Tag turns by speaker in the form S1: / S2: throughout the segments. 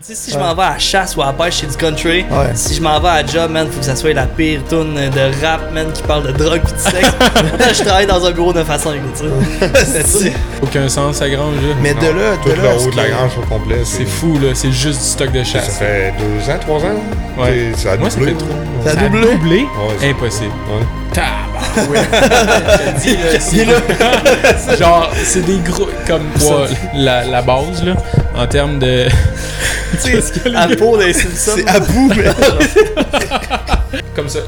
S1: sais, si je m'en vais à la chasse ou à la pêche chez du country,
S2: Ouais.
S1: si je m'en vais à la job, man, faut que ça soit la pire tune de rap, man, qui parle de drogue pis de sexe. Pourtant, je travaille dans un bureau 9 à 5, tu sais. C'est-
S3: Aucun sens, ça grange, là.
S2: Mais de
S4: Non,
S2: là,
S4: Tout
S2: de là.
S4: le
S2: à ce
S4: haut de la
S2: que-
S4: grange au complet.
S3: C'est fou, là. C'est juste du stock de
S4: Ça
S3: chasse.
S4: fait deux ans, trois ans.
S3: Ouais.
S4: C'est- Ça a
S3: Moi, ça
S4: doublé.
S3: fait trois.
S2: Ça a
S3: Ça a
S2: doublé.
S3: doublé.
S4: Ouais, c'est-
S3: Impossible.
S4: Ouais.
S3: Genre, c'est des gros. Comme pour la, la base, là, en termes de.
S1: Tu sais, à peau des Simpsons.
S2: C'est à bout, mais.
S3: Comme ça.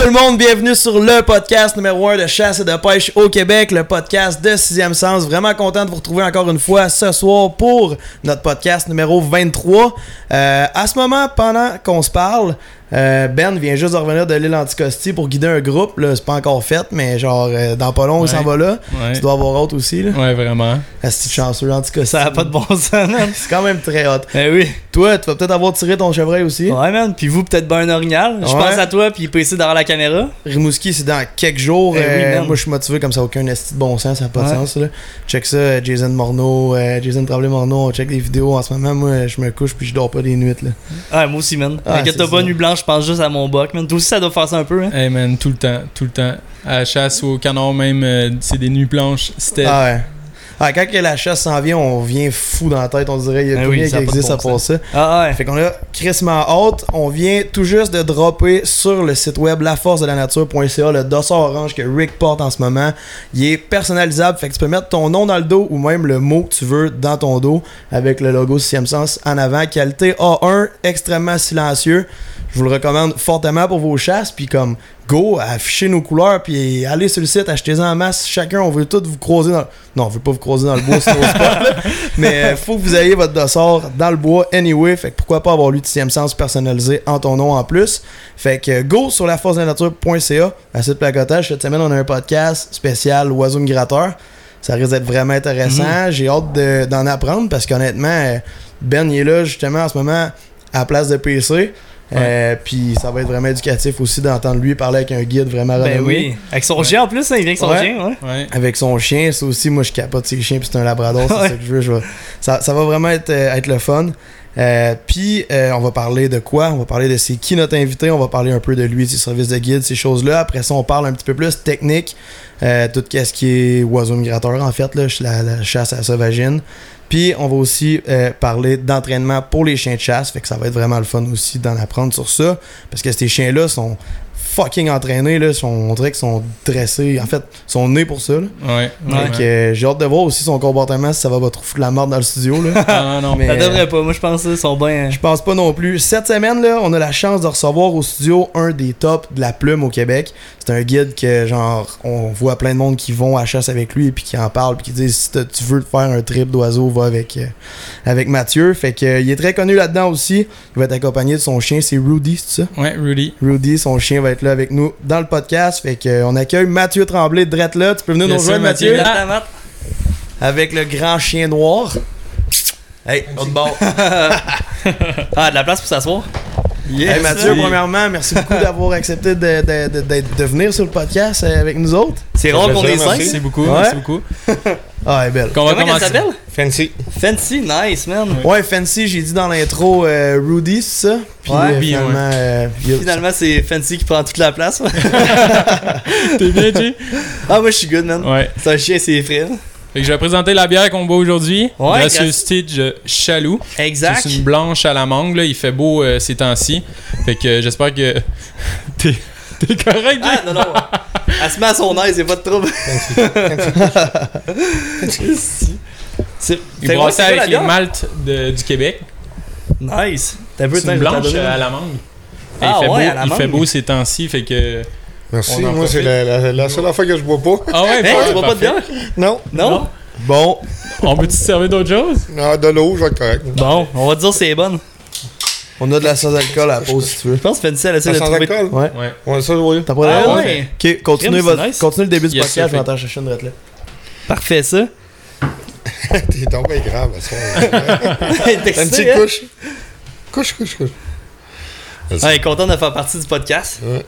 S2: Tout le monde, bienvenue sur le podcast numéro 1 de chasse et de pêche au Québec, le podcast de Sixième Sens. Vraiment content de vous retrouver encore une fois ce soir pour notre podcast numéro 23. Euh, à ce moment, pendant qu'on se parle, euh, Ben vient juste de revenir de l'île Anticosti pour guider un groupe. Là, c'est pas encore fait, mais genre, euh, dans pas long, il s'en va là.
S3: Ouais.
S2: Tu dois avoir autre aussi, là.
S3: Ouais, vraiment.
S2: Asti de chanceux, Anticosti.
S1: Ça a pas de bon sens, man.
S2: C'est quand même très hot.
S1: Eh oui.
S2: Toi, tu vas peut-être avoir tiré ton chevreuil aussi.
S1: Ouais, man. Puis vous, peut-être ben un orignal. Je
S2: Ouais.
S1: pense à toi, puis il peut essayer d'avoir la caméra.
S2: Rimouski, c'est dans quelques jours.
S1: Eh oui,
S2: Euh,
S1: man.
S2: moi, je suis motivé comme ça, aucun esti de bon sens, ça n'a pas de
S1: Ouais.
S2: sens. Là. Check ça, euh, Jason Morneau, euh, Jason Tremblay-Morneau, on check des vidéos en ce moment. Moi, je me couche puis je dors pas des nuits. Là.
S1: Ouais, moi aussi, man.
S2: Ah,
S1: T'inquiète
S2: c'est
S1: pas,
S2: ça.
S1: nuit blanche, je pense juste à mon boc, man. Toi aussi, ça doit faire ça un peu, hein.
S3: Hey man, tout le temps, tout le temps. À la chasse ou au canard même, euh, c'est des nuits planches.
S1: Eh.
S3: C'était.
S2: Ah ouais. Ah, quand que la chasse s'en vient, on vient fou dans la tête, on dirait. Il y
S1: Eh
S2: a plus
S1: oui,
S2: rien
S1: ça
S2: qui
S1: a pas de
S2: existe
S1: bon
S2: à part ça.
S1: Ah ouais.
S2: Fait qu'on a crissement hâte. On vient tout juste de dropper sur le site web laforcedelanature.ca le dossard orange que Rick porte en ce moment. Il est personnalisable. Fait que tu peux mettre ton nom dans le dos ou même le mot que tu veux dans ton dos avec le logo 6 sens en avant. Qualité A1, extrêmement silencieux. Je vous le recommande fortement pour vos chasses. Puis comme, go, affichez nos couleurs. Puis allez sur le site, achetez-en en masse. Chacun, on veut tous vous croiser dans... Non, on veut pas vous croiser dans le bois, c'est trop sport. Mais euh, faut que vous ayez votre dossard dans le bois anyway. Fait que pourquoi pas avoir lu de sixième sens personnalisé en ton nom en plus. Fait que euh, go sur la force de la nature.ca à cette placotage. Cette semaine, on a un podcast spécial Oiseau migrateur. Ça risque d'être vraiment intéressant.
S1: Mm-hmm.
S2: J'ai hâte de- d'en apprendre parce qu'honnêtement, euh, Ben il est là justement en ce moment à la place de PC. Euh, Puis ça va être vraiment éducatif aussi d'entendre lui parler avec un guide vraiment
S1: Ben
S2: renommé
S1: oui. Avec son chien en plus, hein. Il vient avec son
S2: Ouais.
S1: chien, ouais.
S3: Ouais.
S2: avec son chien. Ça aussi, moi, je capote ses chiens, puis c'est un labrador, c'est ça que je veux. je vais- Ça, ça va vraiment être, euh, être le fun. Euh, puis, euh, on va parler de quoi On va parler de c'est qui notre invité, on va parler un peu de lui, de ses services de guide, ces choses-là. Après ça, on parle un petit peu plus technique, euh, tout ce qui est oiseau migrateur, en fait, là, la, la chasse à la sauvagine. Puis, on va aussi euh, parler d'entraînement pour les chiens de chasse, fait que ça va être vraiment le fun aussi d'en apprendre sur ça, parce que ces chiens-là sont fucking entraînés, là, sont, on dirait qu'ils sont dressés, en fait, sont nés pour ça. là.
S3: Ouais.
S1: Ouais.
S3: vraiment.
S2: Fait que, euh, j'ai hâte de voir aussi son comportement si ça va pas trop foutre la merde dans le studio. Là.
S3: Ah, non, non.
S2: Mais euh,
S1: Ça devrait pas. Moi, je pense que son bain.
S2: je pense pas non plus. Cette semaine, là, on a la chance de recevoir au studio un des tops de la plume au Québec. C'est un guide que, genre, on voit plein de monde qui vont à chasse avec lui et puis qui en parlent puis qui disent si t'as- tu veux te faire un trip d'oiseau, va avec, euh, avec Mathieu. Fait que, euh, il est très connu là-dedans aussi. Il va être accompagné de son chien, c'est Rudy, c'est ça
S3: Ouais, Rudy.
S2: Rudy, son chien, va être là avec nous dans le podcast. Fait que, euh, on accueille Mathieu Tremblay de Drette là. Tu peux venir
S3: Yes,
S2: nous rejoindre,
S3: sir, Mathieu.
S2: Mathieu.
S1: Lève ta mat.
S2: avec le grand chien noir. Hey, autre bord.
S1: Ah, de la place pour s'asseoir.
S2: Hey, Mathieu,
S3: Merci.
S2: premièrement, merci beaucoup d'avoir accepté de, de- de- d'être- de venir sur le podcast euh, avec nous autres.
S1: C'est
S4: Ça
S1: rare
S4: fait
S1: qu'on est
S4: plaisir,
S1: cinq.
S4: merci.
S3: Merci beaucoup.
S2: Ouais.
S3: Merci beaucoup.
S2: Ah, elle est belle.
S3: Qu'on va
S1: Comment elle
S3: commencer.
S1: s'appelle
S4: Fancy.
S1: Fancy, nice, man.
S2: Ouais, Fancy, j'ai dit dans l'intro euh, Rudy, c'est ça? Puis
S1: Ouais,
S2: euh,
S3: puis,
S2: finalement, euh, il y a-
S1: Finalement, c'est Fancy qui prend toute la place.
S3: T'es bien, Jay?
S1: ah, moi, je suis good, man.
S3: Ouais.
S1: C'est un chien, c'est frais.
S3: Fait que je vais présenter la bière qu'on boit aujourd'hui.
S1: Ouais,
S3: Gracieux
S1: grâce-
S3: Stige Chaloux.
S1: Exact.
S3: C'est une blanche à la mangue, là. Il fait beau euh, ces temps-ci. Fait que euh, j'espère que. T'es t'es correct, Jay?
S1: Ah, non, non. Elle se met à son aise, c'est pas de trouble. c'est
S3: Il
S1: fait quoi, c'est
S3: brassait
S1: quoi, la
S3: avec les
S1: bière?
S3: maltes de- du Québec.
S1: Nice. T'as peu
S3: C'est une blanche euh, à la mangue.
S1: Ah
S3: il fait
S1: ouais,
S3: beau,
S1: à la
S3: il fait
S1: mangue.
S3: beau ces temps-ci, fait que.
S4: Merci.
S3: On en
S4: Moi, c'est
S3: profite.
S4: la, la- la seule affaire que je bois pas.
S3: Ah ouais,
S1: Hey,
S3: bah,
S1: Hein, tu bois pas de
S3: parfait.
S1: bière?
S4: Non.
S1: Non?
S3: Non.
S2: Bon,
S3: On peut-tu se servir d'autre chose?
S4: Ah, de l'eau, je vais être correct.
S1: Bon, on va dire c'est bonne.
S2: on a de la sans alcool à la pause si tu veux.
S1: Je pense que Fancy, elle essaie
S4: Ça
S1: de
S4: sans
S1: trouver...
S4: alcool.
S2: Ouais.
S3: Ouais.
S4: Ouais, ça, oui.
S2: T'as pas
S1: Ah
S2: d'air?
S1: ouais?
S2: Ok, continuez,
S1: Crime,
S2: votre,
S1: c'est nice.
S2: continuez le début du
S3: Yes, sir,
S2: podcast, je vais entendre chercher une drette là.
S1: Parfait, ça.
S4: T'es tombé grave, à soir. T'as une
S1: Fancy,
S4: petite
S1: hein?
S4: couche. Couche, Euh, couche, couche.
S1: Ouais, content de faire partie du podcast.
S4: Ouais.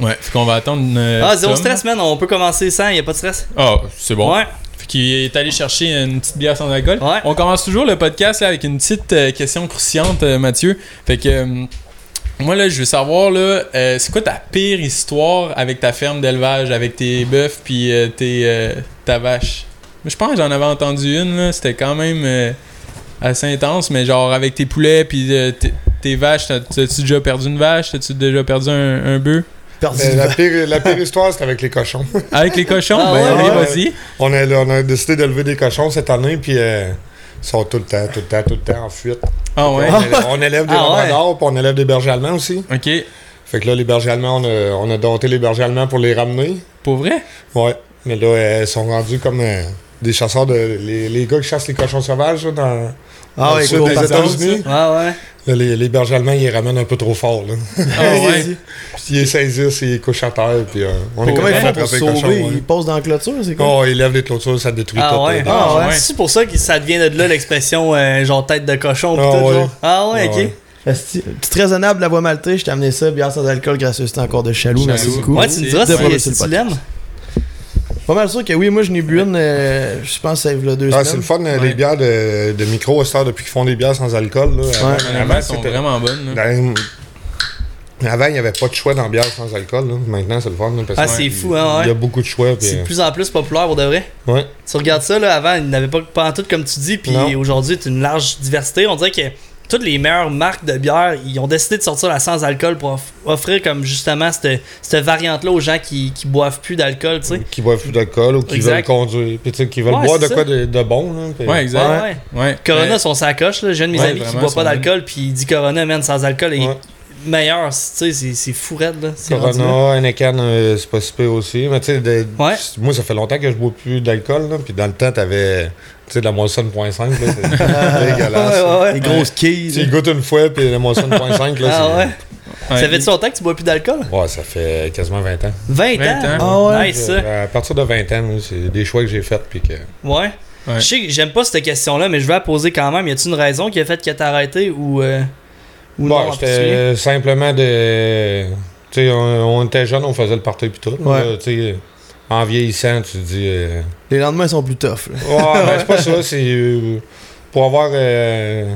S3: Ouais, fait qu'on va attendre. euh,
S1: Ah, zéro
S3: Tom.
S1: stress, man. On peut commencer sans, il a pas de stress.
S3: Ah, c'est bon.
S1: Ouais.
S3: Fait qu'il est allé chercher une petite bière sans alcool.
S1: Ouais.
S3: On commence toujours le podcast là, avec une petite euh, question cruciante, euh, Mathieu. Fait que euh, moi là, je veux savoir là, euh, c'est quoi ta pire histoire avec ta ferme d'élevage, avec tes bœufs puis euh, tes euh, ta vache. Mais Je pense que j'en avais entendu une là, c'était quand même euh, assez intense, mais genre avec tes poulets puis euh, tes- tes vaches, t'as- t'as-tu déjà perdu une vache, t'as-tu déjà perdu un, un bœuf
S2: Perdu
S4: Mais
S2: du
S4: Euh, la, pire, la pire histoire, c'est avec les cochons.
S3: avec les cochons
S1: Ah
S3: Ben
S1: ouais,
S3: allez,
S4: ouais.
S3: vas-y.
S4: On a, on a décidé d'élever des cochons cette année, puis euh, ils sont tout le temps, tout le temps, tout le temps en fuite.
S3: Ah ouais.
S4: On, élève, on élève des
S1: Ah ouais.
S4: labradors, puis on élève des bergers allemands aussi.
S3: Ok.
S4: Fait que là, les bergers allemands, on a, on a dompté les bergers allemands pour les ramener.
S3: Pour vrai
S4: Ouais. Mais là, euh, ils sont rendus comme euh, des chasseurs de. Les, les gars qui chassent les cochons sauvages là, dans,
S2: Ah
S4: dans
S2: ouais,
S4: le sud
S2: gros
S4: des
S2: patente,
S4: États-Unis.
S1: Ouais, Ah, ouais.
S4: Là, les, les bergers allemands, ils les ramènent un peu trop fort. Là.
S3: Ah ouais.
S4: Puis ils les saisissent, ils les couchent à terre, puis euh, on
S3: Pour
S4: est comme
S2: Comment ils
S3: vrai,
S4: à
S2: font pour se
S4: attraper les
S2: sauver?
S4: cochons. ouais.
S2: Ils posent dans la clôture, c'est quoi?
S4: Oh, ils lèvent les clôtures, ça détruit
S1: Ah
S4: tout.
S1: ouais.
S4: là.
S2: Ah ouais.
S1: C'est pour ça que ça devient de là l'expression euh, genre tête de cochon. pis
S4: Ah
S1: tout,
S4: ouais.
S1: genre. Ah ouais, ok.
S4: Ah ouais.
S2: Esti, Petite raisonnable, la voix maltée, je t'ai amené ça, bière sans alcool, gracieuseté encore de Chaloux, merci
S3: Chaloux.
S2: beaucoup.
S1: Ouais, tu me diras
S2: C'est-
S1: si,
S2: c'est
S1: si
S2: le
S1: tu l'aimes.
S2: Pas mal sûr que oui, moi je n'ai bu une, euh, je pense que ça il y a deux
S4: Ah,
S2: semaines.
S4: c'est le fun, euh,
S3: Ouais.
S4: les bières de, de micro, à cette heure, depuis qu'ils font des bières sans alcool. Là,
S2: Ouais.
S4: Avant-
S3: Honnêtement,
S4: Avant,
S3: elles sont
S4: c'était-
S3: vraiment bonnes. là.
S4: dans- avant, il n'y avait pas de choix dans bière sans alcool. là. Maintenant, c'est le fun. là, parce
S1: Ah,
S4: que
S1: c'est
S4: il-
S1: fou, hein,
S4: Il y a
S1: ouais.
S4: beaucoup de choix. puis,
S1: C'est de
S4: euh,
S1: plus en plus populaire pour de vrai.
S4: ouais.
S1: Tu regardes ça, là, avant, ils n'avaient pas, pas en tout comme tu dis, puis
S4: Non.
S1: aujourd'hui, c'est une large diversité. On dirait que toutes les meilleures marques de bière, ils ont décidé de sortir la sans alcool pour off- offrir comme justement cette, cette variante-là aux gens qui, qui boivent plus d'alcool, tu sais.
S4: Qui boivent plus d'alcool ou qui
S1: Exact.
S4: veulent conduire. Puis, tu sais, qui veulent
S1: Ouais,
S4: boire
S1: c'est
S4: de
S1: ça.
S4: quoi de, de bon. Là, puis-
S3: Ouais,
S1: Ouais,
S3: exact.
S1: ouais.
S3: Ouais.
S1: Corona,
S3: Mais-
S1: son sacoche, là. J'ai un de mes
S3: Ouais,
S1: amis qui
S3: vraiment,
S1: boit
S3: son-
S1: pas d'alcool, puis il dit Corona, man, sans alcool, est
S4: Ouais.
S1: meilleur, tu sais, c'est c'est fou raide, là. C'est rendu là.
S4: Corona, Heineken, euh, c'est pas si peu aussi. Mais tu sais, de-
S1: Ouais.
S4: moi, ça fait longtemps que je bois plus d'alcool. là, Puis dans le temps, t'avais tu sais, de la moisson 0.5. là, C'est dégueulasse.
S1: Ouais, ouais, ouais.
S2: Les grosses quilles.
S4: Tu y goûtes une fois, puis la moisson 0.5. là,
S1: Ah
S4: c'est-
S1: ouais.
S3: Ouais.
S1: Ça fait-tu longtemps que tu bois plus d'alcool
S4: Ouais, ça fait quasiment 20 ans.
S1: 20,
S3: 20
S1: ans.
S3: ans.
S2: Ah ouais.
S1: Nice, ça.
S4: Euh, À partir de 20 ans, là, c'est des choix que j'ai faits. Puis que...
S1: Ouais.
S3: Ouais.
S1: Je sais que j'aime pas cette question-là, mais je vais la poser quand même. Y a-tu une raison qui a fait que t'as arrêté ou. euh, ou
S4: Bon,
S1: non, en particulier?
S4: Bah, c'était simplement de. Tu sais, on, on était jeunes, on faisait le party puis tout.
S2: Ouais.
S4: là, tu sais, en vieillissant, tu te dis. euh,
S2: Les lendemains ils sont plus tough. là.
S4: Ouais, ben, c'est pas ça, c'est. euh, pour avoir. euh,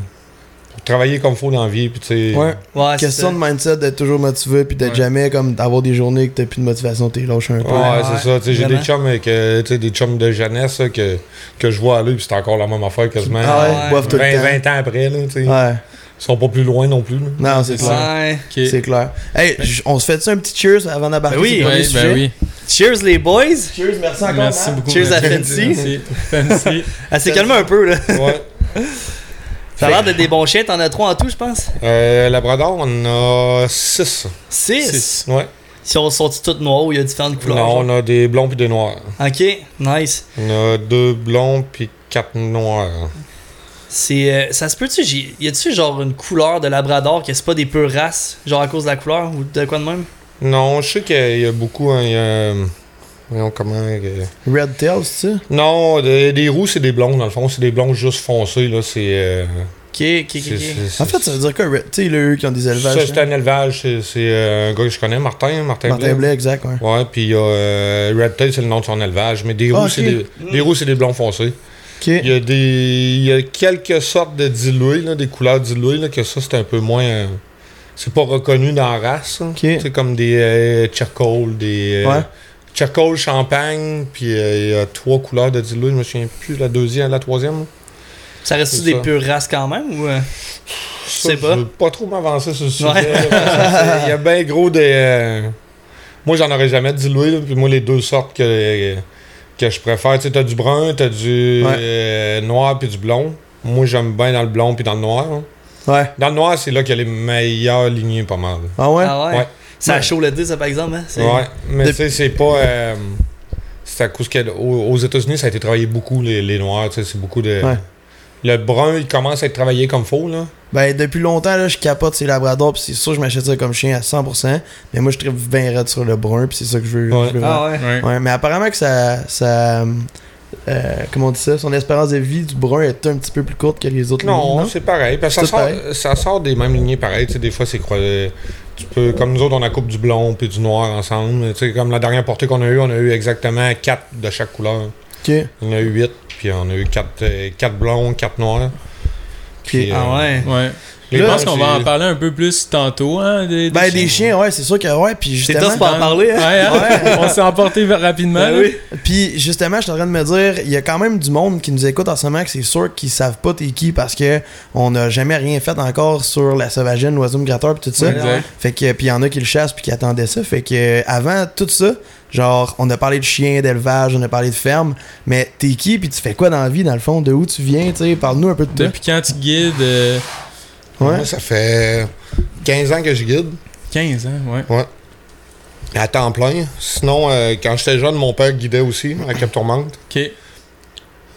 S4: pour travailler comme faut dans la vie, puis tu sais.
S2: Ouais.
S1: Ouais, c'est
S2: Question
S1: ça.
S2: de mindset, d'être toujours motivé, puis d'être
S3: Ouais.
S2: jamais comme d'avoir des journées que t'as plus de motivation, t'es lâche un peu.
S4: Ouais, c'est ça. tu sais, J'ai des
S1: vraiment.
S4: chums, avec, euh, tu sais, des chums de jeunesse là, que, que je vois aller, puis c'est encore la même affaire quasiment.
S2: Ah ouais,
S1: Ouais.
S2: boivent tout
S4: 20,
S2: le
S4: 20 ans après, là, tu sais.
S2: temps. Ouais.
S4: Ils sont pas plus loin non plus. là.
S2: Non, c'est
S3: C'est
S2: clair.
S1: Ouais.
S3: Ok.
S2: C'est clair. Hey, j- on se fait-tu un petit cheers avant d'aborder
S1: Ben oui.
S2: le
S3: Ouais,
S2: premier
S3: ben
S2: sujet?
S3: oui.
S1: Cheers, les boys.
S2: Cheers, merci encore.
S3: Merci
S2: Marc.
S3: beaucoup.
S1: Cheers à
S3: Mathieu.
S1: Fancy.
S3: Merci. Fancy.
S1: Elle s'est calmée Ah, un peu, là.
S4: Ouais.
S1: Ça a l'air d'être des bons chiens. T'en as trois en tout, je pense.
S4: Euh, Labrador, on en a 6.
S1: Six.
S3: Six.
S4: Ouais.
S1: Si on sortit toutes noires où il y a différentes couleurs.
S4: non,
S1: genre.
S4: on a des blonds puis des noirs.
S1: Ok, nice.
S4: On a deux blonds puis quatre noirs.
S1: C'est, euh, ça se peut-tu? j'ai- Y a-tu genre une couleur de Labrador que c'est pas des pures races, genre à cause de la couleur ou de quoi de même?
S4: Non, je sais qu'il y a beaucoup. hein, il y a- voyons comment. euh,
S2: Red Tail, c'est ça?
S4: Non, des, des roux, c'est des blonds, dans le fond. C'est des blonds juste foncés, là. C'est. euh,
S1: Ok, ok, ok,
S4: c'est-
S1: ok.
S4: c'est- c'est-
S2: En fait, ça veut dire quoi, Red? Tu sais, il y a eu qui ont des élevages.
S4: ça, c'est
S2: hein?
S4: un élevage. C'est c'est, euh, un gars que je connais, Martin. Martin,
S2: Martin
S4: Blais.
S2: Blais, exact, ouais.
S4: Ouais, puis il y a euh, Red Tail, c'est le nom de son élevage. Mais des
S2: Ah,
S4: roux,
S2: ok.
S4: c'est des, des roux, c'est des blonds foncés. Il
S2: Ok.
S4: y a des. Il y a quelques sortes de dilués, là, des couleurs diluées, là, que ça, c'est un peu moins. euh, c'est pas reconnu dans la race. là.
S2: Ok.
S4: C'est comme des euh, charcoal, des. euh,
S2: Ouais.
S4: Charcoal, champagne, puis euh, il y a trois couleurs de dilués, je me souviens plus, la deuxième, la troisième. là.
S1: Ça reste-tu
S4: C'est
S1: des
S4: ça.
S1: pures races quand même ou. euh?
S4: Ça,
S1: sais pas.
S4: Je veux pas trop m'avancer sur ce sujet.
S1: Ouais.
S4: là, parce que c'est- Il y a bien gros des. euh, moi, j'en aurais jamais dilué, là, puis moi, les deux sortes que, que je préfère, tu sais, t'as du brun, t'as du
S2: Ouais.
S4: euh, noir, puis du blond. Moi, j'aime bien dans le blond, puis dans le noir. hein.
S2: Ouais.
S4: Dans le noir, c'est là qu'il y a les meilleures lignées, pas mal.
S2: Ah ouais?
S1: Ah ouais?
S4: Ouais.
S1: Ça
S2: Ouais.
S1: chaud l'été, ça, par exemple. Hein? C'est-
S4: Ouais, mais
S2: Dep-
S4: tu sais, c'est pas. euh, c'est à cause que aux, aux États-Unis, ça a été travaillé beaucoup, les, les noirs, tu sais, c'est beaucoup de.
S2: Ouais.
S4: Le brun, il commence à être travaillé comme faux, là.
S2: Ben, depuis longtemps, là, je capote ces labradors, puis c'est sûr que je m'achète ça comme chien à 100%. Mais moi, je tripe bien raide sur le brun, puis c'est ça que je veux.
S4: Ouais.
S2: je veux
S1: Ah
S2: vraiment.
S1: ouais.
S3: Ouais.
S2: Ouais, mais apparemment que ça. ça euh, comment on dit ça? Son espérance de vie du brun est un petit peu plus courte que les autres. lignes,
S4: Non, c'est pareil. Parce que ça,
S2: C'est
S4: sort,
S2: pareil.
S4: ça sort des mêmes lignées pareilles. Tu sais, des fois, c'est croisé. tu peux, comme nous autres, on a coupe du blond puis du noir ensemble. Tu sais, comme la dernière portée qu'on a eue, on a eu exactement 4 de chaque couleur.
S2: Ok.
S4: On a eu 8, puis on a eu 4, blonds, 4 noirs. Puis,
S1: Ah
S4: euh,
S1: ouais.
S3: Ouais.
S4: les
S3: je
S4: blancs,
S3: pense qu'on va
S4: c'est-
S3: en parler un peu plus tantôt. Hein, des,
S2: Ben, des chiens, ouais, c'est sûr que, ouais, puis
S1: C'est
S2: justement.
S1: tough pour en parler, hein?
S3: Ouais, hein? on s'est emporté rapidement.
S1: Ben
S3: là.
S1: oui.
S2: Puis justement, je suis en train de me dire, il y a quand même du monde qui nous écoute en ce moment que c'est sûr qu'ils savent pas t'es qui parce que on n'a jamais rien fait encore sur la sauvagine, l'oiseau migrateur puis tout ça.
S3: Exact.
S2: Fait que puis il y en a qui le chassent puis qui attendaient ça. Fait que euh, avant tout ça, genre on a parlé de chiens, d'élevage, on a parlé de ferme, mais t'es qui puis tu fais quoi dans la vie dans le fond, de où tu viens, tu sais, parle-nous un peu de toi.
S3: Depuis quand tu guides euh,
S2: Ouais.
S4: Moi, ça fait 15 ans que je guide.
S3: 15 ans, hein? ouais.
S4: À temps plein. Sinon, euh, quand j'étais jeune, mon père guidait aussi à Cap Tourmente.
S3: Ok.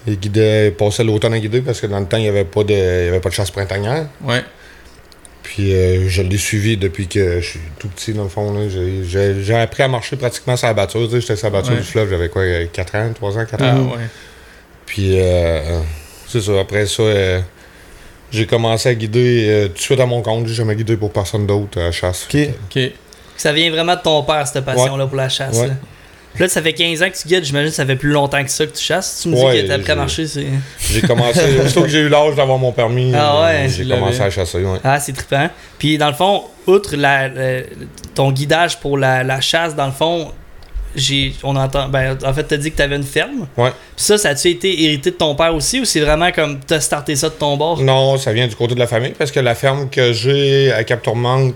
S4: Il guidait, il passait l'automne à guider parce que dans le temps, il n'y avait, pas de- il y avait pas de chasse printanière.
S3: Ouais.
S4: Puis euh, je l'ai suivi depuis que je suis tout petit, dans le fond. là. J'ai- J'ai j'ai appris à marcher pratiquement sur la batteuse. tu sais, J'étais sur la batteuse
S3: Ouais.
S4: du fleuve, j'avais quoi, 4 ans, 3 ans, 4
S3: Ah,
S4: ans.
S3: ouais.
S4: Puis euh, c'est ça, après ça, euh, j'ai commencé à guider euh, tout de suite à mon compte. J'ai jamais guidé pour personne d'autre à la chasse.
S2: Ok.
S3: Ok.
S1: Ça vient vraiment de ton père, cette passion-là pour la chasse.
S4: Ouais.
S1: Là. Puis là, ça fait 15 ans que tu guides, j'imagine que ça fait plus longtemps que ça que tu chasses. Tu me dis
S4: Ouais,
S1: que t'as prêt à
S4: j'ai-
S1: marcher, c'est.
S4: J'ai commencé, aussitôt que j'ai eu l'âge d'avoir mon permis,
S1: Ah ouais.
S4: euh,
S3: Tu
S4: j'ai
S3: l'avais.
S4: commencé à chasser. ouais.
S1: Ah, c'est trippant. Puis dans le fond, outre la, le- ton guidage pour la, la chasse, dans le fond, j'ai, on entend. Ben, en fait, t'as dit que t'avais une ferme.
S4: Ouais.
S1: Puis ça, ça a-tu été hérité de ton père aussi ou c'est vraiment comme t'as starté ça de ton
S3: Ah.
S1: bord?
S4: Non, ça vient du côté de la famille parce que la ferme que j'ai à Cap Tourmente,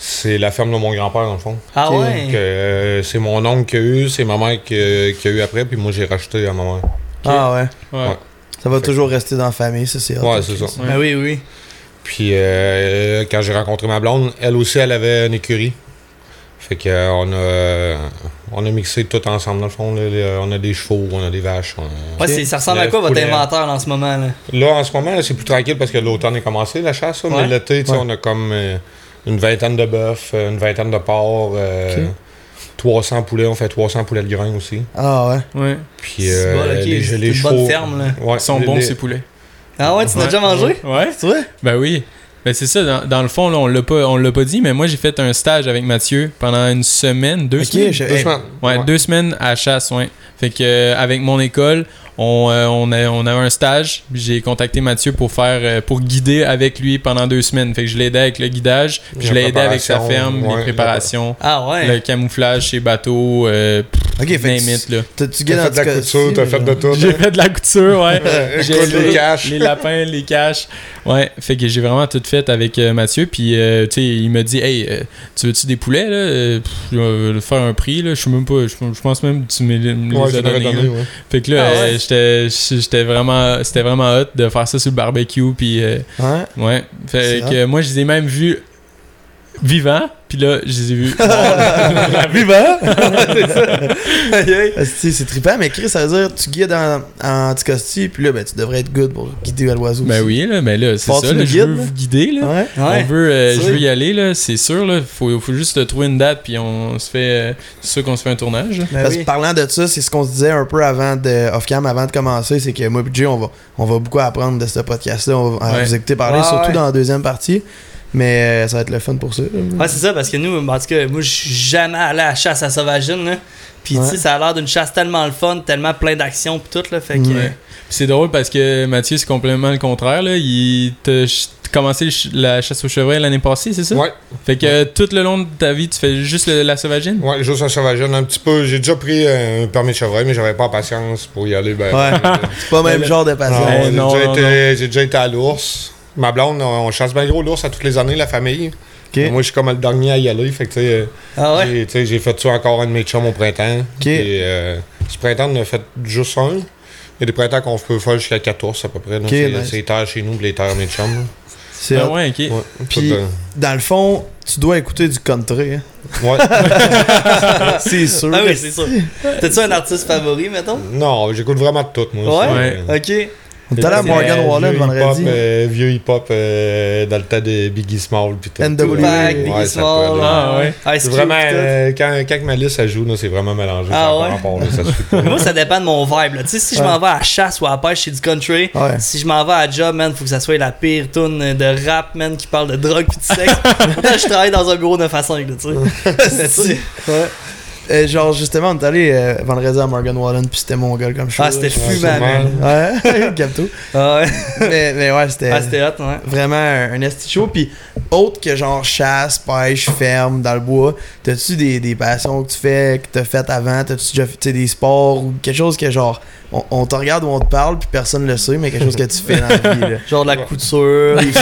S4: c'est la ferme de mon grand-père, dans le fond.
S1: Ah
S2: Ok.
S1: ouais?
S4: Que, euh, c'est mon oncle qui a eu, c'est ma mère qui, a- qui a eu après, puis moi j'ai racheté à ma mère.
S2: Ah ouais.
S3: Ouais.
S4: Ouais.
S2: Ça va toujours rester dans la famille, ça c'est hot.
S4: Ouais, c'est ça.
S3: Ouais.
S1: Ben oui, oui.
S4: Puis euh, quand j'ai rencontré ma blonde, elle aussi, elle avait une écurie. Fait que euh, on a, on a mixé tout ensemble, dans le fond. là, les- euh, on a des chevaux, on a des vaches. on a-
S1: Ouais, c'est- ça ressemble à
S4: Le
S1: quoi votre
S4: poulet.
S1: inventaire là, en ce moment? Là?
S4: Là, en ce moment, là, c'est plus tranquille parce que l'automne est commencé, la chasse. là,
S1: Ouais.
S4: Mais l'été, tu sais,
S2: Ouais.
S4: on a comme euh, une vingtaine de bœufs, euh, une vingtaine de porcs, euh,
S2: Ok.
S4: 300 poulets. On fait 300 poulets de grain aussi.
S2: Ah ouais.
S3: Ouais.
S4: Puis
S1: C'est
S4: euh,
S1: bon, ok,
S4: les,
S1: c'est
S4: les
S1: une
S4: chevaux.
S1: bonne ferme, là.
S4: Ouais,
S3: Ils sont
S4: les-
S3: bons,
S4: les-
S3: ces poulets.
S1: Ah ouais, tu l'as
S4: Ouais.
S1: déjà mangé?
S3: Ouais.
S2: C'est vrai?
S3: Ben oui. Ben c'est ça, dans, dans le fond, là, on l'a pas, on l'a pas dit, mais moi j'ai fait un stage avec Mathieu pendant une semaine, deux
S2: Ok,
S3: semaines.
S2: je-
S4: Deux
S2: hey,
S4: semaines.
S3: Ouais, deux semaines à chasse, ouais. Fait que euh, avec mon école, on, euh, on, a, on avait un stage. puis J'ai contacté Mathieu pour faire euh, pour guider avec lui pendant deux semaines. Fait que je l'aidais avec le guidage, puis je
S4: La
S3: l'aidais avec sa
S4: préparation,
S3: ferme,
S4: ouais,
S3: les
S4: la-
S3: préparations,
S1: Ah ouais?
S3: le camouflage, ses bateaux, euh,
S2: Ok, fait
S3: name
S2: que
S3: it, là.
S2: tu- t'as- tu
S4: T'as
S2: guides
S4: fait de la couture, t'as fait de tout.
S3: J'ai fait de la couture, ouais. J'ai
S4: Écoute, les
S3: les-
S4: caches.
S3: Les lapins, les caches. Ouais, fait que j'ai vraiment tout fait avec euh, Mathieu. Puis, euh, tu sais, il me dit, hey, euh, tu veux-tu des poulets, là Euh, pff, Je vais le faire un prix, là. Je suis même pas. Je je pense même que tu me les- me
S4: Ouais,
S3: les
S4: je
S3: as
S4: l'avais
S3: donnés.
S4: donné,
S3: là.
S4: ouais.
S3: Fait que là,
S1: Ah ouais?
S3: euh, j'étais- j'étais vraiment. C'était vraiment hot de faire ça sur le barbecue. Puis, euh,
S2: Ouais.
S3: ouais.
S2: C'est
S3: Fait
S2: hot.
S3: que moi, je les ai même vus vivants. Puis là, je les ai vus.
S4: Ah,
S2: Vivant! c'est c'est trippant, mais Chris, ça veut dire tu guides en, en anticosti, puis là, ben, tu devrais être good pour guider à l'oiseau.
S3: ben
S2: aussi.
S3: oui, là, mais là, c'est
S2: Faut-tu
S3: ça, là,
S2: nous
S3: Je veux
S2: guides, là?
S3: vous guider, là.
S2: Ouais.
S1: Ouais.
S3: On veut, euh,
S2: C'est
S3: je
S2: vrai.
S3: veux y aller, là, c'est sûr. Il faut, faut juste trouver une date, puis on se fait. euh, c'est sûr qu'on se fait un tournage. là.
S1: Ben
S2: Parce
S1: oui.
S2: que parlant de ça, c'est ce qu'on se disait un peu avant de off-cam, avant de commencer, c'est que moi et Jay, on va, on va beaucoup apprendre de ce podcast-là. On va à
S3: Ouais.
S2: vous écouter parler,
S1: Ouais,
S2: surtout
S1: ouais.
S2: dans la deuxième partie. Mais euh, ça va être le fun pour ça.
S1: Ouais, c'est ça, parce que nous, en tout cas, moi, je suis jamais allé à la chasse à Sauvagine, là. Puis, tu
S2: Ouais.
S1: sais, ça a l'air d'une chasse tellement le fun, tellement plein d'action, pis tout, là. Fait que.
S2: Ouais.
S1: euh,
S3: Puis C'est drôle parce que Mathieu, c'est complètement le contraire. Là. Il t'a ch- t'as commencé le ch- la chasse au chevreuil l'année passée, c'est ça?
S4: Ouais.
S3: Fait que euh, tout le long de ta vie, tu fais juste le- la sauvagine?
S4: Ouais, juste un sauvagine, un petit peu. J'ai déjà pris euh, un permis de chevreuil, mais j'avais pas la patience pour y aller. Ben,
S2: Ouais. C'est pas le même
S3: Ben,
S2: genre de passion.
S4: Non,
S3: Ben,
S4: j'ai,
S3: non,
S4: déjà
S3: non,
S4: été, j'ai déjà été à l'ours. Ma blonde, on, on chasse bien gros l'ours à toutes les années, la famille.
S1: Ben,
S2: Ok.
S4: Moi, je suis comme le dernier à y aller. Fait que, tu sais, euh,
S1: Ah ouais?
S4: j'ai, tu sais, j'ai fait ça encore un de mes chums au printemps.
S2: Ok.
S4: Et, euh, ce printemps, on en a fait juste un. Il y a des printemps qu'on peut faire jusqu'à 14 à peu près. là.
S2: Ok,
S4: c'est,
S2: nice.
S4: c'est les terres chez nous, puis les terres à mes chums. là.
S2: C'est
S1: ben,
S3: Ah
S2: hot.
S3: ouais, ok.
S4: Ouais,
S2: Puis-
S4: tout, euh,
S2: Dans le fond, tu dois écouter du country. hein.
S4: ouais.
S2: c'est sûr.
S1: Ah oui, c'est sûr. T'as-tu un artiste favori, mettons?
S4: non, j'écoute vraiment de tout, moi.
S1: Ouais?
S4: c'est-
S1: Ok.
S2: On est allé à
S3: C'est,
S2: Morgan
S4: Euh,
S2: Wallen
S4: vieux hip-hop,
S2: vendredi.
S4: euh, vieux hip-hop euh, dans le temps de Biggie Small. puis tout.
S2: NWA.
S1: Tupac, Biggie
S4: Ouais, ça peut
S1: Small,
S4: aller.
S3: Ah, ouais.
S1: Ice
S4: C'est
S1: Cube,
S4: vraiment,
S1: tout.
S4: euh, quand, quand Malice ça joue, là, c'est vraiment mélangé.
S1: Ah
S4: ça a
S1: ouais?
S4: pas rapport, là, ça se fait pas.
S1: Moi, ça dépend de mon vibe. Là. Tu sais, si je m'en vais à la chasse ou à la pêche, c'est du country.
S4: Ah
S2: Ouais.
S1: Si je m'en vais à la job, man, faut que ça soit la pire tune de rap, man, qui parle de drogue pis de sexe. Pourtant, je travaille dans un bureau 9 à 5, là, tu sais. C'est ça.
S2: Ouais. Euh, genre, justement, on est allé euh, vendredi à Morgan Wallen, puis c'était mon gars comme show.
S1: Ah, c'était
S4: Ouais,
S1: fumant,
S4: c'est
S1: man.
S4: mal.
S2: Ouais, capto.
S1: Ah, ouais.
S2: mais, mais ouais, c'était
S1: Ah, c'était hot, ouais.
S2: vraiment un, un esti show. Puis autre que genre chasse, pêche, ferme, dans le bois, t'as-tu des, des passions que tu fais, que t'as faites avant T'as-tu déjà fait tu sais, des sports ou quelque chose que genre, on, on te regarde ou on te parle, puis personne le sait, mais quelque chose que tu fais dans la vie, là.
S1: Genre de la couture, du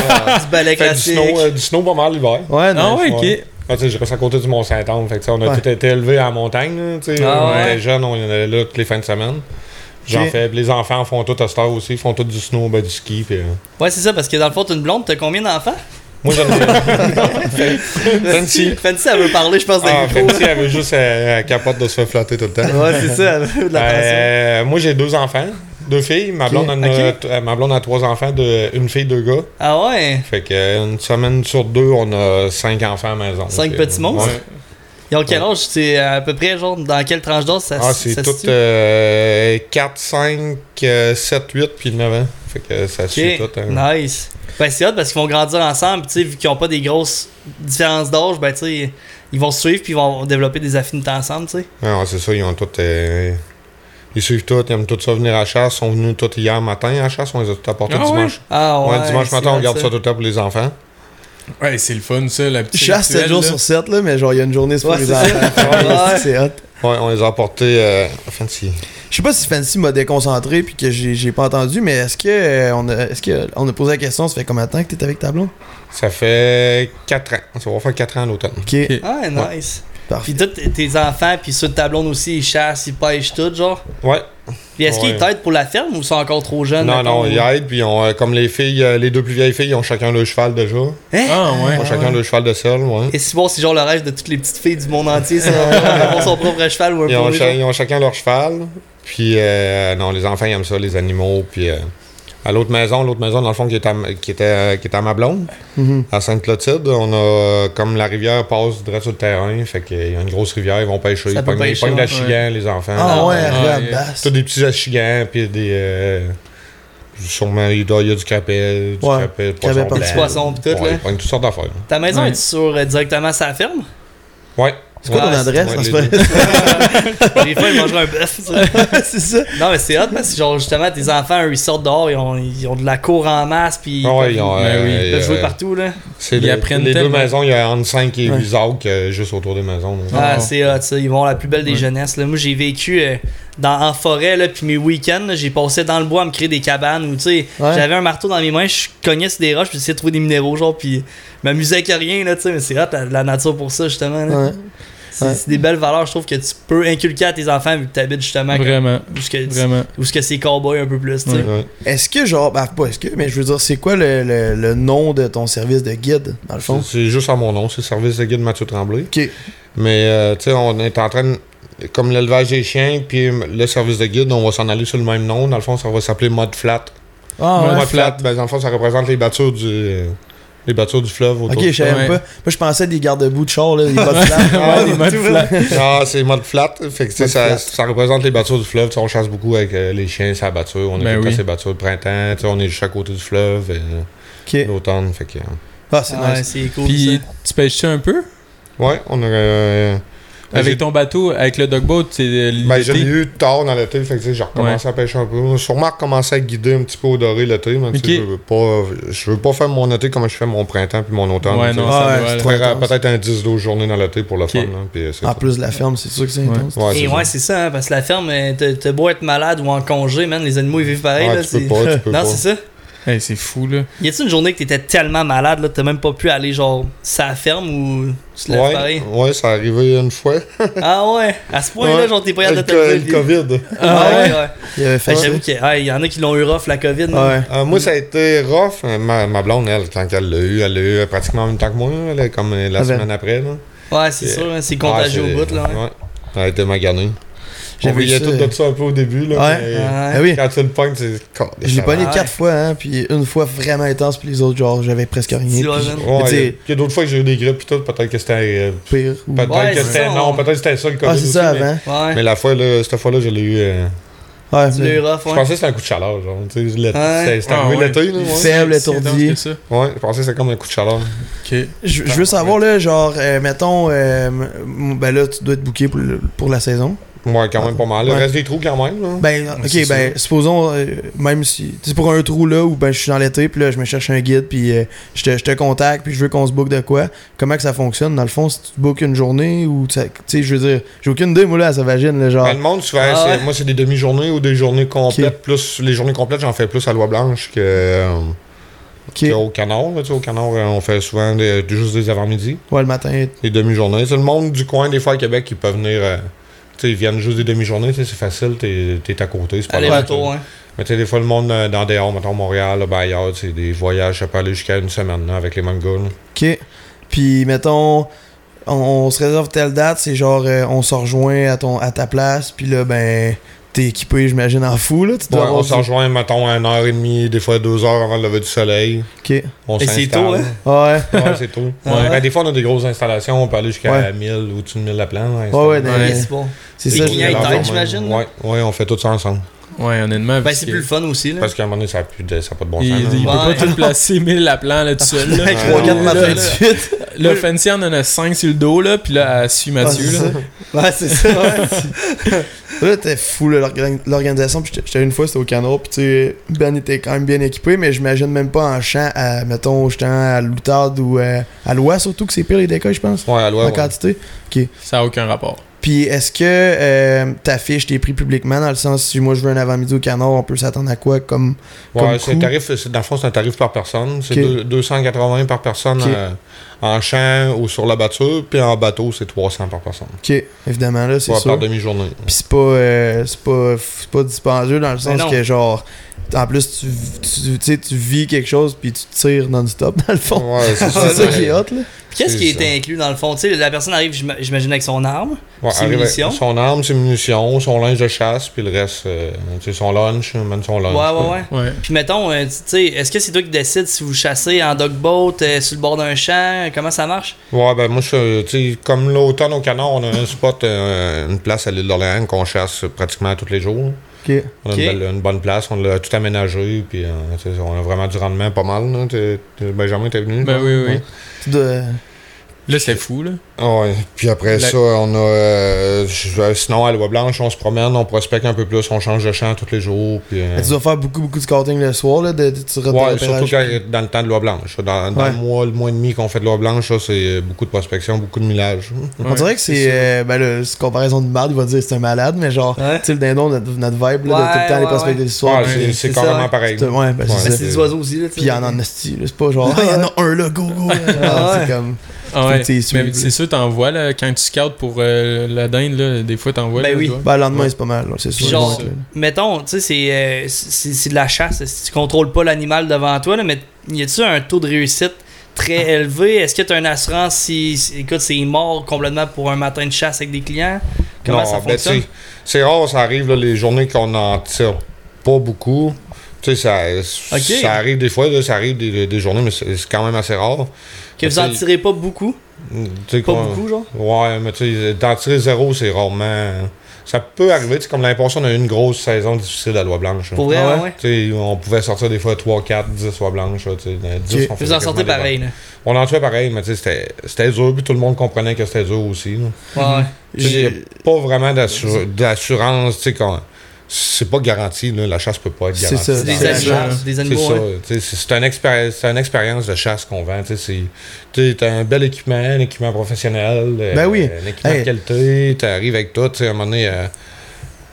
S1: ballet
S4: Fait du
S1: classique.
S4: snow, euh, du snow pas mal l'hiver.
S2: Ouais,
S3: Ah
S2: non.
S3: ouais,
S4: Ouais.
S3: ok.
S4: Ah, tu sais, je reste à côté du Mont-Saint-Anne. Fait que, tu sais, on a
S2: Ouais.
S4: tout été élevés à la montagne. là, tu sais.
S1: Ah
S4: on
S1: ouais.
S4: était jeunes, on y en allait là toutes les fins de semaine. J'en
S2: Ok.
S4: fais. puis Les enfants font tout à cette heure aussi. Ils font tout du snow, ben, du ski. puis, euh,
S1: Ouais, c'est ça, parce que dans le fond, t'as une blonde, t'as combien d'enfants
S4: Moi, j'en ai. Fancy.
S1: Fancy, elle veut parler, je pense, d'un
S4: Ah,
S1: micro.
S4: Fancy, elle veut juste euh, elle capote de se faire flatter tout le temps.
S1: Ouais, c'est ça, elle veut de la passion.
S4: Euh, moi, j'ai deux enfants, deux filles. Ma blonde, en a,
S1: Ok.
S4: t- euh, ma blonde a trois enfants, de, une fille, deux gars.
S1: Ah, ouais.
S4: Fait que euh, une semaine sur deux, on a cinq enfants à la maison.
S1: Cinq
S4: Fait que,
S1: petits monstres?
S4: ouais.
S1: Ils ont quel âge C'est à peu près, genre, dans quelle tranche d'âge ça
S4: Ah,
S1: se-
S4: c'est
S1: ça se
S4: tout
S1: situe?
S4: euh, 4, 5, euh, 7, 8, puis 9 ans. Fait que ça suit
S1: Ok,
S4: tout. hein.
S1: Nice. Ben, c'est hot parce qu'ils vont grandir ensemble, puis tu sais, vu qu'ils ont pas des grosses différences d'âge, ben, tu sais, ils vont se suivre, puis ils vont développer des affinités ensemble, tu sais.
S4: Ah, c'est ça, ils ont tout. euh, ils suivent tout, ils aiment tout ça venir à la chasse. Ils sont venus tout hier matin à la chasse, on les a tout apportés
S3: Ah ouais?
S4: dimanche.
S1: Ah,
S4: Ouais,
S1: ouais.
S4: dimanche
S1: c'est
S4: matin, on
S1: hot,
S4: garde ça. tout le temps pour les enfants.
S3: Ouais, c'est le fun, ça, la
S2: Tu
S3: petite.
S2: chasses 7
S3: rituel,
S2: jours
S3: là.
S2: sur 7, là, mais genre, il y a une journée, c'est
S1: Ouais,
S2: pour les
S1: c'est
S2: enfants. Ouais, c'est hot.
S4: Ouais, on les a apportés. euh, fancy.
S2: Je sais pas si Fancy m'a déconcentré puis que j'ai j'ai pas entendu, mais est-ce que euh, on a, est-ce que euh, on a posé la question, ça fait combien de temps que t'es avec ta blonde?
S4: Ça fait 4 ans. Ça va faire 4 ans à l'automne.
S2: Ok,
S3: Ok.
S1: Ah, nice.
S2: parfait.
S1: Puis tous tes- tes enfants, puis ceux de ta blonde aussi, ils chassent, ils pêchent tout, genre.
S4: Ouais.
S1: Puis est-ce qu'ils
S4: Ouais.
S1: t'aident pour la ferme ou ils sont encore trop jeunes?
S4: Non,
S1: mettons,
S4: non,
S1: ou-
S4: ils aident, puis ils ont, euh, comme les filles, euh, les deux plus vieilles filles, ils ont chacun leur cheval déjà. Ils
S3: Ah ouais.
S4: ont chacun leur cheval de selle, ouais.
S1: Et si bon, c'est genre le rêve de toutes les petites filles du monde entier, c'est d'avoir son propre cheval ou un
S4: Ils ont,
S1: poney,
S4: cha-
S1: genre.
S4: ils ont chacun leur cheval. Puis, euh, non, les enfants, ils aiment ça, les animaux. Puis, euh, à l'autre maison, l'autre maison, dans le fond, qui était à, m- qui était, euh, qui était à ma blonde,
S1: Mm-hmm.
S2: Mhm.
S4: à Sainte-Clotilde, on a, euh, comme la rivière passe direct sur le terrain, fait qu'il y a une grosse rivière, ils vont
S1: Ça
S4: pêcher. ils
S1: peut
S4: pognent- ils
S1: pêcher,
S4: pognent de la
S1: ouais.
S4: chigan, les enfants.
S2: Ah ouais,
S3: Ah,
S2: arrivé à
S3: ouais.
S2: basse.
S4: Tous des petits achigans, puis des. euh, sûrement, il doit- il y a du crapel, du
S2: Ouais, crapel
S4: crapel, poisson
S2: partout.
S4: blanc.
S1: Des poissons, puis tout,
S4: Ouais,
S1: là.
S4: ils pognent toutes sortes d'affaires.
S1: Ta maison
S3: Ouais.
S1: est sur euh, directement sa ferme?
S4: Ouais.
S2: C'est quoi
S1: Ouais,
S2: ton
S1: c'est-
S2: adresse?
S4: ouais,
S2: non, c'est
S4: les
S2: pas-
S1: Des fois, ils mangeraient un bœuf, tu sais.
S2: c'est ça.
S1: Non, mais c'est hot parce que, genre, justement, tes enfants, eux, ils sortent dehors, ils ont, ils ont de la cour en masse, puis
S4: Ah ouais, ils ont,
S3: Ben
S4: euh,
S3: oui,
S1: ils
S4: euh,
S1: peuvent jouer partout, là.
S4: C'est
S3: Ils
S4: les,
S3: apprennent
S4: les deux
S3: tellement.
S4: maisons, il y a entre 5 et
S2: Ouais.
S4: 8 arcs euh, juste autour des maisons. donc.
S1: Ah,
S3: Ah.
S1: c'est hot, ça. Ils vont à la plus belle des
S3: Ouais.
S1: jeunesses. Là. Moi, j'ai vécu euh, dans, en forêt, là, puis mes week-ends, là, j'ai passé dans le bois à me créer des cabanes où, tu sais,
S2: Ouais.
S1: j'avais un marteau dans mes mains, je cognais sur des roches, puis j'essayais de trouver des minéraux, genre, puis je m'amusais avec rien, là, tu sais, mais c'est hot, la, la nature pour ça, justement. là.
S2: Ouais.
S1: C'est
S2: ouais.
S1: c'est des belles valeurs, je trouve, que tu peux inculquer à tes enfants vu que tu habites justement comme-
S3: Vraiment,
S1: où ce que-
S3: vraiment.
S1: où ce que c'est cowboy un peu plus, tu sais.
S4: Ouais.
S2: Est-ce que genre, bah pas est-ce que, mais je veux dire, c'est quoi le, le- le nom de ton service de guide, dans le
S4: C'est-
S2: fond?
S4: C'est juste à mon nom, c'est le service de guide Mathieu Tremblay.
S2: Ok.
S4: Mais euh, tu sais, on est en train de. Comme l'élevage des chiens, puis le service de guide, on va s'en aller sur le même nom. Dans le fond, ça va s'appeler Mud Flat.
S2: Ah
S3: ouais.
S4: Mud
S3: Mud
S4: Flat,
S3: Flat.
S4: ben, dans le fond, ça représente les battures du, euh, les battures du fleuve autour
S2: Ok,
S4: du
S2: je savais
S3: Ouais.
S2: pas. Moi, je pensais à des garde-boue de char, là, des bottes
S3: Ouais,
S2: blanches.
S3: des modes flats.
S4: Ah, c'est mode flat. Fait que, tu sais,
S2: Mode flat.
S4: ça, ça représente les battures du fleuve. Tu sais, on chasse beaucoup avec euh, les chiens, c'est la batture. On est
S3: Ben
S4: tout le temps
S3: oui.
S4: ces battures de printemps. Tu sais, on est juste à côté du fleuve, euh,
S2: Ok.
S4: l'automne. Fait que, euh,
S2: Ah, c'est
S1: Ah,
S2: nice.
S1: c'est cool.
S3: Puis,
S1: ça.
S3: tu pêches ça un peu?
S4: ouais, on a. euh,
S3: Avec
S4: j'ai-
S3: ton bateau, avec le dogboat, c'est euh,
S4: ben, j'ai eu tard dans l'été, fait que tu sais, j'ai recommencé à pêcher un peu. J'ai Sûrement recommencé à guider un petit peu au doré l'été, mais tu sais,
S3: Ok.
S4: je veux pas, je veux pas faire mon été comme je fais mon printemps puis mon automne.
S3: Ouais,
S4: tu sais.
S3: non,
S2: Ah,
S3: ça
S2: ouais,
S3: doit,
S2: c'est
S3: là.
S2: trop-
S4: Faire euh,
S2: intense.
S4: peut-être un 10-12 journées dans l'été pour le fun.
S3: Ok.
S4: là, puis, euh, c'est
S2: En
S4: tout.
S2: plus de la ferme, c'est sûr que c'est
S3: Ouais.
S2: intense.
S4: Ouais,
S1: Et
S4: c'est
S1: ouais,
S4: ça.
S1: c'est ça, hein, parce que la ferme, euh, t'as t'as beau être malade ou en congé, man, les animaux ils vivent pareil.
S4: Ouais,
S1: là,
S4: Ah, tu
S1: c'est-
S4: peux pas, tu peux
S1: non,
S4: pas.
S1: c'est ça.
S3: Hey, c'est fou, là.
S1: Y a-t-il une journée que t'étais tellement malade, là, t'as même pas pu aller, genre, ça ferme ou tu te lèves
S4: Ouais,
S1: pareil?
S4: ouais, ça arrivé une fois.
S1: Ah ouais, à ce point-là,
S4: Ouais.
S1: genre, t'es pas
S4: Le,
S1: capable de te
S4: co-
S1: lever,
S4: le
S1: puis-
S4: COVID.
S1: Ah ouais, ouais.
S2: Il
S1: Fait
S2: avait fait
S1: que
S2: ça.
S1: J'avoue qu'il y, a- ah, y en a qui l'ont eu rough, la COVID. non?
S2: Ouais.
S4: Euh, moi, ça a été rough. Euh, Ma, ma blonde, elle, quand elle l'a eu, elle l'a eu euh, pratiquement en même temps que moi, là, elle est comme euh, la
S2: Ah ben.
S4: semaine après. Là.
S1: Ouais, c'est
S4: Et-
S1: sûr, hein, c'est contagieux
S4: Ouais,
S1: au
S4: c'est-
S1: bout, là. ouais.
S4: ouais. Elle a été maganée. On
S2: J'avais
S4: riait
S2: ça.
S4: tout de ça un peu au début, là.
S2: Ouais.
S4: mais euh,
S2: Ah oui.
S4: Quand tu le pognes, c'est. Calais,
S2: Je l'ai
S4: ça va.
S2: pogné
S1: Ah ouais.
S2: quatre fois, hein, puis une fois vraiment intense, puis les autres, genre, j'avais presque rien.
S1: Tu
S2: puis
S1: vois, man.
S4: Ouais,
S2: Mais
S4: il y a-
S2: t'sais-
S4: il y a d'autres fois que j'ai eu des grippes, pis tout, peut-être que c'était. euh,
S2: pire. ou-
S4: Peut-être
S1: Ouais,
S4: que
S1: c'est
S4: c'était.
S1: ça,
S4: Non,
S1: on-
S4: peut-être que c'était ça le COVID.
S2: Ah, c'est
S4: aussi,
S2: ça
S4: mais-
S2: avant.
S1: Ouais.
S4: Mais la fois, là, cette fois-là, je l'ai eu. euh,
S2: Ouais,
S1: Tu
S2: mais-
S1: l'as eu rough,
S4: Je
S1: ouais.
S4: pensais que c'était un coup de chaleur, genre. tu sais, l'été-
S1: Ouais.
S4: C'était c'était
S3: Ah,
S4: arrivé
S3: ouais.
S4: l'été, là. Ouais.
S2: Faible,
S3: C'est
S2: étourdi.
S3: intense que ça.
S4: Ouais, je pensais que c'était comme un coup de chaleur.
S3: Ok.
S2: Je, je veux savoir, là, genre, euh, mettons, euh, m- ben là, tu dois être booké pour, le- pour la saison.
S4: Ouais, quand même pas mal. Il
S2: Ouais.
S4: reste des trous quand même, là.
S2: Ben,
S3: c'est
S2: ok,
S3: ça.
S2: ben, supposons, euh, même si. C'est pour un trou, là, où ben, je suis dans l'été, puis là, je me cherche un guide, puis euh, je, te, je te contacte, puis je veux qu'on se book de quoi. Comment que ça fonctionne, dans le fond, si tu te bookes une journée, ou, tu sais, tu sais, je veux dire, j'ai aucune idée, moi, là, à Savagine, là, genre.
S4: Dans Ben, le monde, souvent,
S1: Ah
S4: c'est-
S1: ouais?
S4: moi, c'est des demi-journées ou des journées complètes.
S2: Ben, Ok.
S4: Plus, les journées complètes, j'en fais plus à Loi Blanche que, euh,
S2: ok.
S4: qu'au Canard. là. Tu sais, au Canard, euh, on fait souvent des- juste des avant-midi,
S2: Ouais, le matin.
S4: des demi-journées. C'est le monde du coin, des fois, à Québec, qui peut venir. euh, tu sais, ils viennent juste des demi-journées, tu sais, c'est facile, t'es t'es à côté, c'est pas
S1: Allez,
S4: grave,
S1: retour,
S4: tu sais.
S1: hein.
S4: Mais tu sais, des fois, le monde euh, dans des hors, mettons Montréal, là, ben, ailleurs, tu sais, des voyages, ça peut aller jusqu'à une semaine là, avec les mêmes gars. là.
S2: Ok. Puis, mettons, on, on se réserve telle date, c'est genre, euh, on se rejoint à, ton, à ta place, puis là, ben, t'es équipé, j'imagine, en fou, là. Tu dois
S4: Ouais,
S2: avoir
S4: on
S2: du-
S4: s'en rejoint, mettons, à une heure et demie, des fois deux heures avant le lever du soleil.
S2: Ok.
S4: On
S1: Et c'est tôt, hein.
S4: s'installe.
S2: Ouais.
S4: Ouais, c'est tout.
S1: Ah ouais?
S4: Ben, des fois, on a des grosses installations. On peut aller jusqu'à
S2: Ouais.
S4: 1000 ou dessus de 1000 la plante.
S2: Ouais, ouais,
S1: Ouais,
S2: Euh,
S1: c'est bon.
S2: C'est
S1: Des
S2: ça.
S1: clients,
S2: je-
S1: ils t'aident, j'imagine, là.
S4: Ouais, ouais, on fait tout ça ensemble.
S3: Ouais, honnêtement.
S1: Ben, c'est plus le fun aussi, là.
S4: Parce qu'à un moment donné, ça n'a plus de, ça a pas de bon
S3: Il,
S4: sens.
S3: il peut
S4: là.
S3: pas
S1: Ouais.
S3: tout placer 1000 la plan là tout seul. Là.
S2: Avec
S4: Ouais,
S2: trois,
S4: ouais,
S2: quatre
S4: ouais,
S2: matins
S3: là,
S2: de
S3: là.
S2: suite.
S3: Le Fancy en en a 5 sur le dos, là, puis là, elle suit Mathieu.
S2: Ah,
S3: là.
S2: Ouais, c'est ça. ouais. là, t'es fou, là, l'organ- l'organisation. Puis j'étais j'étais une fois, c'était au canot. Puis tu sais, Ben était quand même bien équipé, mais j'imagine même pas en champ, à, mettons, j'étais à l'Outard ou euh, à l'Ouest, surtout que c'est pire les décors, je pense.
S4: Ouais, à
S2: en
S4: Loire, ouais.
S2: quantité.
S3: Ça a aucun rapport.
S2: Puis est-ce que euh, ta fiche t'es pris publiquement dans le sens si moi je veux un avant-midi au canard, on peut s'attendre à quoi comme. comme
S4: Ouais, c'est
S2: coût?
S4: un tarif, c'est- dans le fond, c'est un tarif par personne. C'est
S2: Ok.
S4: deux- 280 par personne
S2: Ok.
S4: euh, en champ ou sur la batture. Puis en bateau, c'est 300 par personne.
S2: Ok, évidemment là, c'est
S4: Ouais,
S2: sûr.
S4: par demi-journée.
S2: Puis c'est pas, euh, c'est pas, c'est pas dispendieux dans le sens
S1: non.
S2: que genre. En plus, tu, tu, tu sais, tu vis quelque chose puis tu tires non-stop dans le fond.
S4: Ouais, c'est
S1: Ah,
S2: C'est ça qui est hot là.
S1: Puis Qu'est-ce qui
S4: C'est ça.
S1: était inclus dans le fond? Tu sais, la personne arrive, j'ima- j'imagine, avec son arme.
S4: Ouais,
S1: Ses
S4: arrive avec
S1: munitions.
S4: Son arme, ses munitions, son linge de chasse, puis le reste, euh, tu sais, son lunch, même son lunch.
S1: Ouais, ouais, ouais.
S3: Ouais.
S1: Puis mettons, euh, tu sais, est-ce que c'est toi qui décides si vous chassez en dogboat, euh, sur le bord d'un champ, comment ça marche?
S4: Ouais, ben moi, je, tu sais, comme l'automne au Canard, on a un spot, euh, une place à l'île d'Orléans qu'on chasse pratiquement tous les jours.
S2: Ok.
S4: On a
S1: Ok.
S4: une, belle- une bonne place, on l'a tout aménagé, puis euh, tu sais, on a vraiment du rendement pas mal. Là. T'es- t'es- Benjamin, t'es venu?
S3: Ben
S4: là?
S3: oui, oui.
S4: Ouais.
S2: Tu dois-
S3: Là, c'est fou, là.
S4: Ah ouais. Puis après
S3: La-
S4: ça, on a. euh, je- euh, sinon, à Loi Blanche, on se promène, on prospecte un peu plus, on change de champ tous les jours, puis. euh,
S2: Tu dois faire beaucoup, beaucoup de scouting le soir là. De, de, tu rates
S4: Ouais,
S2: le
S4: surtout
S2: repérage.
S4: quand- dans le temps de loi blanche. Dans, dans
S2: Ouais.
S4: le mois, le mois et demi qu'on fait de loi blanche, ça, c'est beaucoup de prospection, beaucoup de millage.
S2: On dirait que c'est. euh, ben là, c'est une comparaison de merde, il va dire c'est un malade, mais genre,
S1: Ouais.
S2: tu sais, le dindon, notre, notre vibe, là, de
S1: Ouais,
S2: tout le temps les
S1: ouais,
S2: prospects
S1: ouais.
S2: du
S4: Ouais,
S2: soir.
S4: Ah, c'est-
S2: puis-
S4: c'est
S1: c'est
S4: carrément
S1: ça.
S4: pareil.
S2: Ouais, ben
S4: Ouais,
S2: c'est
S1: Ben,
S2: ça.
S1: c'est des oiseaux aussi, là, tu sais.
S2: Puis il y en a un hostie, là, c'est pas genre, ah, il y en a un là, go go. là. Genre,
S1: Ah, Ouais.
S2: C'est comme.
S3: Ah
S2: Faut
S3: ouais.
S2: que t'y suives,
S3: Mais
S2: là.
S3: c'est sûr, t'en vois, là, quand tu scoutes pour euh, la dinde, là, des fois, t'en vois.
S1: Ben
S3: là,
S1: oui.
S3: tu vois.
S2: Ben, le lendemain, c'est pas mal, là, c'est sûr.
S1: Puis
S2: ils vont
S1: genre,
S2: être là.
S1: mettons, tu sais, c'est, euh, c'est c'est de la chasse. Si tu contrôles pas l'animal devant toi, là, mais y a-tu un taux de réussite
S2: Ah.
S1: très élevé? Est-ce que tu as une assurance si, si- écoute, c'est mort complètement pour un matin de chasse avec des clients? Comment
S4: Non,
S1: ça
S4: ben,
S1: fonctionne?
S4: c'est- C'est rare, ça arrive, là, les journées qu'on n'en tire pas beaucoup. Tu sais, ça,
S1: Ok.
S4: ça arrive des fois, là, ça arrive des, des journées, mais c'est c'est quand même assez rare.
S1: que vous en tirez pas beaucoup?
S4: Tu sais,
S1: Pas
S4: qu'on-
S1: beaucoup, genre?
S4: Ouais, mais tu sais, d'en tirer zéro, c'est rarement. Ça peut arriver, tu sais, comme l'année passée, on a eu une grosse saison difficile à loi blanche. là.
S1: Pour vrai,
S2: Ah ouais?
S1: ouais?
S4: Tu sais, on pouvait sortir des fois 3, 4, 10 lois blanches. là, tu sais, dans 10,
S2: Ok.
S4: on
S1: Vous
S4: faisait
S1: en sortez
S4: quasiment des
S1: pareil, là.
S4: On en tuait pareil, mais tu sais, c'était- c'était dur, puis tout le monde comprenait que c'était dur aussi. là.
S1: Ouais, ouais.
S4: Tu sais,
S2: J'ai-
S4: Il n'y a pas vraiment d'assur- d'assurance, tu sais, quand- c'est pas garanti, là, la chasse peut pas être
S2: C'est
S4: garantie.
S2: ça.
S1: Euh, C'est des
S2: C'est
S1: animaux,
S3: ça.
S1: c'est des
S4: C'est
S1: animaux,
S4: ça,
S1: ouais.
S4: tu sais, c'est c'est un expéri- c'est une expérience de chasse qu'on vend. tu sais, c'est- Tu sais, t'as un bel équipement, un équipement professionnel, euh,
S2: Ben oui.
S4: un équipement
S2: Hey.
S4: de qualité, t'arrives avec tout, tu sais, à un moment donné, euh,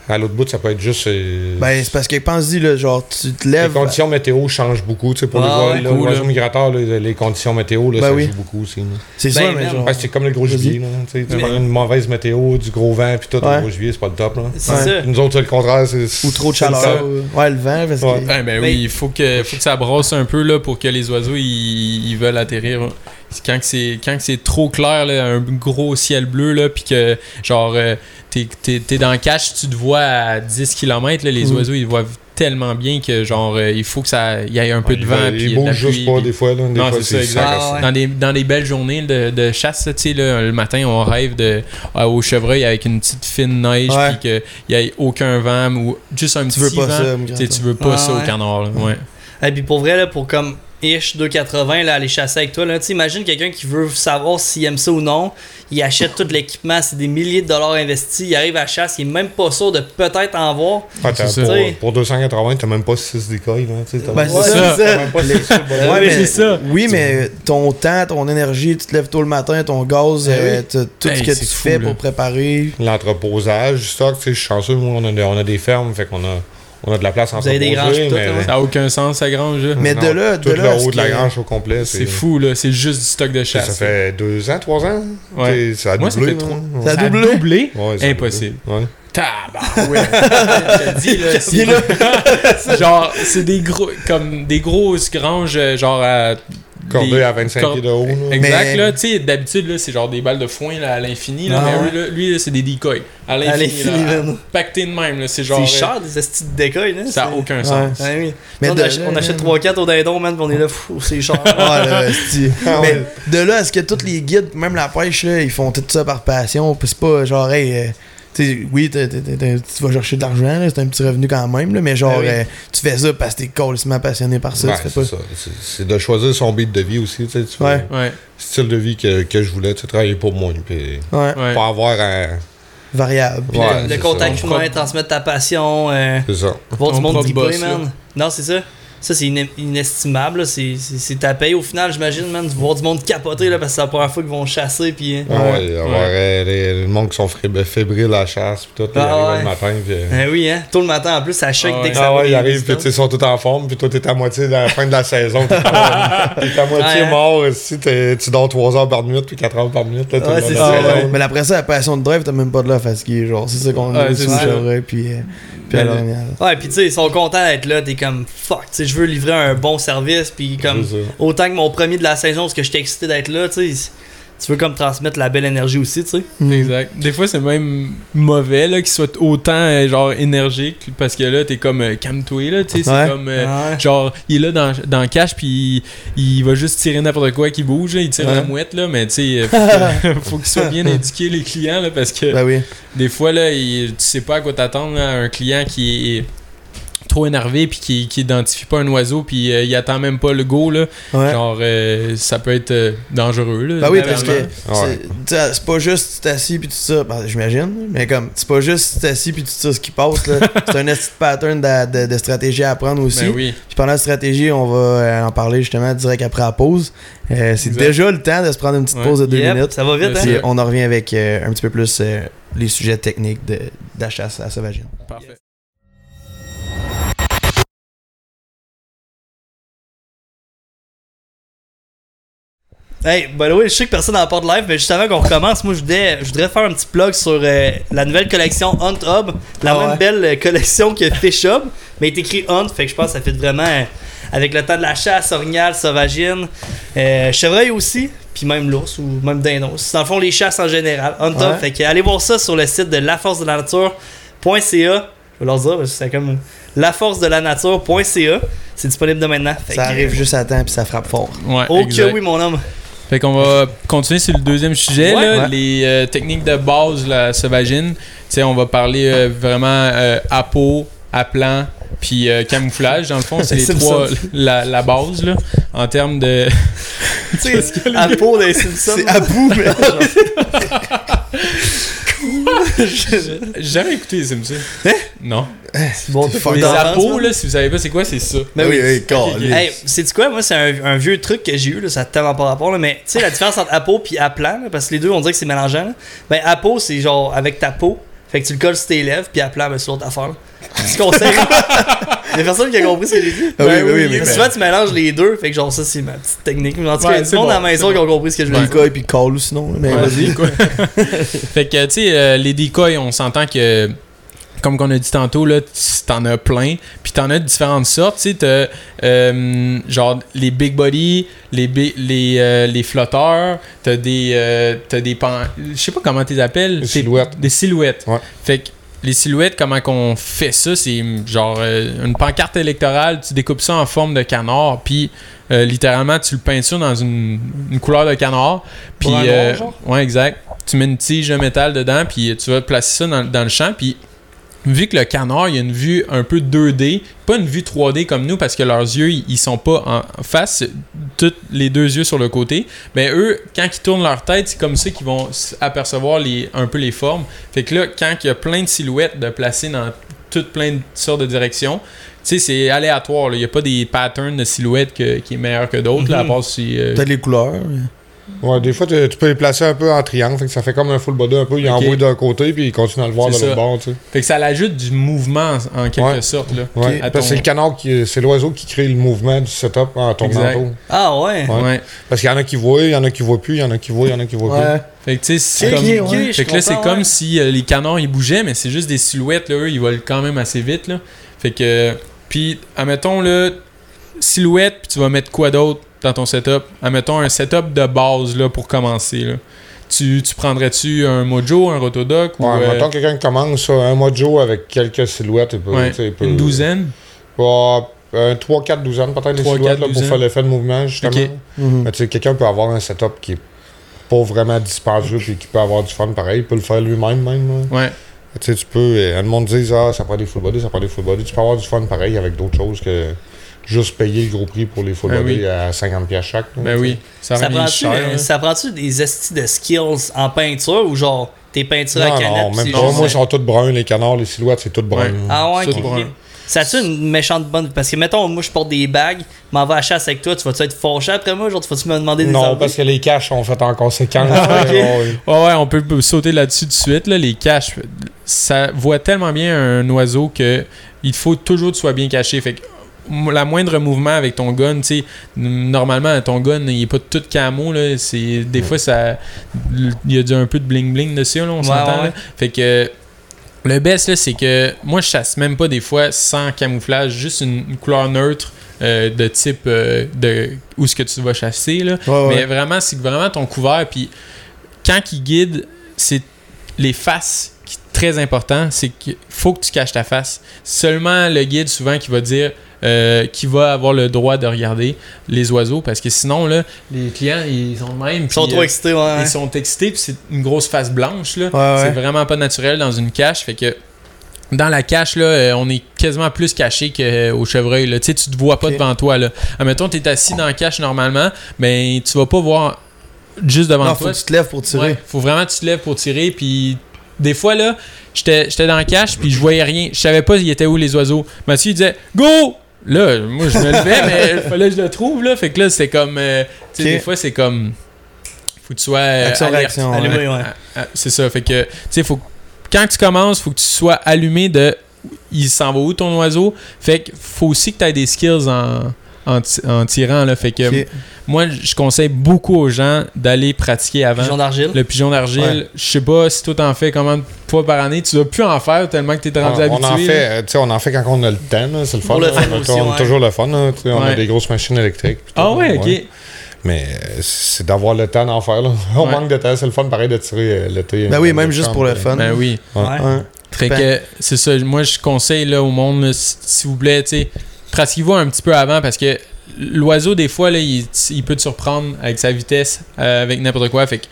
S4: à l'autre bout, ça peut être juste. euh,
S2: Ben, c'est parce que pense-y, là, genre, tu te
S4: les
S2: lèves.
S4: conditions météo changent beaucoup, tu sais, pour
S1: Ah, ouais.
S4: les vo- là,
S3: Cool,
S4: l'oiseau
S3: là.
S4: migrateur, là, les conditions météo, là,
S2: Ben
S4: ça
S2: oui.
S4: joue beaucoup aussi. là.
S2: C'est
S1: Ben,
S2: ça, mais
S1: man.
S2: genre.
S4: Ouais, c'est comme le gros
S2: Vas-y.
S4: gibier. Là, tu sais, tu
S1: Mais-
S4: prends une mauvaise météo, du gros vent, puis tout,
S2: Ouais.
S4: le gros gibier, c'est pas le top. Là.
S1: C'est
S2: Ouais.
S1: ça.
S4: Nous autres, c'est le contraire. c'est-
S2: Ou trop de
S4: c'est le
S2: chaleur.
S4: top.
S2: ou- Ouais, le vent, parce que.
S4: Ouais.
S3: Ah, ben
S1: Mais-
S3: oui, il faut que, faut que ça brasse un peu là, pour que les oiseaux ils, ils veulent atterrir. C'est Quand que c'est quand que c'est trop clair, là, un gros ciel bleu, là, puis que genre euh, t'es t'es- t'es dans le cache, tu te vois à 10 km, les
S2: Mm.
S3: oiseaux ils voient tellement bien que genre euh, il faut que ça il y ait un peu de vent. puis
S4: Ils
S3: de la
S4: bougent juste
S3: pluie,
S4: pas
S3: puis-
S4: des fois. Là. Des
S3: Non,
S4: fois,
S3: c'est ça, exact.
S4: sac à
S1: Ah,
S4: sac.
S1: ouais.
S3: dans des, dans des belles journées de, de chasse, là, tu sais, là, le matin, on rêve de ah, au chevreuil avec une petite fine neige,
S2: Ouais.
S3: puis qu'il n'y ait aucun vent ou juste un
S2: Tu
S3: petit
S2: veux pas
S3: vent.
S2: ça, me
S3: Tu sais,
S2: gratte.
S3: tu veux pas
S1: Ah,
S3: ça
S1: ouais.
S3: au canard. là, ouais.
S1: Et puis pour vrai, là, pour comme ish 2,80, là, aller chasser avec toi, là, tu sais, imagine quelqu'un qui veut savoir s'il aime ça ou non. Il achète tout l'équipement, c'est des milliers de dollars investis. Il arrive à la chasse, il est même pas sûr de peut-être en voir.
S4: Ah, t'as-
S3: C'est
S1: ça.
S4: pour,
S1: T'sais.
S4: pour 280, t'as même pas 6 décoils. Là, t'sais, t'as
S2: Ben,
S4: même
S2: c'est ça.
S4: pas- t'as même pas six sur le bonhomme.
S2: Ouais,
S1: mais
S2: mais-
S3: c'est ça.
S2: Oui, mais ton temps, ton énergie, tu te lèves tôt le matin, ton gaz,
S3: Ben oui.
S2: euh, t'as tout
S3: Hey,
S2: ce que
S3: c'est
S2: tu
S3: fou,
S2: fais
S3: là.
S2: pour préparer.
S4: L'entreposage, du stock, tu sais, je suis chanceux, moi, on a, on a des fermes, fait qu'on a, on a de la place à
S1: Vous avez des granges,
S4: entreposer,
S1: tout,
S4: mais-
S1: hein, ouais.
S3: Ça n'a aucun sens, sa grange. là.
S2: Mais de là- de
S4: tout
S2: là à
S4: le
S2: ce
S4: haut de la
S2: que-
S4: grange au complet,
S3: C'est fou, là. C'est juste du stock de
S4: Ça
S3: chasse.
S4: fait deux ans, trois ans.
S3: Ouais.
S4: T'sais, Ça a
S3: Moi, ça
S4: doublé.
S3: fait
S4: là.
S3: trois-
S4: Ouais.
S2: Ça a
S3: Ça a
S2: doublé.
S3: doublé.
S4: Ouais, ça a
S3: Impossible.
S4: doublé. Ouais.
S3: Tabarouette. Je te dis, là, c'est- genre, c'est des gros, comme des grosses granges, euh, genre à.
S4: Cordée
S3: des-
S4: à 25
S3: cor-
S4: pieds de haut. là.
S3: Exact,
S2: Mais-
S3: là, tu sais, d'habitude, là, c'est genre des balles de foin là, à l'infini, là,
S2: Ah
S3: mais
S2: ouais.
S3: lui, là, lui, là, c'est des decoys. À
S1: À
S3: l'infini,
S1: l'infini,
S3: là,
S1: man.
S3: pacté de même, là, c'est genre.
S1: C'est
S3: euh,
S1: cher des estis de décoil, là.
S3: Ça n'a
S1: c'est-
S3: aucun sens.
S1: Ouais, oui.
S2: Mais
S1: on,
S2: de
S1: achète,
S2: là,
S1: on achète
S2: là.
S1: 3-4 au dindon, man, pis on est là, fou, c'est cher.
S2: Ah, là, esti.
S4: Ah
S2: Mais
S4: ouais.
S2: de là à ce que tous les guides, même la pêche, là, ils font tout ça par passion. Puis c'est pas genre, hey, euh, tu sais, oui, t'as- t'as- t'as- t'as- tu vas chercher de l'argent, là, c'est un petit revenu quand même, là, mais genre,
S1: Ah oui.
S2: euh, tu fais ça parce que t'es complètement passionné par ça.
S4: Ouais,
S2: tu fais
S4: Ben, c'est
S2: pas.
S4: ça. C'est- C'est de choisir son beat de vie aussi. tu sais, tu
S2: Ouais.
S4: vois.
S3: Ouais,
S4: Style de vie que, que je voulais, tu sais, travailler pour moi. Puis
S2: Ouais,
S3: ouais.
S4: pas avoir un.
S2: variable. euh,
S1: Le-
S4: Ouais,
S1: le
S4: c'est
S1: contact
S4: ça.
S1: humain, transmettre ta passion, euh,
S4: C'est ça.
S1: voir du
S3: Ton
S1: monde
S3: propre
S1: triper,
S3: boss, là.
S1: man. Non, c'est ça. Ça, c'est ine- inestimable, là. C'est- c'est c'est ta paye au final, j'imagine, man. Voir du monde capoter, là, parce que c'est la première fois qu'ils vont chasser, puis. euh,
S4: Ah ouais, avoir euh, les- le monde qui sont frib- fébriles à la chasse, puis tout, ils
S1: Ah
S4: arrivent
S1: ouais.
S4: le matin, puis... euh,
S1: Eh oui, hein. Tôt le matin, en plus, ça choque
S3: Ah
S1: dès
S3: ouais.
S1: que ça
S4: Ah
S1: va
S4: ouais,
S1: les
S4: ils arrivent, puis tu sais,
S1: distances.
S4: ils sont tous en forme, puis toi, t'es à moitié de la fin de la saison, t'es à, t'es à moitié
S1: Ouais.
S4: mort, si t'es- tu dors 3 heures par minute, puis 4 heures par minute, là, tout
S1: Ouais,
S4: le
S1: c'est
S4: long de
S1: ça,
S4: la
S2: Ah,
S4: saison.
S2: ouais. Mais après ça, la passion de drive, t'as même pas de la fatigué. Genre, c'est ça qu'on
S3: Ouais,
S2: a
S3: c'est
S2: aussi
S3: ça.
S2: au puis, euh, puis à
S3: Mais-
S2: l'orignal.
S1: Ouais, puis tu sais, ils sont contents d'être là. T'es comme fuck, tu sais, je veux livrer un bon service. Puis comme
S4: C'est ça.
S1: autant que mon premier de la saison, parce que j'étais excité d'être là, tu sais. Tu veux comme transmettre la belle énergie aussi, tu sais.
S2: Hmm.
S3: Exact. Des fois, c'est même mauvais là, qu'ils soient autant euh, genre énergiques parce que là, t'es comme euh, calme-toi. là, tu sais,
S2: Ouais.
S3: C'est comme euh,
S1: Ouais.
S3: genre, il est là dans, dans le cache, puis il, il va juste tirer n'importe quoi qui bouge. là, il tire
S2: Ouais.
S3: la mouette, là, mais tu sais, euh, faut, que- faut qu'ils soient bien éduqués, les clients, là, parce que
S2: Ben oui.
S3: Des fois, là, il- tu sais pas à quoi t'attendre. là, Un client qui est trop énervé puis qui, qui identifie pas un oiseau puis euh, il attend même pas le go là
S2: Ouais.
S3: genre euh, ça peut être euh, dangereux là
S2: Bah oui, parce que
S3: vraiment.
S2: c'est- tu sais, c'est pas juste tu t'assis puis tu tires, ben, j'imagine, mais comme c'est pas juste tu t'assis puis tu tires ce qui passe, là. c'est un esti de pattern d'a- de, de stratégie à apprendre aussi.
S3: ben oui
S2: Puis pendant la stratégie, on va euh, en parler justement direct après la pause. Euh, c'est
S3: Exact.
S2: déjà le temps de se prendre une petite
S3: Ouais.
S2: pause de deux
S1: Yep,
S2: minutes.
S1: Ça va vite,
S3: Merci.
S1: hein.
S2: Puis on en revient avec euh, un petit peu plus euh, les sujets techniques de, de la chasse à sauvagine.
S3: parfait
S1: Hey, by the way, je sais que personne n'en parle live, mais juste avant qu'on recommence, moi, je voudrais, je voudrais faire un petit plug sur euh, la nouvelle collection Hunt Hub. La
S2: Ah
S1: même
S2: ouais.
S1: belle euh, collection que Fish Hub, mais est écrit Hunt, fait que je pense que ça fait vraiment euh, avec le temps de la chasse, orignal, sauvagine, euh, chevreuil aussi, puis même l'ours ou même dindon. C'est dans le fond les chasses en général. Hunt Hub,
S2: Ouais.
S1: fait que allez voir ça sur le site de laforcedelanature.ca. Je vais leur dire, parce que c'est comme laforcedelanature.ca. C'est disponible de maintenant. Fait
S2: Ça
S1: que, euh,
S2: arrive juste à temps puis ça frappe fort.
S3: ouais
S1: Oh que
S3: exact.
S1: oui, mon homme.
S3: fait qu'on va continuer sur le deuxième sujet
S1: Ouais.
S3: là,
S2: Ouais.
S3: les euh, techniques de base la sauvagine tu sais on va parler euh, vraiment euh, à peau à plan puis euh, camouflage dans le fond c'est les
S1: C'est
S3: trois
S1: ça.
S3: la, la base là en termes de
S1: Tu sais, à peau des Simpsons.
S2: C'est à bout, mais.
S3: J'ai jamais écouté les Simpsons non
S1: Bon, t'as pas
S2: C'est fucked
S1: eu
S3: Les
S2: up.
S1: d'enfance,
S3: apos,
S1: man?
S3: là, si vous savez pas c'est quoi, c'est ça.
S1: Ben oui.
S2: oui, calé.
S1: Hey, c'est quoi, moi, c'est un, un vieux truc que j'ai eu, là, ça a tellement pas rapport, là, mais tu sais, la différence entre à peau puis à plan, là, parce que les deux, on dirait que c'est mélangeant. là. Ben, à peau, c'est genre avec ta peau, fait que tu le colles sur tes lèvres, puis à plan, ben, c'est l'autre affaire. là. C'est ce qu'on sait. Il y a personne qui a compris ce que j'ai dit.
S2: Ah oui, oui, oui, mais-
S1: Parce que Souvent, tu mélanges les deux, fait que genre, ça, c'est ma petite technique. Mais en tout cas,
S3: Ouais,
S1: il y a du
S3: c'est
S1: monde
S3: bon,
S1: à la maison
S3: c'est
S1: qui ont compris ce que je voulais
S2: Les
S1: dire.
S2: gars, et puis call ou sinon. là, Mais
S3: Ouais,
S2: vas-y.
S3: les decoys. fait que, tu sais, euh, les decoys, on s'entend que comme qu'on a dit tantôt, là, tu- t'en as plein. Puis t'en as de différentes sortes. Tu sais, t'as, euh, genre les big body, les, bi- les, euh, les flotteurs, t'as des. euh, t'as des pan- Je sais pas comment tu les appelles.
S4: Des
S3: C'est-
S4: silhouettes.
S3: Des silhouettes.
S4: Ouais.
S3: Fait que les silhouettes, comment qu'on fait ça C'est mm, genre euh, une pancarte électorale, tu découpes ça en forme de canard, puis euh, littéralement, tu le peintures dans une, une couleur de canard. Puis.
S1: Pour un
S3: euh,
S1: noir, genre?
S3: ouais, exact. Tu mets une tige de métal dedans, puis tu vas placer ça dans, dans le champ, puis vu que le canard, il a une vue un peu 2D, pas une vue 3D comme nous, parce que leurs yeux, ils ils sont pas en face, tous les deux yeux sur le côté, mais eux, quand ils tournent leur tête, c'est comme ça qu'ils vont s- apercevoir les, un peu les formes. Fait que là, quand il y a plein de silhouettes de placées dans toutes plein de sortes de directions, tu sais, c'est aléatoire. là. Il n'y a pas des patterns de silhouettes que- qui est meilleur que d'autres, là, à
S1: Mhm.
S3: part si... euh,
S2: Peut-être les couleurs.
S4: Ouais, des fois, tu, tu peux les placer un peu en triangle, fait que ça fait comme un full body un peu. Il
S3: Ok.
S4: envoie d'un côté, puis il continue à le voir de
S3: C'est
S4: l'autre
S3: ça.
S4: bord, tu sais.
S3: fait que ça l'ajoute du mouvement, en quelque
S4: Ouais.
S3: sorte, là.
S4: Ouais.
S3: À
S4: Parce que
S3: ton-
S4: c'est le canard qui. C'est l'oiseau qui crée le mouvement du setup en tournant
S3: Exact.
S4: autour.
S1: Ah ouais.
S4: Ouais.
S3: Ouais.
S4: Parce qu'il y en a qui voient, il y en a qui voient plus, il y en a qui voient, il y en a qui voient plus.
S2: Ouais.
S3: Fait que tu sais, c'est
S2: Ok,
S3: comme...
S2: ouais.
S1: Ok, je
S3: Fait que là, c'est
S1: comprends,
S3: comme
S1: ouais.
S3: si euh, les canards ils bougeaient, mais c'est juste des silhouettes, là, eux, ils volent quand même assez vite, là. Fait que. euh, Puis, admettons, là, silhouette, puis tu vas mettre quoi d'autre dans ton setup Admettons un setup de base, là, pour commencer, là. Tu, tu prendrais-tu un mojo, un rotodoc ou
S4: Ouais,
S3: euh,
S4: mettons que quelqu'un commence ça, un mojo avec quelques silhouettes, il peut,
S3: ouais,
S4: tu sais, il peut-
S3: une douzaine
S4: Ouais, un 3-4 douzaines, peut-être, les
S3: Trois,
S4: silhouettes,
S3: quatre
S4: là, pour
S3: douzaines.
S4: faire l'effet de mouvement, justement.
S3: Ok.
S2: Mhm.
S4: Mais tu sais, quelqu'un peut avoir un setup qui est pas vraiment dispendieux puis qui peut avoir du fun pareil. Il peut le faire lui-même, même. là.
S3: Ouais.
S4: Tu sais, tu peux. euh, le monde dit, ah, ça prend des full body, ça prend des full body. Tu peux avoir du fun pareil avec d'autres choses que juste payer le gros prix pour les full
S3: Ben
S4: body
S3: oui.
S4: à 50$ piastres chaque. là,
S3: Ben
S4: tu sais.
S3: oui. Ça,
S1: Ça
S3: revient
S1: prend-tu,
S3: cher.
S1: euh,
S3: là.
S1: ça prend-tu des estis de skills en peinture ou genre tes peintures à
S4: Non,
S1: canette?
S4: non,
S1: pis
S4: même
S1: c'est
S4: pas.
S1: juste-
S4: Moi, ils sont tous bruns, les canards, les silhouettes, c'est tout brun.
S3: Ouais.
S1: Ah ouais,
S3: Ça,
S1: ok,
S3: c'est pour
S1: ok.
S3: un-
S1: Ça a-tu une méchante bonne. Parce que, mettons, moi, je porte des bagues, m'en vais à la chasse avec toi, tu vas-tu être fâché après moi? Genre, tu vas-tu me demander des Ah,
S4: Non,
S1: envies?
S4: parce que les caches sont faites en conséquence. Ouais,
S3: Ouais, ouais, on peut sauter là-dessus tout de suite. Là, les caches, ça voit tellement bien un oiseau que il faut toujours que tu sois bien caché. Fait que m- la moindre mouvement avec ton gun, tu sais, n- normalement, ton gun, il est pas tout camo. Là, c'est, des fois, ça, l- il y a du, un peu de bling-bling dessus, là, on
S1: Ouais,
S3: s'entend.
S1: ouais.
S3: là. Fait que le best, là, c'est que moi, je chasse même pas des fois sans camouflage, juste une, une couleur neutre euh, de type euh, de où ce que tu vas chasser. Là.
S2: Ouais, ouais.
S3: Mais vraiment, c'est vraiment ton couvert. Puis quand il guide, c'est les faces qui est très important. C'est qu'il faut que tu caches ta face. Seulement le guide, souvent, qui va dire. euh, qui va avoir le droit de regarder les oiseaux parce que sinon là les clients ils sont de même
S1: Ils sont
S3: puis,
S1: trop
S3: euh,
S1: excités, ouais. ouais.
S3: ils sont excités, puis c'est une grosse face blanche. là.
S2: Ouais, ouais.
S3: C'est vraiment pas naturel dans une cache. Fait que dans la cache, là, euh, on est quasiment plus caché qu'au chevreuil. Là. Tu sais, tu te vois pas
S2: Ok.
S3: devant toi. Là. Admettons, tu es assis dans la cache normalement, mais tu vas pas voir juste devant
S2: Non, faut
S3: toi.
S2: que tu te lèves pour tirer.
S3: Ouais, faut vraiment que tu te lèves pour tirer. Puis des fois, là, j'étais j'étais dans la cache, puis je voyais rien. Je savais pas il était où les oiseaux. Mathieu, il disait Go Là, moi, je me levais, mais il fallait que je le trouve. Là. Fait que là, c'est comme. euh, tu sais,
S2: Ok.
S3: des fois, c'est comme. Faut que tu sois. euh,
S2: Action,
S3: alerte.
S2: réaction, ouais.
S1: Allumé, ouais.
S3: Ah, ah, C'est ça. Fait que, tu sais, faut. Quand tu commences, faut que tu sois allumé de. Il s'en va où ton oiseau Fait que, faut aussi que tu aies des skills en, en, ti- en tirant, là. Fait que,
S2: Ok.
S3: moi, je conseille beaucoup aux gens d'aller pratiquer avant.
S1: Pigeon d'argile.
S3: Le pigeon d'argile,
S2: Ouais.
S3: je sais pas si toi t'en fais combien de fois par année, tu dois plus en faire tellement que t'es rendu
S4: on,
S3: habitué.
S4: on en
S3: là.
S4: fait, euh, tu sais, on en fait quand on a le temps, là, c'est le fun.
S1: Pour le
S4: là.
S1: fun
S4: On a-
S1: aussi,
S4: on a
S1: ouais.
S4: toujours le fun. là, tu sais, On a
S3: Ouais.
S4: des grosses machines électriques. puis
S3: Ah
S4: tout,
S3: ouais, ok.
S4: Mais euh, c'est d'avoir le temps d'en faire. Là. On
S3: Ouais.
S4: manque de temps. C'est le fun pareil de tirer euh, l'été.
S2: Ben oui, même
S4: Euh,
S2: juste pour le fun.
S3: Ben oui.
S1: Ouais.
S2: Ouais.
S3: Fait
S2: Ben.
S3: que c'est ça, moi je conseille là, au monde, là, s- s'il vous plaît, tu sais, pratiquez-vous un petit peu avant parce que l'oiseau, des fois, là, il, il peut te surprendre avec sa vitesse, euh, avec n'importe quoi. Fait que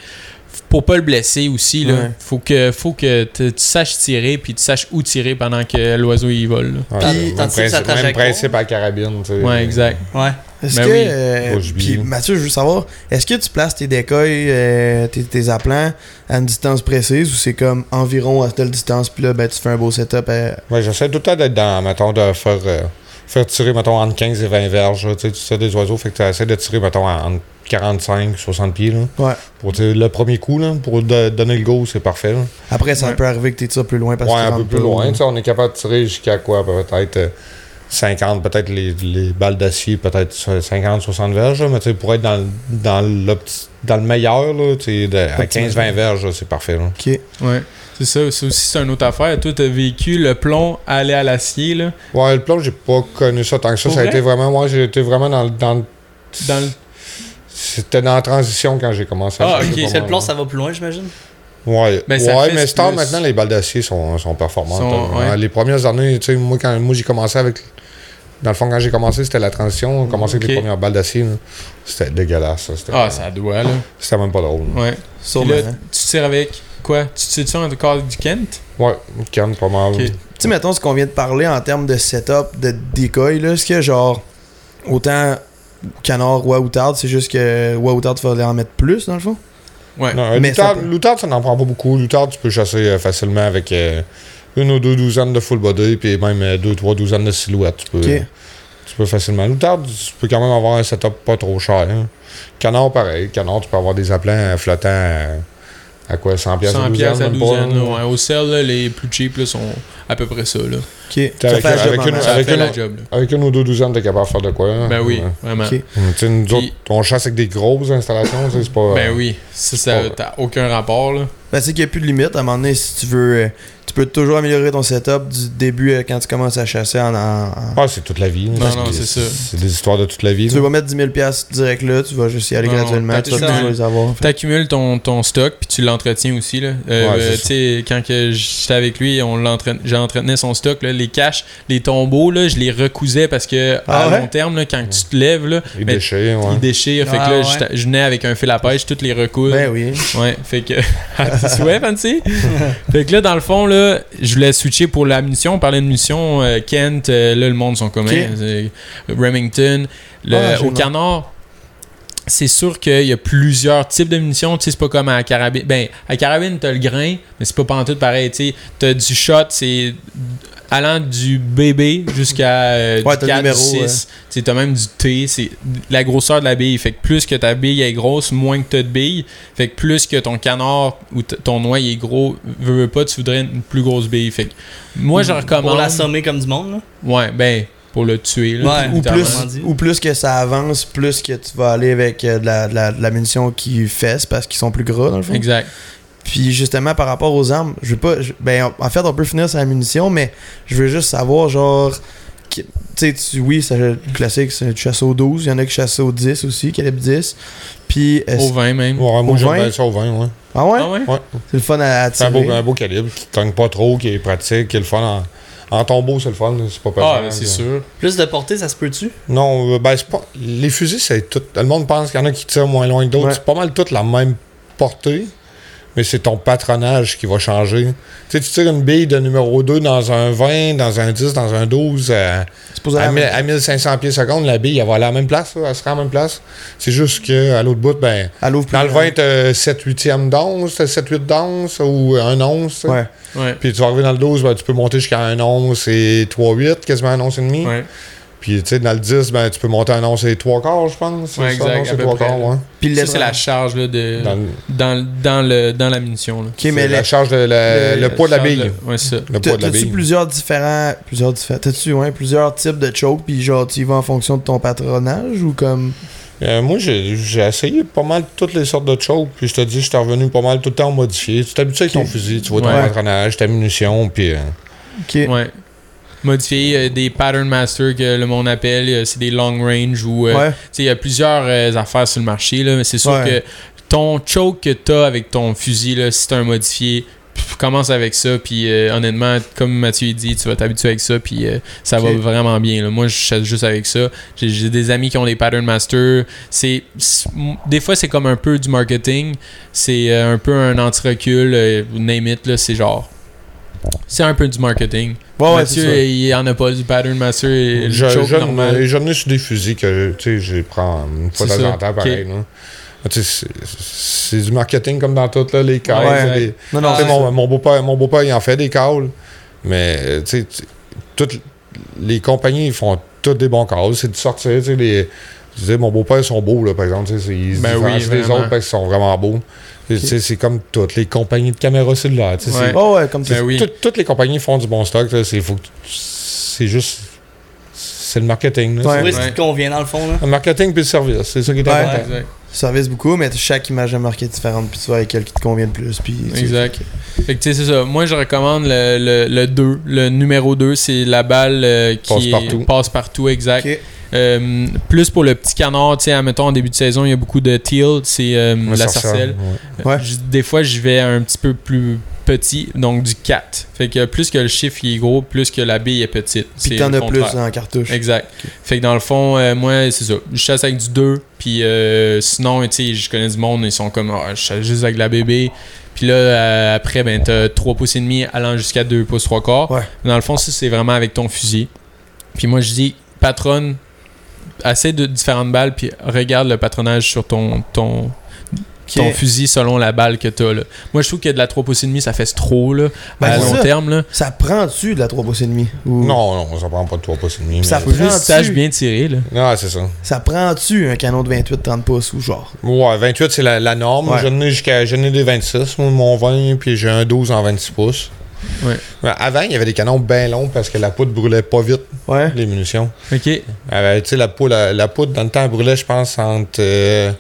S3: pour pas le blesser aussi, là,
S2: Ouais.
S3: faut que, faut que te- tu saches tirer puis tu saches où tirer pendant que l'oiseau il vole. là.
S4: Ouais,
S1: Puis,
S4: le même
S1: tandis que ça
S4: principe, même
S1: trajectoire.
S4: principe à la carabine. tu sais.
S3: Ouais, exact.
S1: Ouais.
S2: Est-ce
S3: Ben
S2: que.
S3: oui.
S2: euh,
S4: Faut que je
S2: puis
S4: bille.
S2: Mathieu, je veux savoir, est-ce que tu places tes décoils, euh, tes, tes aplants à une distance précise ou c'est comme environ à telle distance, puis là, ben, tu fais un beau setup euh, à-
S4: Ouais, J'essaie tout le temps d'être dans, mettons, de faire, euh, faire tirer, mettons, entre 15 et 20 verges. là, Tu sais, tu sais, des oiseaux, fait que tu essaies de tirer, mettons, entre 45, 60 pieds. Là,
S2: Ouais.
S4: pour tu sais, le premier coup, là, pour de- donner le go, c'est parfait. là.
S2: Après, ça
S3: Ouais.
S2: peut arriver que tu tires plus loin parce
S4: ouais,
S2: que tu
S4: un peu
S3: hein.
S2: rentres
S4: plus
S2: pas au-
S4: loin. tu sais, On est capable de tirer jusqu'à quoi ben, Peut-être euh, 50, peut-être les, les balles d'acier, peut-être 50, 60 verges, là, mais tu sais, pour être dans, le- dans, le, dans le meilleur, là, tu sais, de- à 15, 20 verges, là, c'est parfait. là.
S2: Ok.
S3: Ouais. C'est ça, ça aussi, c'est une autre affaire. Toi, t'as vécu le plomb aller à l'acier, là.
S4: Ouais, le plomb, j'ai pas connu ça tant que ça.
S3: Pour
S4: ça a
S3: vrai?
S4: été vraiment, moi, j'ai été vraiment dans, le- dans le-
S3: Dans le...
S4: C'était dans la transition quand j'ai commencé
S3: Ah, ok,
S4: chercher pour
S3: c'est
S1: C'est
S4: moi,
S1: le plan,
S4: là.
S1: ça va plus loin, j'imagine.
S4: Ouais,
S3: Ben, ça
S4: ouais
S3: fait
S4: mais Star,
S3: plus-
S4: maintenant, les balles d'acier sont, sont performantes.
S3: Sont-
S4: hein.
S3: ouais.
S4: Les premières années, tu sais, moi, quand moi, j'ai commencé avec. Dans le fond, quand j'ai commencé, c'était la transition. On commençait avec les
S3: Mm, Ok.
S4: premières balles d'acier. là. C'était dégueulasse. ça. C'était
S3: Ah, ça doit, là.
S4: c'était même pas drôle. là.
S3: Ouais. Puis
S2: Sûrement.
S3: là, tu tires avec quoi Tu tires-tu encore du Kent
S4: Ouais, calme, pas mal.
S3: Ok.
S2: Tu sais, mettons ce qu'on vient de parler en termes de setup, de decoy, là, ce que genre, autant canard, roi ou tarde, c'est juste que roi ou tarde, il fallait en mettre plus, dans le fond.
S3: Ouais.
S4: Non,
S2: Mais ça
S4: l'outarde,
S2: peut-
S4: l'outarde, ça n'en prend pas beaucoup. L'outarde, tu peux chasser euh, facilement avec euh, une ou deux douzaines de full body, puis même euh, deux, trois douzaines de silhouettes. Tu peux,
S2: Ok.
S4: tu peux facilement. L'outarde, tu peux quand même avoir un setup pas trop cher. hein. Canard, pareil. Canard, tu peux avoir des appelants euh, flottants à, à quoi 100 pièces
S3: 100
S4: douzaine,
S3: pièces à
S4: même pas,
S3: douzaine,
S4: là.
S3: là, ouais. Au sel, là, les plus cheap, là, sont à peu près ça, là.
S2: Ok.
S4: T'as
S2: Ça
S4: avec-
S2: fait la job
S4: avec
S2: en
S4: une-
S2: masse.
S3: Ça
S4: Avec
S3: fait
S4: un-
S3: la job, là.
S4: Avec une ou deux douzaines, t'es capable de faire de quoi. hein.
S3: Ben oui,
S4: Ouais.
S3: vraiment.
S2: Ok.
S4: Tu sais, nous
S3: Puis-
S4: autres, on chasse avec des grosses installations, tu sais, c'est pas.
S3: Ben oui, ça, ça
S4: Ouais.
S3: t'as aucun rapport, là.
S2: Ben, c'est qu'il n'y a plus de limite. À un moment donné, si tu veux, euh, tu peux toujours améliorer ton setup du début euh, quand tu commences à chasser en. en- en-
S4: Ah, c'est toute la vie.
S3: Non, non,
S4: des-
S3: c'est ça.
S4: C'est des histoires de toute la vie.
S2: Tu
S4: là.
S2: veux pas mettre 10 000$ direct là, tu vas juste y aller
S3: Non,
S2: graduellement,
S3: t'as
S2: tu vas
S1: tout ça,
S2: toujours
S1: hein.
S2: les avoir. en fait.
S3: T'accumules ton, ton stock, puis tu l'entretiens aussi, là. Euh,
S4: Ouais,
S3: euh,
S4: c'est
S3: tu
S4: ça.
S3: sais, quand que j'étais avec lui, on l'entraîne- j'entretenais son stock, là, les caches, les tombeaux, là, je les recousais parce que
S2: Ah
S3: à
S2: ouais?
S3: long terme, là, quand que tu te lèves, là,
S4: Les
S3: ben,
S4: déchets, ouais.
S3: ils déchirent. Fait que
S1: Ah
S3: là,
S1: ouais.
S3: j'étais- je venais avec un fil à pêche, toutes les recouses.
S2: Ben oui.
S3: Ouais, fait que. à tes souhaits, Fancy. fait que là, dans le fond, là, je voulais switcher pour la munition. On parlait de munition. euh, Kent, euh, là, le monde sont communs. euh,
S2: Ok.
S3: Remington. Le,
S2: Ah, j'ai
S3: au
S2: le-
S3: canard, c'est sûr qu'il y a plusieurs types de munitions. Tu sais, c'est pas comme à la carabine. Ben, à la carabine, t'as le grain, mais c'est pas pantoute pareil. Tu sais, t'as du shot, c'est allant du bébé jusqu'à euh,
S2: Ouais, t'as
S3: du
S2: le
S3: 4,
S2: numéro,
S3: du 6. Tu sais, t'as même du T. C'est la grosseur de la bille. Fait que plus que ta bille est grosse, moins que t'as de billes. Fait que plus que ton canard ou t- ton noix il est gros, veux, veux pas, tu voudrais une plus grosse bille. Fait que moi, je
S1: Pour
S3: recommande.
S1: l'assommer comme du monde, là.
S3: ouais, ben, pour le tuer. là,
S1: Ouais.
S2: Ou
S3: littéralement.
S2: plus,
S1: Vraiment dit.
S2: ou plus que ça avance, plus que tu vas aller avec euh, de la, de la- de la munition qui fesse parce qu'ils sont plus gras dans le fond.
S3: Exact.
S2: Puis justement par rapport aux armes, je veux pas. je- ben en fait on peut finir sur la munition, mais je veux juste savoir genre. qui- Tu sais, tu- oui, ça classique, c'est tu chasses au 12, il y en a qui chassent au 10 aussi, calibre 10. Puis est-ce-
S3: Au vin même.
S4: Ouais, moi,
S2: Au
S4: j'aime
S2: vin?
S4: bien ça au vin, ouais.
S2: Ah ouais?
S3: Ah ouais?
S4: Ouais.
S2: C'est le fun à, à
S4: C'est
S2: tirer.
S4: un beau, un beau calibre qui ne cogne pas trop, qui est pratique, qui est le fun. En, en tombeau, c'est le fun, là, c'est pas
S3: Ah,
S4: pesant,
S3: ben, c'est
S4: là.
S3: sûr.
S1: Plus de portée, ça se peut-tu?
S4: Non, euh, ben, c'est pas. Les fusils, c'est tout. Le monde pense qu'il y en a qui tirent moins loin que d'autres.
S2: Ouais.
S4: C'est pas mal toute la même portée, mais c'est ton patronage qui va changer. Tu sais, tu tires une bille de numéro 2 dans un 20, dans un 10, dans un 12. euh,
S2: C'est
S3: Ah,
S2: pour ça
S4: à,
S2: la-
S4: mille- à 1500 pieds secondes, la bille, elle va aller à la même place, là, elle sera à la même place. C'est juste qu'à l'autre bout, ben.
S2: à l'ouvre plus hein.
S4: Dans le euh,
S2: grand.
S4: 20, t'as 7 8e d'once, t'as 7 8 d'once ou un once.
S2: Ouais.
S3: Ouais.
S4: Puis tu vas arriver dans le 12, ben, tu peux monter jusqu'à un once et 3 8, quasiment un once et demi.
S3: Ouais.
S4: Puis tu sais, dans le 10, ben, tu peux monter un once et 3 quarts, je pense.
S3: Ouais,
S4: C'est
S3: exact,
S4: ça, un once
S3: à
S4: et
S3: peu
S4: trois
S3: près, Euh,
S4: quarts,
S3: là.
S4: ouais.
S2: Puis
S3: Ça,
S2: le-
S3: c'est la charge là, de,
S4: Dans le-
S3: dans, le- dans, le, dans la munition. Là.
S2: Ok, mais
S4: c'est
S2: le-
S4: la charge de la-
S2: le-
S4: Euh, le, poids de la bille.
S3: Ouais, c'est ça.
S4: Le poids
S2: T'as-
S4: de la
S2: T'as-tu
S4: bille.
S2: plusieurs différents. Plusieurs différents. T'as-tu ouais, plusieurs types de choke, puis genre tu y vas en fonction de ton patronage ou comme.
S4: Euh, moi, j'ai j'ai essayé pas mal toutes les sortes de chokes, puis je te dis, je suis revenu pas mal tout le temps modifié. Tu t'habitues avec ton
S2: Ok.
S4: fusil, tu vois ton
S3: Ouais.
S4: patronage, ta munition, puis. euh,
S2: Ok.
S3: Ouais. Modifier euh, des pattern master que le monde appelle, euh, c'est des long range ou euh,
S2: Ouais.
S3: tu sais, il y a plusieurs euh, affaires sur le marché là, mais c'est sûr
S2: Ouais.
S3: que ton choke que t'as avec ton fusil là, si t'as un modifié, pff, commence avec ça puis euh, honnêtement comme Mathieu il dit, tu vas t'habituer avec ça puis euh, ça
S2: Ok.
S3: va vraiment bien là. Moi je chasse juste avec ça. J'ai- J'ai des amis qui ont des pattern master, c'est c'est- m- des fois c'est comme un peu du marketing, c'est euh, un peu un anti-recul, euh, name it là, c'est genre c'est un peu du marketing.
S2: Ouais, ouais,
S3: Mathieu,
S2: c'est
S3: il en a pas du pattern master et le
S4: Je-
S3: choke
S4: je-
S3: normal.
S4: euh, J'en ai sur des fusils que tu sais, je les prends une fois
S3: C'est
S4: de temps
S3: ça.
S4: en temps,
S3: Ok.
S4: pareil. là. Mais tu sais, C'est c'est du marketing comme dans tout, là, les câbles.
S2: Ouais,
S4: c'est
S3: ouais.
S4: des-
S2: ça. Non, non,
S4: Tu
S2: c'est
S4: sais,
S2: ça.
S4: mon, mon beau-père, mon beau-père, il en fait des câbles, mais euh, tu sais, tu- toutes les compagnies ils font toutes des bons câbles. C'est de sortir, tu sais, les. Je disais, mon beau-père, ils sont beaux, là, par exemple. tu sais, c'est- Ils se
S3: Ben oui,
S4: différencient des
S3: vraiment.
S4: autres parce qu'ils sont vraiment beaux. Et, tu sais, C'est comme toutes les compagnies de caméras cellulaires. tu sais, c'est-
S3: Ouais.
S2: Oh, ouais, comme tu
S3: Ben oui.
S4: tout- toutes les compagnies font du bon stock. là, C'est faut que tu- c'est juste. C'est le marketing. là.
S2: Ouais.
S1: C'est vrai
S4: C'est-
S1: ce qui te convient dans le fond. Là.
S4: Le marketing puis le service, c'est ça qui est
S2: Ouais.
S4: important.
S3: Exact.
S2: service beaucoup, mais chaque image de marque est différente, puis tu vas avec elle qui te convient le plus. Puis tu-
S3: Exact. Fait que tu sais, c'est ça. Moi, je recommande le, le, le 2. Le numéro 2, c'est la balle euh, qui
S4: Passe-partout.
S3: est- passe-partout, exact.
S2: Ok.
S3: Euh, plus pour le petit canard, tu sais, admettons, en début de saison, il y a beaucoup de teal, c'est euh,
S4: Un
S3: la
S4: sorceur,
S3: sarcelle.
S4: ouais.
S2: Ouais.
S3: Euh, j- Des fois, je vais un petit peu plus petit, donc du 4. Fait que plus que le chiffre il est gros, plus que la bille est petite.
S2: Puis
S3: C'est
S2: t'en
S3: le
S2: as plus hein.
S3: contraire.
S2: en cartouche.
S3: Exact. Fait que dans le fond, euh, moi, c'est ça. Je chasse avec du 2. Puis euh, sinon, tu sais, je connais du monde, ils sont comme, Ah, je chasse juste avec la bébé. Puis là, euh, après, ben, t'as 3 pouces et demi allant jusqu'à 2 pouces 3 quarts.
S2: Ouais.
S3: Dans le fond, ça, c'est vraiment avec ton fusil. Puis moi, je dis, patronne, assez de différentes balles, puis regarde le patronage sur ton. ton ton
S2: Ok.
S3: fusil selon la balle que t'as là. Moi je trouve que de la 3 pouces et demi ça fait trop là
S2: Ben,
S3: à
S2: c'est
S3: long
S2: ça.
S3: terme là.
S2: Ça prend-tu de la 3 pouces et demi Ou
S4: Non, non, ça prend pas de 3 pouces et demi.
S2: Ça
S4: mais-
S3: Faut juste que tu saches
S2: Prends-tu-
S3: bien tirer là.
S4: Non, c'est ça.
S2: ça prend-tu un canon de 28-30 pouces ou genre
S4: Ouais, 28, c'est la, la norme.
S2: Ouais.
S4: J'en ai jusqu'à j'en ai des 26, moi, mon 20, puis j'ai un 12 en 26 pouces.
S3: Ouais.
S4: Ouais, avant, il y avait des canons bien longs parce que la poudre brûlait pas vite,
S2: Ouais.
S4: les munitions.
S3: OK.
S4: Euh, tu sais, la, poudre- la, la poudre, dans le temps, elle brûlait, je pense, entre. euh,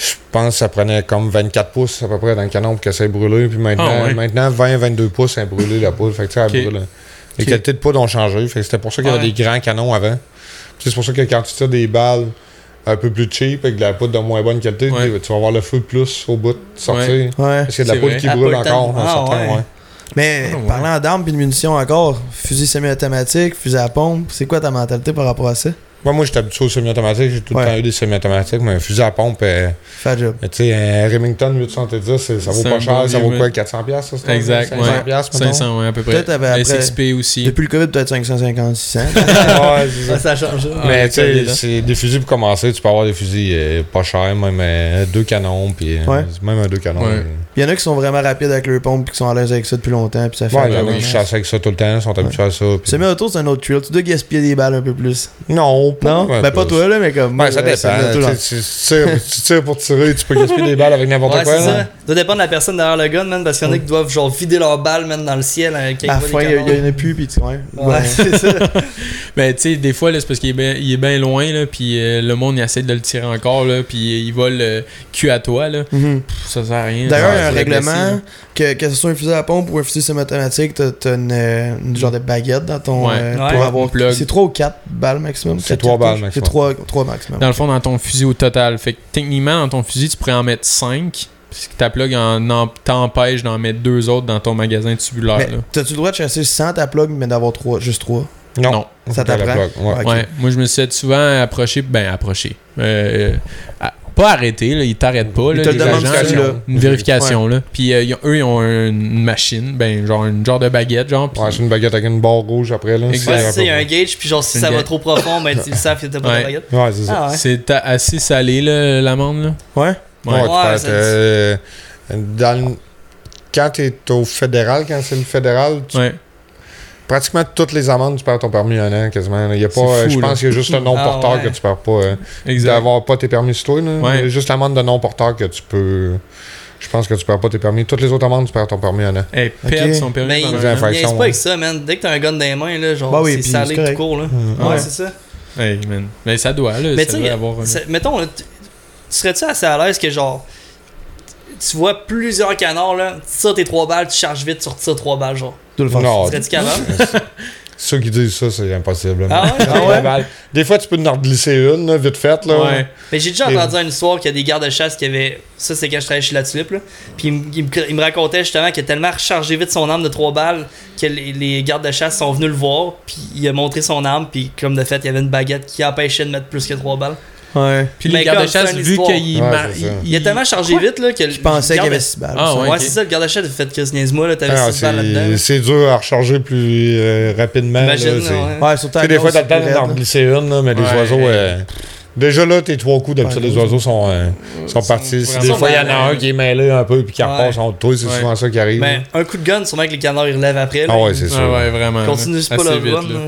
S4: je pense que ça prenait comme 24 pouces à peu près dans le canon pour que ça ait brûlé. Puis maintenant,
S3: Ah ouais.
S4: maintenant 20-22 pouces, ça a brûlé la poudre. Fait que, tu sais, elle
S3: Ok.
S4: brûle. Les
S3: Ok.
S4: qualités de poudre ont changé. Fait que c'était pour ça qu'il y avait
S1: Ouais.
S4: des grands canons avant. Puis c'est pour ça que quand tu tires des balles un peu plus cheap avec de la poudre de moins bonne qualité,
S3: Ouais.
S4: tu- tu vas voir le feu de plus au bout de sortir.
S3: Ouais.
S2: Ouais.
S4: Parce qu'il y a de
S3: C'est
S4: la poudre
S3: vrai.
S4: qui
S1: Ah,
S4: brûle
S1: pas le temps
S4: encore
S1: de-
S4: en
S1: Ah,
S4: sortant.
S1: ouais.
S4: ouais.
S2: Mais
S3: Ah ouais.
S2: parlant d'armes puis de munitions encore, fusil semi-automatique, fusil à pompe, c'est quoi ta mentalité par rapport à ça
S4: Moi, moi, j'étais habitué aux semi-automatiques. J'ai tout
S2: Ouais.
S4: le temps eu des semi-automatiques, mais un fusil à pompe. euh,
S2: Fais le job.
S4: Mais tu sais, un Remington 810, c'est- ça vaut
S3: C'est
S4: pas
S3: un
S4: cher,
S3: bon
S4: ça vaut
S3: vieux,
S4: quoi,
S3: ouais.
S4: 400$, piastres, ça, c'est
S3: Exact,
S4: 500$,
S3: ouais.
S4: piastres, mettons?
S3: 500, ouais, à peu près.
S2: Peut-être après-
S3: SXP aussi.
S2: Depuis le Covid, peut-être 550, 600.
S4: Ouais, c'est
S1: Ça, ça
S4: ça.
S1: change. là.
S3: Ah,
S4: Mais
S3: avec
S4: tu
S3: la
S4: sais,
S3: lila.
S4: c'est des fusils pour commencer, tu peux avoir des fusils euh, pas chers, même euh, deux canons, puis euh,
S2: Ouais.
S4: même un deux canons.
S3: Ouais.
S4: euh.
S2: Il y en a qui sont vraiment rapides avec leur pompe puis qui sont à l'aise avec ça depuis longtemps puis ça fait
S4: Ouais,
S2: un
S4: il y en a
S2: bonheur.
S4: qui chassent avec ça tout le temps, ils sont habitués à ça. puis-
S2: Semi-auto, c'est un autre thrill. Tu dois gaspiller des balles un peu plus.
S4: Non,
S2: Non? ben pas toi, là, mais comme.
S4: Ouais, ça
S2: euh,
S4: dépend.
S2: semi-auto,
S4: Tu
S2: genre.
S4: sais, Tu tires- tu tires pour tirer, tu peux gaspiller des balles avec n'importe
S1: Ouais,
S4: quoi.
S1: c'est
S4: là.
S1: ça. Ça dépend de la personne derrière le gun, man, parce qu'il y en a qui doivent genre vider leur balle, man, dans le ciel. hein, quand ils
S2: À la
S1: voient des
S2: fin, il y,
S1: canons.
S2: a- il y en a plus puis tu. hein. Ouais.
S1: Ouais, c'est ça.
S3: Mais tu sais, des fois, là, c'est parce qu'il est bien ben loin, là, puis euh, le monde, il essaie de le tirer encore, là, puis il vole le cul à toi, là.
S2: Mhm.
S3: Pff, ça sert à rien.
S2: D'ailleurs,
S3: Ouais,
S2: il y a un
S3: tu vas blesser,
S2: règlement, que, que ce soit un fusil à pompe ou un fusil semi-automatique, t'as, t'as une, euh, une genre de baguette dans ton.
S3: Ouais.
S2: euh,
S1: Ouais.
S2: Pour
S1: Ouais.
S2: avoir.
S3: Plug.
S2: C'est 3 ou 4 balles maximum.
S4: C'est
S2: quatre
S4: trois
S2: cartouches.
S4: balles maximum.
S2: C'est 3, 3 maximum.
S3: Dans le fond, dans ton fusil au total. Fait que techniquement, dans ton fusil, tu pourrais en mettre 5, puisque ta plug en, en- t'empêche d'en mettre deux autres dans ton magasin tubulaire,
S2: mais
S3: là.
S2: t'as-tu le droit de chasser sans ta plug, mais d'avoir trois, juste 3
S4: Non.
S3: Non.
S2: Ça
S4: Faut faire la
S2: t'apprend?
S4: plaque, ouais.
S2: Ouais. ok.
S3: Ouais, moi, je me suis fait souvent approché, ben, approché. Euh, euh, à- pas arrêté, là, ils t'arrêtent pas,
S2: Ils
S3: là,
S2: te le
S3: les
S2: demandent
S3: agents,
S2: si
S3: là.
S2: tu l'as.
S3: Une vérification, là. Puis euh, ils ont- eux, ils ont une machine, ben, genre une genre de baguette, genre. puis-
S4: Ouais, c'est une baguette avec une barre rouge après. là.
S3: Exact.
S1: Ouais,
S4: C'est
S1: c'est ça, il y a un gauge, puis genre si
S3: Une
S1: ça va
S3: guette.
S1: trop profond, ben ils le savent qu'il n'y a pas
S3: Ouais.
S1: de baguette.
S4: Ouais, c'est ça.
S1: Ah ouais.
S3: C'est ta- assez salé, là, l'amande, là.
S2: Ouais.
S4: Ouais,
S3: Ouais.
S4: tu
S1: Ouais,
S4: peux
S1: ça
S4: être, euh, dans le- quand tu es au fédéral, quand c'est le fédéral, tu-
S3: Ouais.
S4: pratiquement toutes les amendes, tu perds ton permis un an quasiment. Il y a pas,
S3: C'est
S4: euh,
S3: fou,
S4: je
S3: là.
S4: pense qu'il y a juste le
S1: Ah,
S4: non-porteur
S1: ouais.
S4: que tu perds pas. euh,
S3: Exact.
S4: D'avoir pas tes permis sur toi, là.
S3: Ouais.
S4: Il y a juste l'amende de non-porteur que tu peux. Je pense que tu perds pas tes permis. Toutes les autres amendes, tu perds ton permis un an.
S3: Hey, perdre
S2: Ok.
S3: son permis.
S1: Mais ils
S3: pendant
S4: ils
S3: un an.
S4: infectent.
S1: niaisent
S4: infraction,
S1: pas avec
S4: ouais.
S1: ça, man. Dès que t'as un gun dans les mains, là, genre
S2: Bah oui,
S1: c'est
S2: puis
S1: salé
S2: c'est
S1: tout
S2: correct.
S1: court. Là.
S4: Mm.
S1: Ouais,
S2: Ouais.
S1: c'est ça.
S3: Hey, man. Mais ça doit, là.
S1: Mais
S3: ça
S1: tu sais,
S3: doit
S1: y a-
S3: avoir un-
S1: ça- mettons, là, tu tu serais-tu assez à l'aise que genre. Tu vois plusieurs canards, là, tu tires tes trois balles, tu charges vite, tu retires trois balles, genre.
S2: Tu le fais.
S4: Non.
S1: Serais-tu capable?
S4: Ceux qui disent ça, c'est impossible. là.
S1: Ah ouais?
S4: Des balles. Des fois, tu peux en glisser une, là, vite faite. Là.
S3: Ouais.
S1: Mais j'ai déjà
S4: Et-
S1: entendu une histoire qu'il y a des gardes-chasse qui avaient. Ça, c'est quand je travaillais chez la Tulipe, là. Puis il me- il me, il me racontait justement qu'il a tellement rechargé vite son arme de trois balles que les, les gardes-chasse sont venus le voir, puis il a montré son arme, puis comme de fait, il y avait une baguette qui empêchait de mettre plus que trois balles.
S2: Ouais.
S3: Puis
S1: Mais
S3: les gardes de
S1: comme c'est
S3: chasse,
S1: une
S3: vu
S1: histoire.
S3: qu'ils.
S4: Ouais,
S3: mar-
S4: c'est ça.
S1: Il a tellement chargé vite, là, que.
S2: Je pensais qu'il y avait 6 balles.
S3: Ah,
S1: Ouais,
S3: ouais, ok.
S1: c'est ça, le garde-chasse, il fait que niaise-moi, là, t'avais
S4: Ah,
S1: 6 balles
S4: c'est
S1: là-dedans.
S4: c'est dur à recharger plus euh, rapidement. là,
S1: Imagine,
S4: c'est-
S1: ouais.
S2: Ouais, surtout
S4: Tu
S2: à
S4: sais, des fois,
S2: cause,
S4: t'as
S2: c'est
S4: le temps
S2: plus
S4: d'en
S2: raide, hein.
S4: glisser une, là, mais les
S3: Ouais.
S4: oiseaux. euh, déjà là, tes trois coups, d'habitude,
S2: Ouais.
S4: les oiseaux sont, euh, sont partis. Si des
S1: vraiment
S4: fois, il y en a
S3: malins.
S4: un qui est mêlé un peu puis qui
S1: Ouais.
S4: repasse en toi, c'est
S3: Ouais.
S4: souvent ça qui
S1: Ben,
S4: arrive.
S1: Mais un coup de gun, sûrement que les canards, ils relèvent après, là.
S4: ah ouais, c'est
S3: Ah
S4: sûr.
S3: ouais, vraiment.
S1: Continue
S3: là.
S1: pas
S3: Assez
S1: le
S3: vite,
S1: run,
S3: là.
S1: là.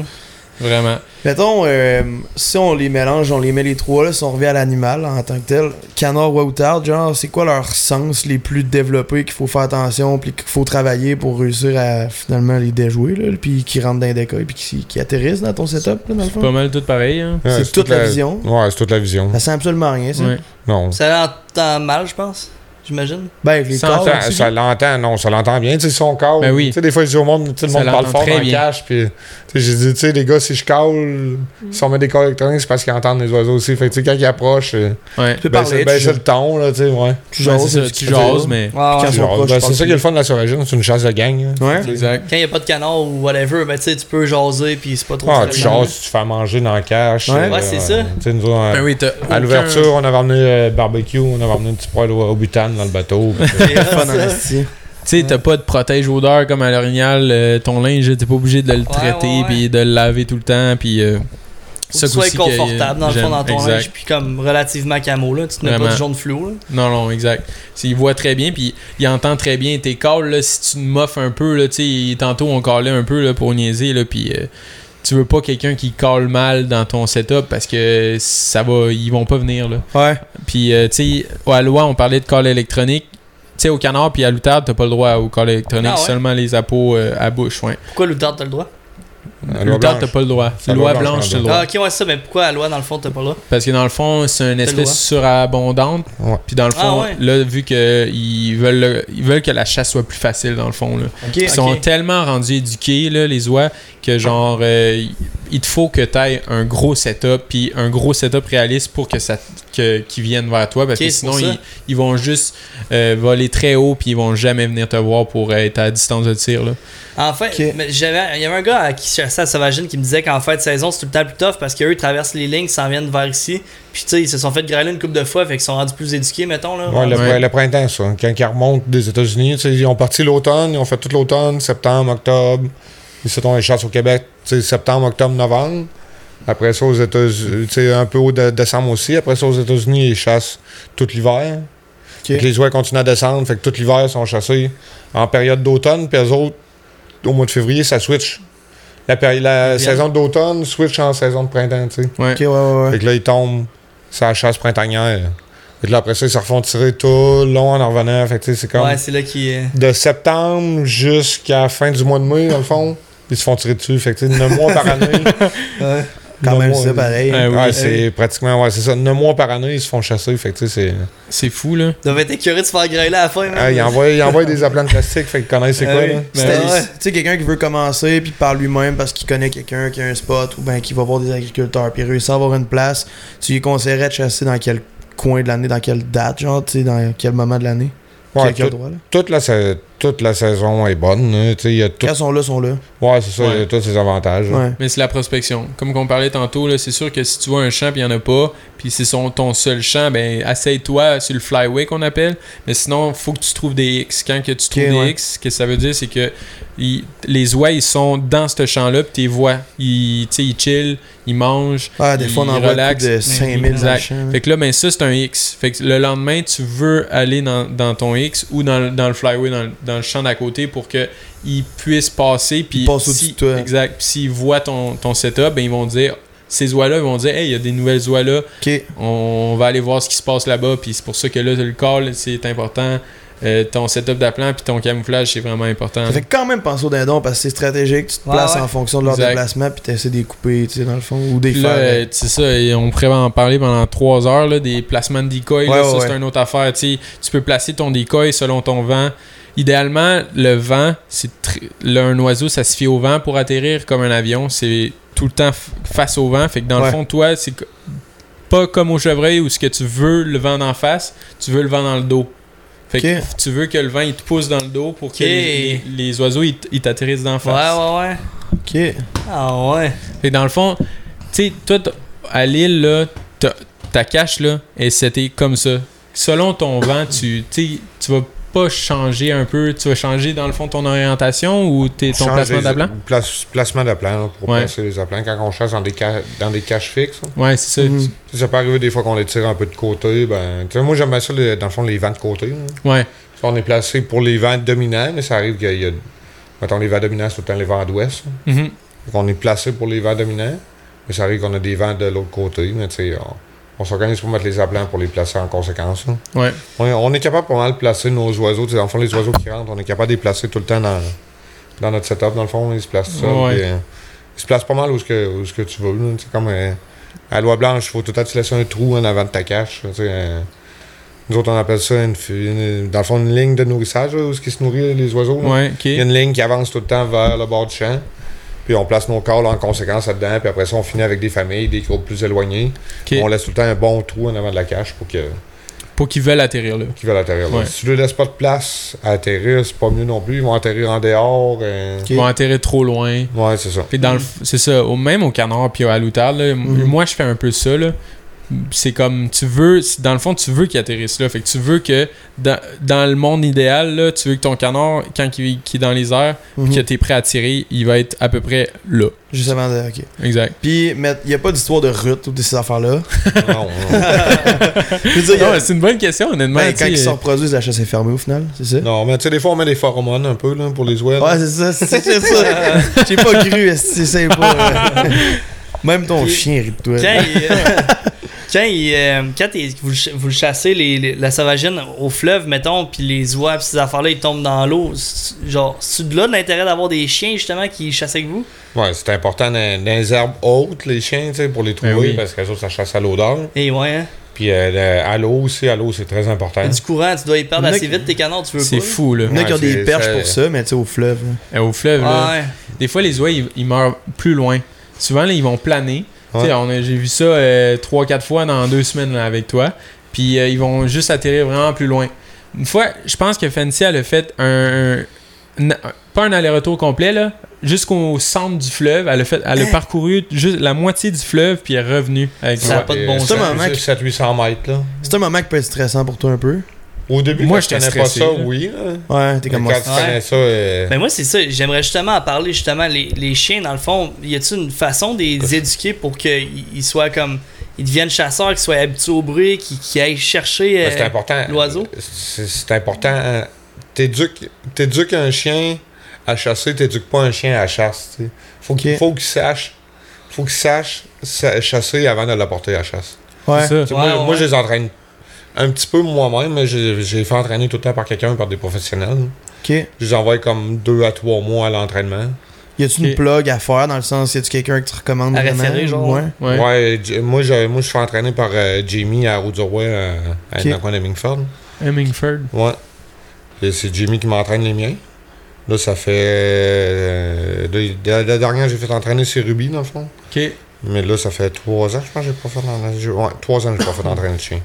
S3: Vraiment.
S2: Mettons, euh, si on les mélange, on les met les trois là, si on revient à l'animal en tant que tel, canard ou outarde, genre, c'est quoi leurs sens les plus développés qu'il faut faire attention, puis qu'il faut travailler pour réussir à finalement les déjouer, là, puis qui rentrent dans les décoils, puis qui, qui atterrissent dans ton setup, là, dans le
S3: C'est
S2: fond?
S3: pas mal tout pareil. Hein.
S4: Ouais,
S2: C'est toute la vision.
S4: Ouais, c'est toute la vision.
S2: Ça sent absolument rien, ça.
S3: Ouais.
S4: Non.
S1: Ça l'entend mal, je pense. J'imagine.
S2: Ben, les
S3: Ça
S2: corps,
S3: entend-
S2: là,
S4: Ça,
S3: aussi.
S4: ça l'entend, non, ça l'entend bien, tu sais, son corps.
S3: Ben oui.
S4: Tu sais, des fois, je dis au monde, tout le
S3: Ça
S4: monde parle
S3: l'entend
S4: fort
S3: très
S4: en
S3: bien.
S4: cache, puis tu sais, j'ai dit, tu sais, les gars, si je
S2: Mm.
S4: cale, si on met des cordes électroniques, c'est parce qu'ils entendent les oiseaux aussi. Fait que, tu sais, quand ils approchent, euh,
S3: Ouais.
S2: tu peux
S4: ben,
S2: parler,
S4: c'est
S2: tu
S4: ben, c'est
S2: jases,
S4: le ton, là, tu sais, ouais.
S2: tu
S3: Ouais,
S2: jases,
S3: c'est ça,
S2: tu
S3: tu
S2: creuses.
S3: jases, mais.
S1: Ah, Ouais, ouais.
S2: Quand- Ils sont
S4: Genre,
S2: proches,
S4: ben,
S2: je
S4: c'est
S2: pense
S4: ça qui est le fun de la sauvagine, c'est une chasse de gang. là.
S2: Ouais.
S3: Exact.
S1: Quand il n'y a pas de canard ou whatever, ben, tu sais, tu peux jaser puis c'est pas trop.
S4: Ah,
S1: stressant.
S4: tu jases, tu te fais manger dans la cache. euh,
S2: Ouais.
S1: Ouais, c'est ça.
S4: Tu sais, nous autres,
S3: Ben oui, t'as.
S4: à l'ouverture, on avait emmené euh, barbecue, on avait emmené un petit poêle au, au butane dans le bateau. puis, euh,
S1: C'est hein. hot,
S2: Fun en
S1: ça.
S2: esti.
S3: Tu sais, t'as pas de protège odeur comme à l'orignal. euh, ton linge, t'es pas obligé de le traiter
S1: ouais, ouais.
S3: puis de le laver tout le temps. Puis. euh,
S1: Faut
S3: ça
S1: que tu sois
S3: aussi que, euh,
S1: confortable dans le fond
S3: j'aime.
S1: dans ton
S3: Exact.
S1: linge, puis comme relativement camo, là. Tu te mets pas
S3: Vraiment.
S1: du jaune fluo, là.
S3: Non, non, exact. C'est- Il voit très bien, puis il entend très bien tes calls. Là, si tu moffes un peu, là, tu sais, il- tantôt on callait un peu là, pour niaiser, là, puis euh, tu veux pas quelqu'un qui call mal dans ton setup parce que ça va, ils vont pas venir. Là.
S2: Ouais.
S3: Puis, euh, tu sais, à Loi, on parlait de call électronique. Tu sais, au canard puis à l'outarde, t'as pas le droit au call électronique,
S1: Ah ouais?
S3: seulement les appos euh, à bouche. Ouais.
S1: Pourquoi l'outarde t'as le droit
S4: à l'eau
S3: L'outarde, t'as
S4: blanche.
S3: pas le droit.
S4: C'est la
S3: Loi
S4: loi blanche,
S3: blanche, t'as le
S4: madame.
S3: droit.
S1: Ah, ok, ouais, c'est ça, mais pourquoi à loi, dans le fond, t'as pas le droit
S3: Parce que dans le fond, c'est une
S1: le
S3: espèce surabondante.
S4: Ouais.
S3: Puis dans le
S1: Ah
S3: fond,
S1: ouais.
S3: là, vu qu'ils veulent, le- ils veulent que la chasse soit plus facile, dans le fond. Là.
S2: Ok.
S3: Ils sont
S1: Ok.
S3: tellement rendus éduqués, là, les oies, que genre, euh, il- il te faut que tu aies un gros setup, puis un gros setup réaliste pour que ça que, qu'ils viennent vers toi, parce
S1: Ok,
S3: que
S1: c'est
S3: sinon,
S1: pour ça.
S3: ils, ils vont juste euh, voler très haut, puis ils vont jamais venir te voir pour être à distance de tir. Là.
S1: En fait,
S2: Ok.
S1: mais j'avais, il y avait un gars à qui chassait à Sauvagine qui me disait qu'en fin de saison, c'est tout le temps plus tough parce qu'eux, ils traversent les lignes, ils s'en viennent vers ici. Puis, tu sais, ils se sont fait grêler une couple de fois, fait qu'ils sont rendus plus éduqués, mettons, là.
S4: Ouais, le,
S3: Ouais.
S4: le printemps, ça. hein. Quand ils remontent des États-Unis, tu sais, ils ont parti l'automne, ils ont fait tout l'automne, septembre, octobre. Ils se sont les chasses au Québec, tu sais, septembre, octobre, novembre. Après ça, aux États-Unis, tu sais, un peu au de- décembre aussi. Après ça, aux États-Unis, ils chassent tout l'hiver. Fait que Les oies continuent à descendre, fait que tout l'hiver, ils sont chassés en période d'automne, puis eux autres, au mois de février, ça switch. La, péri- la
S1: Ils viennent.
S4: saison d'automne switch en saison de printemps, tu sais.
S3: Ouais.
S2: Ok, ouais, ouais, ouais.
S4: Fait que là, ils tombent sur la chasse printanière. Fait que là, après ça, ils se refont tirer tout le long en en revenant. Fait que, tu sais, c'est comme
S1: Ouais, c'est là qui. euh,
S4: de septembre jusqu'à la fin du mois de mai, dans le fond. Ils se font tirer dessus. Fait que, tu sais, 9 mois par année.
S2: Ouais. Quand
S4: Non,
S2: même,
S4: moi,
S2: c'est pareil.
S3: Ah oui.
S4: ouais, c'est pratiquement, ouais, c'est ça. 9 mois par année, ils se font chasser. Fait que, tu sais, c'est.
S3: C'est fou, là.
S1: Ils doivent être écœurés de se faire grêler à la fin,
S4: Ah,
S1: man.
S4: ils, envoient, ils envoient des aplats de plastique. Fait qu'ils connaissent c'est
S1: Ah
S4: quoi,
S1: oui.
S4: là.
S2: C'était-
S1: Ben ouais.
S2: Tu sais, quelqu'un qui veut commencer puis par lui-même parce qu'il connaît quelqu'un qui a un spot ou ben qui va voir des agriculteurs puis réussir à avoir une place, tu lui conseillerais de chasser dans quel coin de l'année, dans quelle date, genre, tu sais, dans quel moment de l'année.
S4: Ouais,
S2: Quel- quel
S4: tout-
S2: droit, là.
S4: toute, la, sa- toute la saison est bonne. hein. Tu sais, il y a tout.
S2: Quand ils sont là, ils sont là.
S4: Ouais, c'est ça. Il y a
S3: Ouais.
S4: tous ses avantages. là.
S2: Ouais.
S3: Mais c'est la prospection. Comme qu'on parlait tantôt, là, c'est sûr que si tu vois un champ, puis il n'y en a pas, puis c'est son, ton seul champ, ben asseye-toi sur le flyway qu'on appelle. Mais sinon, faut que tu trouves des X. Quand que tu trouves des
S2: ouais.
S3: X, ce que ça veut dire, c'est que ils- les oies, ils sont dans ce champ-là, puis tu les vois. Ils, tu sais, ils chillent, ils mangent.
S2: Ah, des fois, on
S3: Il
S2: envoie le
S3: relaxe.
S2: coup de 5000 dans le
S3: Exact.
S2: champ, là.
S3: Fait que là, ben ça, c'est un X. Fait que le lendemain, tu veux aller dans, dans ton X ou dans, le- dans le flyway, dans, le- dans le champ d'à côté pour que ils puissent passer. Puis
S2: Ils passent au-dessus
S3: si-
S2: de toi.
S3: Exact. Puis s'ils voient ton, ton setup, ben ils vont dire ces oies-là, ils vont dire Hey, il y a des nouvelles oies-là,
S2: Ok.
S3: on va aller voir ce qui se passe là-bas. Puis c'est pour ça que là, le call, c'est important. Euh, ton setup d'appelant puis ton camouflage, c'est vraiment important.
S2: Ça fait quand même penser aux dindons parce que c'est stratégique, tu te
S1: Ouais,
S2: places
S1: ouais.
S2: en fonction de leur
S3: Exact.
S2: déplacement puis t'essaies de les couper, tu sais, dans le fond, ou des
S3: Puis là,
S2: faire.
S3: euh, c'est ça, et on pourrait en parler pendant trois heures, là, des placements de decoy. là,
S2: Ouais,
S3: ça,
S2: ouais,
S3: c'est
S2: ouais.
S3: une autre affaire. tu sais. tu peux placer ton decoy selon ton vent. Idéalement, le vent, c'est tr- là, un oiseau, ça se fie au vent pour atterrir comme un avion. C'est tout le temps f- face au vent. Fait que dans
S2: Ouais.
S3: le fond, toi, c'est co- pas comme au chevreuil où ce que tu veux le vent d'en face, tu veux le vent dans le dos. Fait
S2: Ok.
S3: que tu veux que le vent il te pousse dans le dos pour que
S1: Ok.
S3: les, les- les oiseaux ils t- ils t'atterrissent d'en
S1: Ouais,
S3: face.
S1: ouais, ouais.
S2: Ok.
S1: Ah, ouais.
S3: Fait que dans le fond, tu sais, toi, t- à l'île, là, t'as- ta cache, là, et c'était comme ça. Selon ton vent, tu, tu sais, tu vas pas changer un peu, tu vas changer dans le fond ton orientation ou t'es, ton
S4: Change
S3: placement
S4: les-
S3: d'appelant?
S4: place- placement d'appelant là, pour
S3: Ouais.
S4: placer les appelants quand on chasse dans des, ca- dans des caches fixes. là.
S3: Ouais, c'est ça.
S2: Mhm.
S4: Tu sais, Ça peut arriver des fois qu'on les tire un peu de côté. Ben, tu sais, moi, j'aime bien ça, les- dans le fond, les vents de côté. là.
S3: Ouais,
S4: Ça, On est placé pour les vents dominants, mais ça arrive qu'il y a. Mettons, les vents dominants, c'est tout le temps les vents d'ouest. là.
S3: Mhm.
S4: Fait Fait qu'on est placé pour les vents dominants. Mais ça arrive qu'on a des vents de l'autre côté. Mais tu sais, on, on s'organise pour mettre les aplats pour les placer en conséquence. hein. là.
S3: Ouais.
S4: On est, on est capable pas mal de placer nos oiseaux. Tu sais, Dans le fond, les oiseaux qui rentrent, on est capable de les placer tout le temps dans, dans notre setup. Dans le fond, ils se placent tout seuls,
S3: Ouais.
S4: puis, euh, ils se placent pas mal où ce que, où ce que tu veux. là. Tu sais, comme euh, à Loi Blanche, il faut tout le temps que tu laisses un trou en avant de ta cache. tu sais, euh, nous autres, on appelle ça, une, fu- une- dans le fond, une ligne de nourrissage là, où ce qui se nourrit les oiseaux. là.
S3: Ouais,
S4: Il y a
S3: ok.
S4: une ligne qui avance tout le temps vers le bord du champ. Puis on place nos corps là, en conséquence là-dedans. Puis après ça, on finit avec des familles, des groupes plus éloignés.
S3: Ok.
S4: On laisse tout le temps un bon trou en avant de la cache pour que
S3: Pour qu'ils veulent atterrir là.
S4: qui veulent atterrir. là.
S3: Ouais.
S4: Si tu ne laisses pas de place à atterrir, c'est pas mieux non plus. Ils vont atterrir en dehors. euh,
S2: Ok.
S3: Ils vont atterrir trop loin.
S4: Ouais, c'est ça.
S3: Puis dans le
S2: Mm.
S3: f- c'est ça, au, même au canard puis à l'outarde, là, m-
S2: Mhm.
S3: moi je fais un peu ça là. C'est comme tu veux, c'est- dans le fond tu veux qu'il atterrisse là, fait que tu veux que dans, dans le monde idéal là, tu veux que ton canard quand il, qu'il est dans les airs, puis
S2: Mhm.
S3: que t'es prêt à tirer, il va être à peu près là.
S2: Juste avant de. Ok.
S3: Exact.
S2: Puis, mais il n'y a pas d'histoire de route, toutes ces affaires-là.
S4: non, non.
S2: Je veux dire, y a-
S3: Non, mais c'est une bonne question honnêtement.
S2: ben,
S3: tu
S2: quand
S3: sais,
S2: ils se
S3: euh,
S2: reproduisent, la chasse est fermée au final, c'est ça?
S4: Non, mais tu sais, des fois, on met des phéromones un peu là, pour les oies.
S2: Ouais, c'est ça, c'est c'est ça. J'ai pas cru, esti, c'est pas. Même ton
S1: Puis-
S2: chien rit de toi.
S1: Quand, il, euh, quand, il, euh, quand il- vous, le ch- vous le chassez, les- les- la sauvagine au fleuve, mettons, puis les oies, pis ces affaires-là, ils tombent dans l'eau. c'est- Genre, c'est de là l'intérêt d'avoir des chiens, justement, qui chassent avec vous
S4: Ouais, c'est important dans, dans les herbes hautes, les chiens, tu sais, pour les trouver,
S3: Ben oui.
S4: parce qu'elles autres, ça chasse à l'odeur.
S1: Et ouais, hein.
S4: Puis euh, le- à l'eau aussi, à l'eau, c'est très important.
S1: T'as du courant, tu dois y perdre
S2: Mec-
S1: assez vite tes canards, tu veux
S3: c'est
S1: pas.
S3: fou là.
S2: Il y en a qui ont
S4: Ouais,
S2: des
S4: c'est-
S2: perches
S4: c'est-
S2: pour ça, mais tu sais, au fleuve. là.
S3: Euh, Au fleuve là.
S1: Ah ouais.
S3: Des fois, les oies, ils, ils meurent plus loin. Souvent, là, ils vont planer. Tu sais,
S4: Ouais.
S3: on a- J'ai vu ça 3-4 fois dans deux semaines là, avec toi. Puis euh, ils vont juste atterrir vraiment plus loin. Une fois, je pense que Fancy, elle a fait un. un- un- pas un aller-retour complet, là. Jusqu'au centre du fleuve. Elle a, fait, elle a parcouru juste la moitié du fleuve, puis elle est revenue avec
S1: Ça
S3: moi.
S1: a pas de bon
S2: sens. C'est un moment qui-
S4: 700-800 mètres, là.
S2: C'est un moment qui peut être stressant pour toi un peu.
S4: Au début,
S3: Moi,
S4: quand tu
S3: j'étais
S4: connais pas
S3: stressé,
S4: ça,
S3: là.
S4: oui. là.
S2: Ouais, t'es
S4: Mais Quand
S2: comme
S4: tu
S1: Ouais.
S4: connais ça, euh,
S1: Ben moi, c'est ça. J'aimerais justement en parler, justement, les, les chiens, dans le fond, y a-t-il une façon de les éduquer pour qu'ils soient comme. Ils deviennent chasseurs, qu'ils soient habitués au bruit, qu'ils qu'ils aillent chercher.
S4: Ben, c'est
S1: euh,
S4: important.
S1: l'oiseau?
S4: C'est c'est important. hein. T'éduques t'éduques un chien à chasser, t'éduques pas un chien à la chasse. tu sais. Faut qu'il
S2: Ok.
S4: faut qu'il sache. Faut qu'il sache sa- chasser avant de l'apporter à la chasse.
S2: Ouais.
S3: C'est ça.
S4: Tu sais,
S1: Ouais,
S4: moi,
S1: ouais.
S4: moi, je les entraîne un petit peu moi-même, mais j'ai j'ai fait entraîner tout le temps par quelqu'un, par des professionnels.
S2: Ok.
S4: Je les envoie comme deux à trois mois à l'entraînement.
S2: Y a-tu
S3: Ok.
S2: une plug à faire dans le sens, y a-tu quelqu'un que tu recommandes
S1: À
S2: vraiment?
S1: référer, genre?
S2: Ouais.
S3: Ouais.
S4: Ouais, j- moi, je, moi, je suis entraîné par euh, Jamie à Roudouroy, euh, à
S2: Ok.
S4: Naquan Hemingford.
S3: Hemingford.
S4: Ouais. Et c'est Jimmy qui m'entraîne les miens. Là, ça fait. euh, de- de- la dernière, j'ai fait entraîner, c'est Ruby, dans le fond.
S3: Ok.
S4: Mais là, ça fait trois ans, je pense, que j'ai pas fait d'entraîner. Ouais, trois ans, que j'ai pas fait d'entraîner de chien.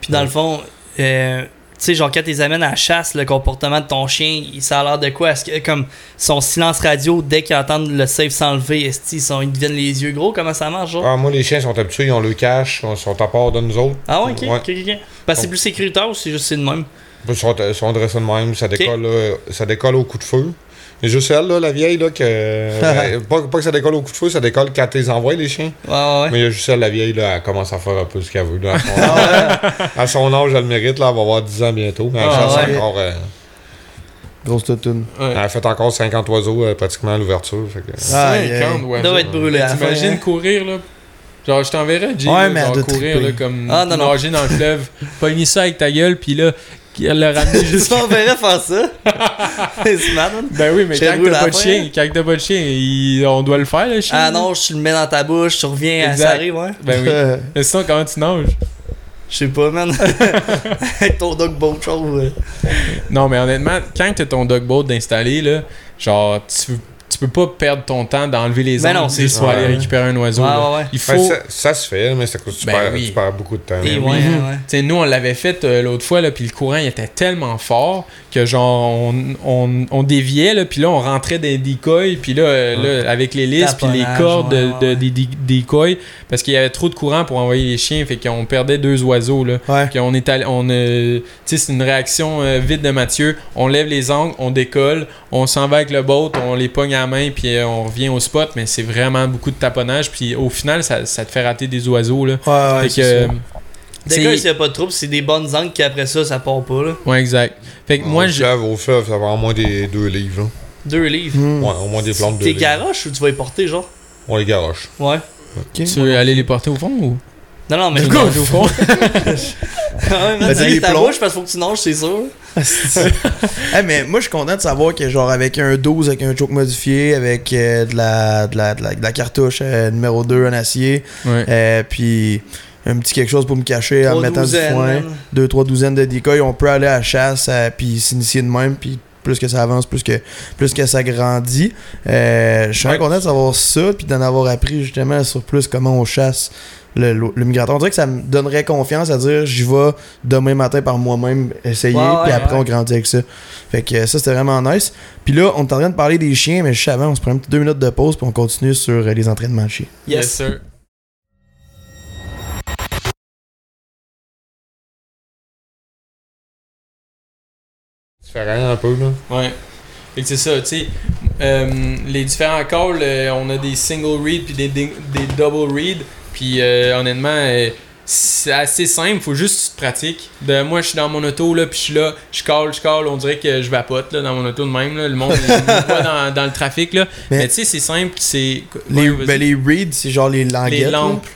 S1: Puis dans le fond, euh, tu sais, genre quand tu les amènes à la chasse, le comportement de ton chien, il- ça a l'air de quoi? Est-ce que comme son silence radio, dès qu'ils entendent le safe s'enlever, est-ce qu'ils sont- ils deviennent les yeux gros? Comment ça marche, genre?
S4: Ah, moi, les chiens sont habitués, ils ont le cache, ils sont à part de nous autres.
S1: Ah ouais, ok,
S4: Ouais.
S1: ok, ok, ok. Parce que c'est plus sécuritaire ou c'est juste c'est de même?
S4: Ils sont, ils sont dressés de même, ça décolle, euh, ça décolle au coup de feu. Et juste elle, là, la vieille, là, que. euh, pas, pas que ça décolle au coup de feu, ça décolle quand tu les envoies, les chiens.
S1: Ouais, ouais, ouais.
S4: Mais il y a juste elle, la vieille, là, elle commence à faire un peu ce qu'elle veut. Là, à, son âge, à son âge, elle le mérite, là, elle va avoir 10 ans bientôt. Mais elle,
S1: Ah,
S4: chasse
S2: ouais.
S4: encore, euh,
S2: Grosse toutoune.
S4: elle a fait encore 50 oiseaux euh, pratiquement à l'ouverture. fait que-
S2: Ah,
S3: Cinquante
S2: yeah.
S3: oiseaux.
S1: doit être brûlé à la fin. hein.
S3: T'imagines courir là Genre, je t'enverrais, Jay,
S2: Ouais,
S3: là,
S2: mais elle
S3: genre,
S2: doit
S3: courir
S2: triper.
S3: là, comme
S1: Ah, non, non.
S3: nager dans le fleuve, pogner ça avec ta gueule, puis là, le ramener
S1: Je
S3: juste.
S1: on verrait faire ça. c'est hein? mad, man.
S3: Ben oui, mais
S1: Je te
S3: quand
S1: roule
S3: t'as
S1: à
S3: pas
S1: la
S3: de
S1: fin,
S3: chien,
S1: là.
S3: quand t'as pas de chien, il- on doit le faire, le chien.
S1: Ah
S3: là.
S1: non, je le mets dans ta bouche, tu reviens,
S3: Exact.
S1: ça arrive, ouais.
S3: Ben oui.
S2: Euh,
S3: Mais sinon, comment tu nages
S1: Je sais pas, man. Avec ton dog beau chose.
S3: Non, mais honnêtement, quand t'as ton dog boat d'installer, là, genre, tu, tu peux pas perdre ton temps d'enlever les
S1: Ben
S3: angles
S1: non, c'est
S3: juste pour
S1: sûr.
S3: aller récupérer un oiseau.
S1: Ouais,
S3: là.
S1: ouais, ouais.
S3: Il
S4: Fait que
S3: faut.
S4: ça, ça se fait, mais ça coûte tu
S3: Ben
S4: perds-
S3: oui.
S4: tu perds beaucoup de temps.
S1: Et
S4: mais
S1: ouais,
S3: oui.
S1: ouais.
S3: Tu sais, nous, on l'avait fait euh, l'autre fois, là, puis le courant il était tellement fort que, genre, on, on, on déviait, là, puis là, on rentrait des decoys, puis là, euh, là, avec les listes, puis les
S1: Taponnage,
S3: cordes de-
S1: ouais, ouais,
S3: de- des des decoys, parce qu'il y avait trop de courant pour envoyer les chiens, fait qu'on perdait deux oiseaux, là.
S2: Ouais.
S3: Puis on est allé- on, euh, tu sais, c'est une réaction euh, vite de Mathieu. On lève les angles, on décolle, on s'en va avec le boat, on les pogne à la main, puis euh, on revient au spot. Mais c'est vraiment beaucoup de taponnage. Puis au final, ça, ça te fait rater des oiseaux. Là.
S2: Ouais, ouais.
S3: Fait que,
S2: c'est
S3: euh,
S1: Dès
S3: c'est-
S1: que s'il y a pas de trouble, c'est des bonnes angles qui après ça, ça part pas, là.
S3: ouais, exact. Fait que moi,
S4: Moi, je
S3: je-
S4: lève au fleuve, ça va en moins des deux livres. là.
S1: Deux livres.
S2: Hmm.
S3: Hum.
S4: Ouais, au moins des plantes de
S1: T'es
S4: lait.
S1: garoche ou tu vas y porter, genre
S4: On les garoche.
S1: Ouais.
S2: Ok.
S3: Tu veux aller les porter au fond ou
S1: Non, non, mais.
S3: Tu veux
S1: Ouais,
S3: manger au fond
S1: Ah man,
S2: Vas-y,
S1: t'as
S2: les
S1: ta
S2: plombs.
S1: bouche parce qu'il faut que tu nages, c'est sûr.
S2: Eh, mais moi, je suis content de savoir que, genre, avec un 12, avec un choke modifié, avec euh, de, la, de, la, de, la, de la cartouche euh, numéro 2 en acier,
S3: Ouais.
S2: euh, puis un petit quelque chose pour me cacher en
S1: Trois
S2: mettant du
S1: douzaines, hein.
S2: foin,
S1: man.
S2: deux, trois douzaines de decoys, on peut aller à la chasse, euh, puis s'initier de même, puis plus que ça avance, plus que, plus que ça grandit. Euh, je suis
S4: Ouais.
S2: vraiment content de savoir ça, puis d'en avoir appris justement sur plus comment on chasse le, le, le migrateur. On dirait que ça me donnerait confiance à dire j'y vais demain matin par moi-même essayer,
S1: Ouais, ouais,
S2: puis après
S1: ouais.
S2: on grandit avec ça. Fait que euh, ça, c'était vraiment nice. Puis là, on est en train de parler des chiens, mais juste avant, on se prend une petite deux minutes de pause, puis on continue sur euh, les entraînements de chiens.
S3: Yes, sir.
S4: Différent un peu, là.
S3: Ouais. Fait que c'est ça, tu sais. euh, les différents calls, euh, on a des single read puis des, ding- des double read. Puis euh, honnêtement, euh, c'est assez simple, faut juste que tu te pratiques. De, moi, je suis dans mon auto, là, puis je suis là, je call, je call, on dirait que je vapote là, dans mon auto de même. Là. Le monde il me voit dans, dans le trafic. Là.
S2: Mais-
S3: Mais, tu sais, c'est simple, c'est.
S2: Les,
S3: Ouais, vas-y.
S2: ben, les reeds, c'est genre les languettes.
S3: les
S2: là.
S3: lampes.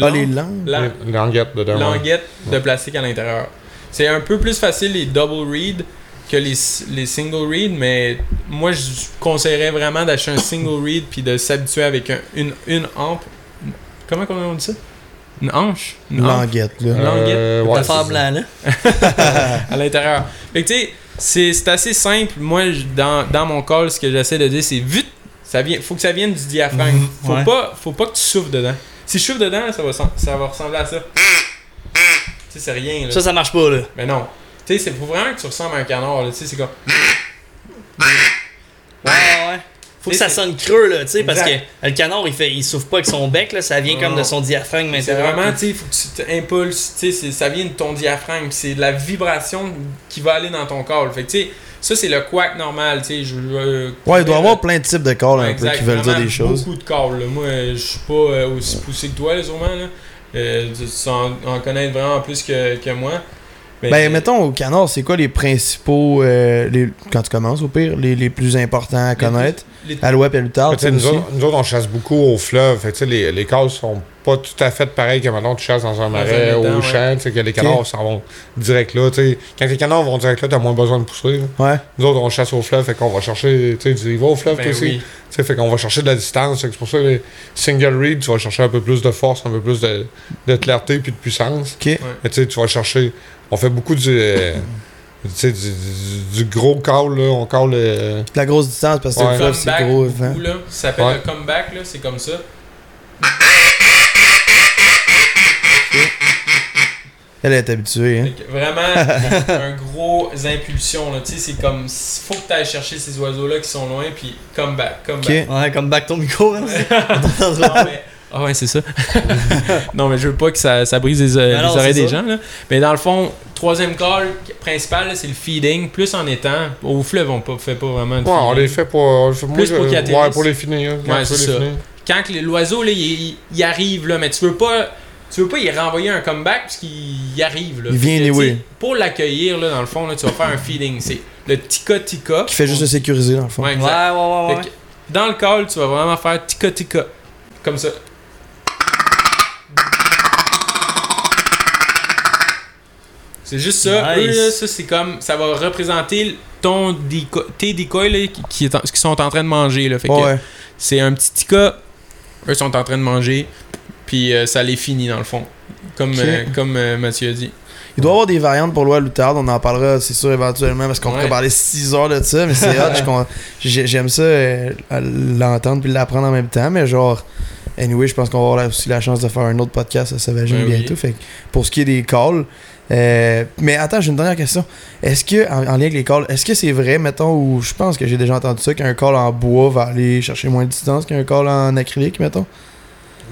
S2: Ah, les
S3: Lampes.
S2: langues.
S3: Lampes.
S4: Une Languette dedans. ouais.
S3: languette de plastique à l'intérieur. C'est un peu plus facile les double read que les, les single read, mais moi je conseillerais vraiment d'acheter un single read puis de s'habituer avec un- une, une hampe. Comment on dit ça Une hanche Une hampe
S2: Languette, là.
S3: Une languette.
S4: Euh, ouais,
S1: T'as
S4: c'est ça.
S1: faire blanc, là.
S3: à l'intérieur. Fait que tu sais, c'est- c'est assez simple. Moi, je- dans, dans mon call, ce que j'essaie de dire, c'est vite, ça vient, faut que ça vienne du diaphragme.
S1: Mhm,
S3: Faut,
S1: ouais.
S3: pas, faut pas que tu souffles dedans. Si je souffle dedans, ça va, sen- ça va ressembler à ça. Tu sais, c'est rien. Là.
S1: Ça, ça marche pas, là.
S3: Mais non. Tu sais, c'est faut vraiment que tu ressembles à un canard. là. Tu sais, c'est comme.
S1: Ouais, ouais, ouais. Faut que
S3: T'sais,
S1: ça sonne creux, là, tu sais, parce que
S3: Exact.
S1: le canard, il, fait, il souffle pas avec son bec, là, ça vient
S3: Non,
S1: comme
S3: non.
S1: de son diaphragme
S3: C'est
S1: intérieur.
S3: vraiment, tu sais, faut que tu t'impulses. Tu sais, c'est- ça vient de ton diaphragme. C'est de la vibration qui va aller dans ton corps. Fait que, tu sais, ça, c'est le quack normal. Tu sais, je. je-
S2: Ouais, il doit y avoir plein de types de calls un peu
S3: Exact,
S2: qui veulent dire
S3: vraiment
S2: des choses.
S3: Beaucoup de calls. là. Moi, euh, je suis pas euh, aussi poussé que toi, là, sûrement. Là. Euh, tu tu en, en connais vraiment plus que, que moi. Mais-
S2: Ben, mettons, au canard, c'est quoi les principaux, euh, les, quand tu commences au pire, les, les plus importants à connaître
S3: les-
S2: À l'ouest et à l'utard,
S4: Fait que, Ah, tu sais, nous,
S2: aussi.
S4: autres, nous autres, on chasse beaucoup au fleuve. Fait que, tu sais, les, les cases sont pas tout à fait pareilles que maintenant tu chasses dans un marais
S3: un
S4: ou
S3: étang,
S4: au
S3: ouais.
S4: champ. tu sais, que les canards s'en vont direct là. tu sais. Quand les canards vont direct là, t'as moins besoin de pousser. là.
S2: Ouais.
S4: Nous autres, on chasse au fleuve. Fait qu'on va chercher. Tu sais, tu y vas au fleuve,
S3: ben
S4: toi aussi.
S3: oui.
S4: Tu sais, fait qu'on va chercher de la distance. Fait que C'est pour ça que les single read, tu vas chercher un peu plus de force, un peu plus de, de clarté puis de puissance.
S2: Ok.
S4: Mais tu sais, tu vas chercher. On fait beaucoup du. euh, tu sais, du, du- du gros call, là. On call. euh,
S2: La grosse distance, parce que
S4: Ouais.
S2: le fleuve, c'est
S3: Comeback,
S2: gros. hein.
S3: beaucoup, là. Ça s'appelle
S4: Ouais.
S3: le comeback, là, c'est comme ça.
S2: Elle est habituée, hein.
S3: Fait que Vraiment, un gros impulsion. Là. Tu sais, c'est comme, faut que tu ailles chercher ces oiseaux-là qui sont loin, puis come back, come
S2: Ok.
S3: back.
S1: Ouais, comme back ton micro, hein.
S3: Non, mais- Ah ouais, c'est ça. non, mais je veux pas que ça, ça brise les, euh,
S1: Ben non,
S3: les oreilles
S1: c'est
S3: des
S1: ça.
S3: gens. Là. Mais dans le fond, troisième call principal, là, c'est le feeding, plus en étant. Au fleuve, on pas- fait pas vraiment de
S4: Ouais, on
S3: feeding.
S4: les fait pour. on les fait- moi,
S3: Plus
S4: je-
S3: pour qu'ils
S4: Ouais,
S3: atterrissent.
S4: pour les finir. hein.
S3: Ouais,
S4: tu veux
S3: c'est
S4: les
S3: ça.
S4: finir.
S3: Quand que les- l'oiseau, là, il, il- il arrive, là, mais tu veux pas. Tu veux pas y renvoyer un comeback parce qu'il y arrive. Là.
S2: Il vient
S3: Fait que,
S2: anyway.
S3: tu sais, Pour l'accueillir, là, dans le fond, là, tu vas faire un feeding. C'est le tika-tika.
S2: Qui fait juste le sécuriser, dans le fond.
S3: Ouais,
S1: Ouais, ouais,
S3: exact.
S1: ouais, ouais.
S3: Fait que dans le call, tu vas vraiment faire tika tika. Comme ça. C'est juste ça.
S1: Nice.
S3: Eux, là, ça, c'est comme. Ça va représenter ton deco- tes decoys là, qui, qui est en- qui sont en train de manger. Là. Fait que
S2: Ouais.
S3: C'est un petit tika. Eux sont en train de manger. Puis euh, ça les finit dans le fond. Comme,
S2: Ok.
S3: euh, comme euh, Mathieu a dit.
S2: Il doit y avoir des variantes pour l'Oie Loutarde, on en parlera, c'est sûr, éventuellement, parce qu'on
S3: Ouais.
S2: pourrait parler 6 heures de ça, mais c'est hot. je con- j'ai- J'aime ça, euh, l'entendre puis l'apprendre en même temps, mais genre, anyway, je pense qu'on va avoir aussi la chance de faire un autre podcast à Savagine
S3: Ben oui.
S2: bientôt. Fait que pour ce qui est des calls, euh, mais attends, j'ai une dernière question. Est-ce que, en, en lien avec les calls, est-ce que c'est vrai, mettons, ou je pense que j'ai déjà entendu ça, qu'un call en bois va aller chercher moins de distance qu'un call en acrylique, mettons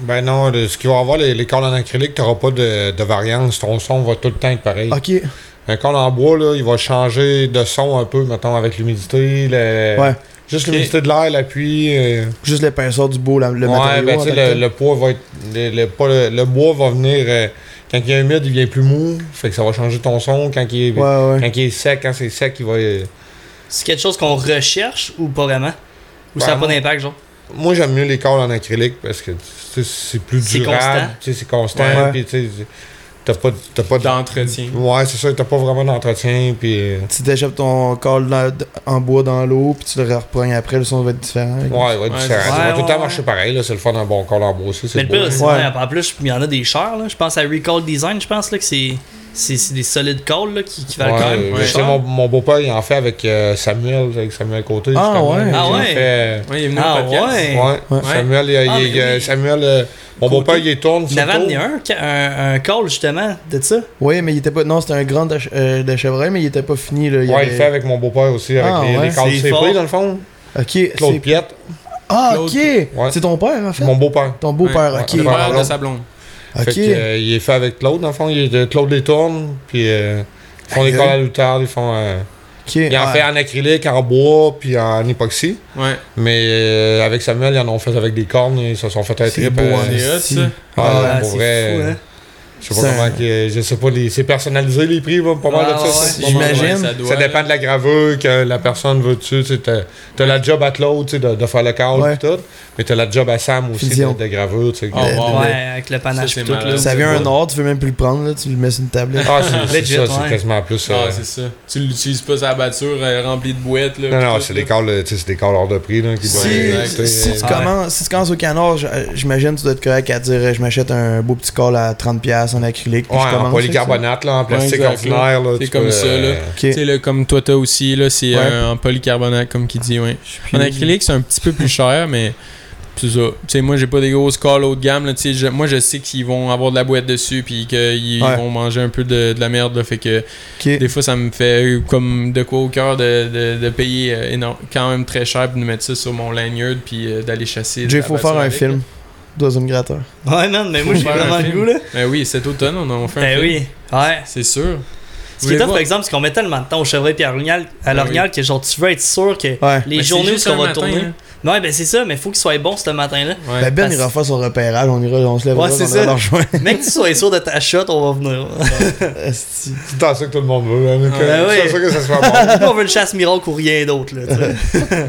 S4: Ben non, le- ce qu'il va avoir, les, les cordes en acrylique, t'auras pas de, de variance. Ton son va tout le temps être pareil.
S2: Ok,
S4: Un corps en bois, là, il va changer de son un peu, mettons, avec l'humidité. le-
S2: Ouais.
S4: Juste
S3: Ok.
S4: l'humidité de l'air, l'appui. euh,
S2: juste l'épaisseur du beau, la- le
S4: ouais,
S2: matériau.
S4: ben,
S2: en
S4: tu sais,
S2: tant que
S4: le,
S2: tel.
S4: le poids va être. Le, le- pas le- le bois va venir. euh, quand il est humide, il vient plus mou. Fait que ça va changer ton son. Quand il est,
S2: Ouais, ouais.
S4: quand il est sec, quand c'est sec, il va. euh,
S1: C'est quelque chose qu'on recherche ou pas vraiment Ou ça n'a pas
S4: Vraiment.
S1: d'impact, genre
S4: Moi, j'aime mieux les cordes en acrylique parce que tu sais, c'est plus
S1: C'est constant.
S4: durable. tu sais, C'est constant.
S2: Ouais.
S4: Puis, tu sais, t'as pas, t'as pas de.
S3: d'entretien.
S4: Ouais, c'est ça. T'as pas vraiment d'entretien. Puis. euh,
S2: Tu déchappes ton col dans- en bois dans l'eau, puis tu le reprends après, le son va être différent.
S4: Ouais, ouais, différent.
S3: c'est
S4: Ça
S3: ça.
S4: va
S1: Ouais,
S4: tout le
S1: ouais,
S4: temps marcher
S1: ouais.
S4: pareil. là, C'est le fun d'un bon corps en bois aussi.
S1: Mais
S4: C'est
S1: le
S4: beau.
S1: pire, c'est
S2: Ouais.
S1: ouais, en plus, il y en a des chers. Là. Je pense à Recall Design, je pense là, que c'est, c'est, c'est des solides calls là, qui, qui valent
S4: Ouais,
S1: quand même.
S4: euh,
S3: ouais.
S4: je sais, mon, mon beau-père, il en fait avec euh, Samuel, avec Samuel Côté.
S2: Ah,
S4: justement.
S2: ouais.
S1: Ah,
S4: Il en
S1: ouais.
S4: fait,
S3: Ouais, il est venu
S1: Ah,
S3: au podcast.
S1: ouais.
S4: euh, ouais.
S2: Ouais.
S4: Samuel, il,
S1: Ah,
S4: il-
S1: mais
S4: euh,
S1: oui.
S4: Samuel euh, mon
S1: Côté.
S4: beau-père, il tourne.
S1: Il en avait
S4: sur le
S1: amené
S4: tour.
S1: un, un, un call justement de ça.
S2: Oui, mais il était pas. Non, c'était un grand de, euh, de chevreuil, mais il était pas fini. Là. Il
S4: Ouais,
S2: avait-
S4: il le fait avec mon beau-père aussi, avec
S2: Ah,
S4: les,
S2: ouais.
S4: les cordes
S1: C'est
S4: CP,
S1: fort.
S4: dans le fond.
S2: Ok, c'est-
S4: Claude Piette,
S2: Ah,
S3: Claude
S2: ok.
S3: Piet.
S4: Ouais.
S2: C'est ton père, en fait.
S4: mon beau-père.
S2: Ton beau-père,
S4: Ouais,
S2: ok.
S3: Le
S4: ouais.
S3: père de sa blonde.
S2: Ok.
S4: Fait que, euh, il est fait avec Claude, dans le fond. Il, euh, Claude les tourne, puis euh, ils font
S2: Aïe,
S4: des cordes à
S2: aïe.
S4: l'outarde, ils font. euh,
S2: ok.
S4: il en
S2: Ouais.
S4: fait en acrylique, en bois, puis en époxy.
S3: Ouais.
S4: Mais euh, avec Samuel, ils en ont fait avec des cornes, ils se sont fait un
S2: C'est
S4: trip.
S2: beau,
S4: euh,
S2: hein.
S3: C'est hot,
S2: si.
S3: ça.
S4: Ah,
S1: Ah,
S4: pour
S1: c'est
S4: vrai.
S1: fou,
S4: euh,
S1: hein.
S4: Je sais pas
S2: C'est
S4: comment
S2: un-
S4: que. Je sais pas, les, c'est personnalisé les prix, va, pas mal
S1: Ah,
S4: de ça.
S1: ouais.
S4: Pas mal,
S2: J'imagine.
S4: ouais.
S3: Ouais, doit,
S4: Ça dépend de la gravure que la personne veut dessus. Tu sais, t'as, t'as la job à Claude, tu sais, de, de faire le cadre
S2: Ouais.
S4: et tout. Mais t'as la job à Sam aussi
S2: Fusion.
S4: de, de gravure, tu sais.
S3: Ah,
S4: que-
S3: wow.
S1: ouais, avec le
S3: Ça,
S1: panache
S3: c'est
S1: et tout.
S3: malade.
S1: Là.
S2: Ça vient
S3: Ouais.
S2: un or, tu veux même plus le prendre, là, tu le mets sur une tablette.
S4: Ah, c'est, c'est
S1: Legit,
S4: ça,
S1: ouais.
S4: c'est quasiment plus.
S3: Ah,
S4: euh,
S3: c'est ça. Tu l'utilises pas sa batture euh, remplie de boîtes. Là,
S4: non,
S3: pis
S4: non,
S3: tout,
S4: c'est
S3: là.
S4: des cadres, euh, tu sais, c'est des cadres hors de prix. Là, qui doivent-
S2: Si,
S3: Ouais,
S4: tu sais,
S2: si,
S4: euh,
S2: tu
S1: ouais.
S2: commences, si tu commences au canard, j- euh, j'imagine que tu dois être correct à dire euh, je m'achète un beau petit col à 30$ en acrylique. Puis
S4: euh, ouais,
S2: je commence
S4: en
S2: avec ça.
S4: polycarbonate, là, en plastique
S3: exact,
S4: ordinaire. Là,
S3: C'est
S4: tu
S3: comme
S4: peux,
S3: ça,
S4: euh,
S3: là.
S2: Ok.
S3: Tu sais, là, comme toi, t'as aussi, là, c'est
S2: Ouais.
S3: euh, en polycarbonate, comme qui dit, ouais.
S2: Puis-
S3: En acrylique, c'est un petit peu plus cher, mais c'est ça. Tu sais, moi, j'ai pas des grosses calls haut de gamme. Là, tu sais, je- moi, je sais qu'ils vont avoir de la boîte dessus, puis qu'ils
S2: Ouais.
S3: vont manger un peu de, de la merde. Là, fait que
S2: Ok.
S3: des fois, ça me fait euh, comme de quoi au cœur de, de- de payer euh, énorme- quand même très cher, puis de mettre ça sur mon lanyard, puis euh, d'aller chasser.
S2: Jay,
S3: la
S2: faut
S3: batture
S2: faire un
S3: avec,
S2: film. D'Ozone Gratteur.
S1: Ouais, man, mais moi
S3: Faut
S1: j'ai
S3: faire un
S1: vraiment le
S3: film.
S1: goût là.
S3: là. Ben oui, cet automne, on en fait un
S1: Ben
S3: film.
S1: oui. Ouais.
S3: C'est sûr.
S1: Ce qui est
S3: Voulez-vous-
S1: tough, par exemple, c'est qu'on met tellement de temps au chevreuil et à l'orignal, à
S3: Ben
S1: l'orignal que genre tu veux être sûr que
S2: Ouais.
S1: les
S3: Ben, c'est
S1: journées où
S3: juste
S1: on
S3: un
S1: va
S3: matin,
S1: tourner.
S3: hein.
S1: Ouais, ben c'est ça, mais faut qu'il soit bon ce matin-là.
S3: Ouais.
S2: Ben, ben
S1: Parce-
S2: ira faire son repérage, on ira, on se lèvera,
S1: Ouais, c'est
S2: on ira
S1: ça.
S2: le rejoindre.
S1: Mec, tu sois sûr de ta shot, on va venir.
S2: Esti.
S4: C'est tant ça que tout le monde veut. hein, que-
S1: Ah, ouais.
S4: C'est sûr que ça se fait bon.
S1: Nous, on veut une chasse miracle ou rien d'autre. Là, tu sais.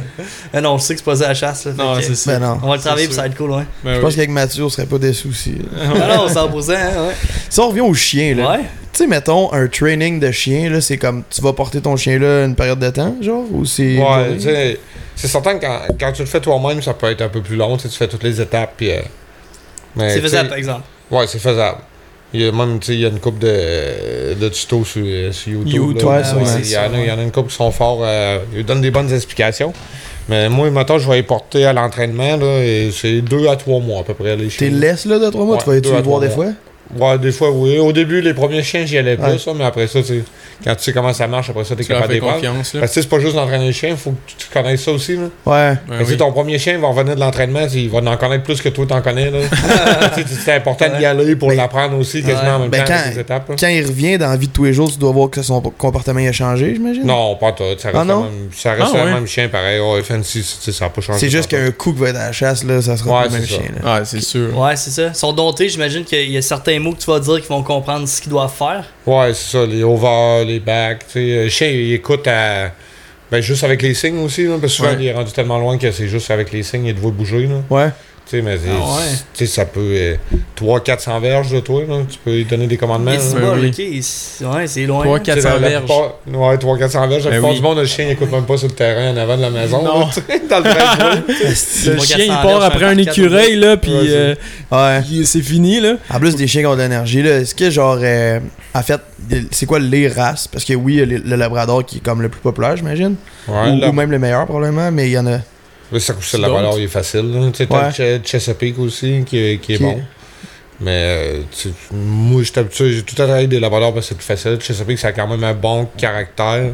S1: Mais non, je sais que c'est pas ça la chasse. Là,
S3: Non,
S1: Fait que
S3: c'est ça.
S2: Ben non.
S1: on va le travailler
S3: c'est
S1: pour ça va être cool, ouais.
S3: Ben
S2: Je pense
S3: oui.
S2: qu'avec Mathieu, on serait pas des soucis.
S1: Ah non, 100%, hein,
S2: Si on revient au chien,
S1: ouais.
S2: là.
S1: Ouais.
S2: Tu sais, mettons, un training de chien, là, c'est comme tu vas porter ton chien là une période de temps, genre, ou c'est. une journée?
S4: Ouais, tu sais, c'est certain que quand, quand tu le fais toi-même, ça peut être un peu plus long, tu sais, tu fais toutes les étapes. Puis, euh,
S3: ben,
S4: mais,
S1: C'est
S4: tu sais,
S1: faisable, par exemple.
S4: Ouais, c'est faisable. Il y a même, tu sais, il y a une coupe de, de tutos sur, euh, sur YouTube.
S3: YouTube,
S4: là.
S2: ouais,
S4: Ah,
S2: sûrement.
S4: ouais, il, y en a, il y en a une coupe qui sont forts, euh, ils donnent des bonnes explications. Mais moi, maintenant, je vais les porter à l'entraînement, là, et c'est deux à trois mois à peu près, les
S2: T'es
S4: chiens.
S2: laisse là de trois mois,
S4: Ouais,
S2: tu vas
S4: deux
S2: y
S4: à
S2: le voir
S4: trois
S2: des fois?
S4: Ouais, des fois, oui. Au début, les premiers chiens, j'y allais
S2: Ouais.
S4: plus, ça, mais après ça, tu sais, quand tu sais comment ça marche, après ça, t'es
S3: Tu leur
S4: capable
S3: fais
S4: de prendre.
S3: confiance. Là.
S4: Parce que tu sais, c'est pas juste d'entraîner le chien, faut que tu- tu connaisses ça aussi, là.
S2: Ouais.
S3: Ben
S4: Mais tu sais,
S3: oui.
S4: ton premier chien il va revenir de l'entraînement, tu sais, il va en connaître plus que toi t'en connais. là. Tu sais, c'est important d'y aller pour
S2: Ben-
S4: l'apprendre aussi quasiment en même
S2: Ben,
S4: temps
S2: quand-
S4: ces étapes. là.
S2: Quand il revient dans la vie de tous les jours, tu dois voir que son comportement il a changé, j'imagine?
S4: Non, pas toi. Ça reste,
S2: Ah, non?
S4: Le, même, ça reste
S3: Ah,
S4: le
S3: ouais.
S4: même chien pareil. Oh, FNC, tu sais, ça n'a pas changé.
S2: C'est juste
S4: tant.
S2: qu'un coup qui va être à la chasse, là, ça sera
S4: Ouais,
S2: pas le même
S4: c'est ça.
S2: chien, là.
S3: Ah, c'est sûr.
S1: Ouais, c'est ça. Ils sont domptés, j'imagine qu'il y a certains mots que tu vas dire qui vont comprendre ce qu'ils doivent faire.
S4: Ouais, c'est ça. Les over, les back. tu sais, euh, Le chien, il écoute à. Ben, juste avec les signes aussi, là, parce que souvent,
S3: Ouais.
S4: il est rendu tellement loin que c'est juste avec les signes, il te voit bouger. Là.
S2: Ouais.
S4: Tu sais, mais c'est-
S1: Ah, ouais.
S4: tu sais, ça peut. euh, 300-400 verges de toi, là, tu peux lui donner des commandements.
S1: Mais
S4: là.
S1: c'est
S3: ben
S1: bon,
S3: oui.
S1: ok. c'est- Ouais, c'est loin. hein.
S3: 300-400
S4: La
S3: verges.
S4: plupart- Ouais, 300-400 verges. La
S3: Ben
S4: plupart
S3: oui.
S4: du monde, le chien, il écoute même pas sur le terrain en avant de la maison.
S3: Non.
S4: là, tu sais, dans le driveway.
S3: Le
S1: 300
S3: chien, il
S1: verges,
S3: part
S1: un
S3: après un
S1: 24
S3: écureuil, là, puis
S4: Ouais, c'est-
S3: euh,
S2: Ouais.
S3: il- c'est fini, là.
S2: En plus des chiens qui ont de l'énergie, là, est-ce que genre. euh, en fait, c'est quoi les races? Parce que oui, il y a le, le labrador qui est comme le plus populaire, j'imagine.
S4: Ouais,
S2: ou,
S4: là,
S2: ou même le meilleur, probablement, mais il y en a.
S4: le circuit de la valeur, il est facile. là. Tu sais,
S2: Ouais.
S4: t'as le Che- Chesapeake aussi, qui, est- qui est
S2: Qui-
S4: bon. Mais euh, tu sais, moi, je suis habitué, j'ai tout à travaillé des labradors parce que c'est plus facile. Chesapeake, ça a quand même un bon caractère.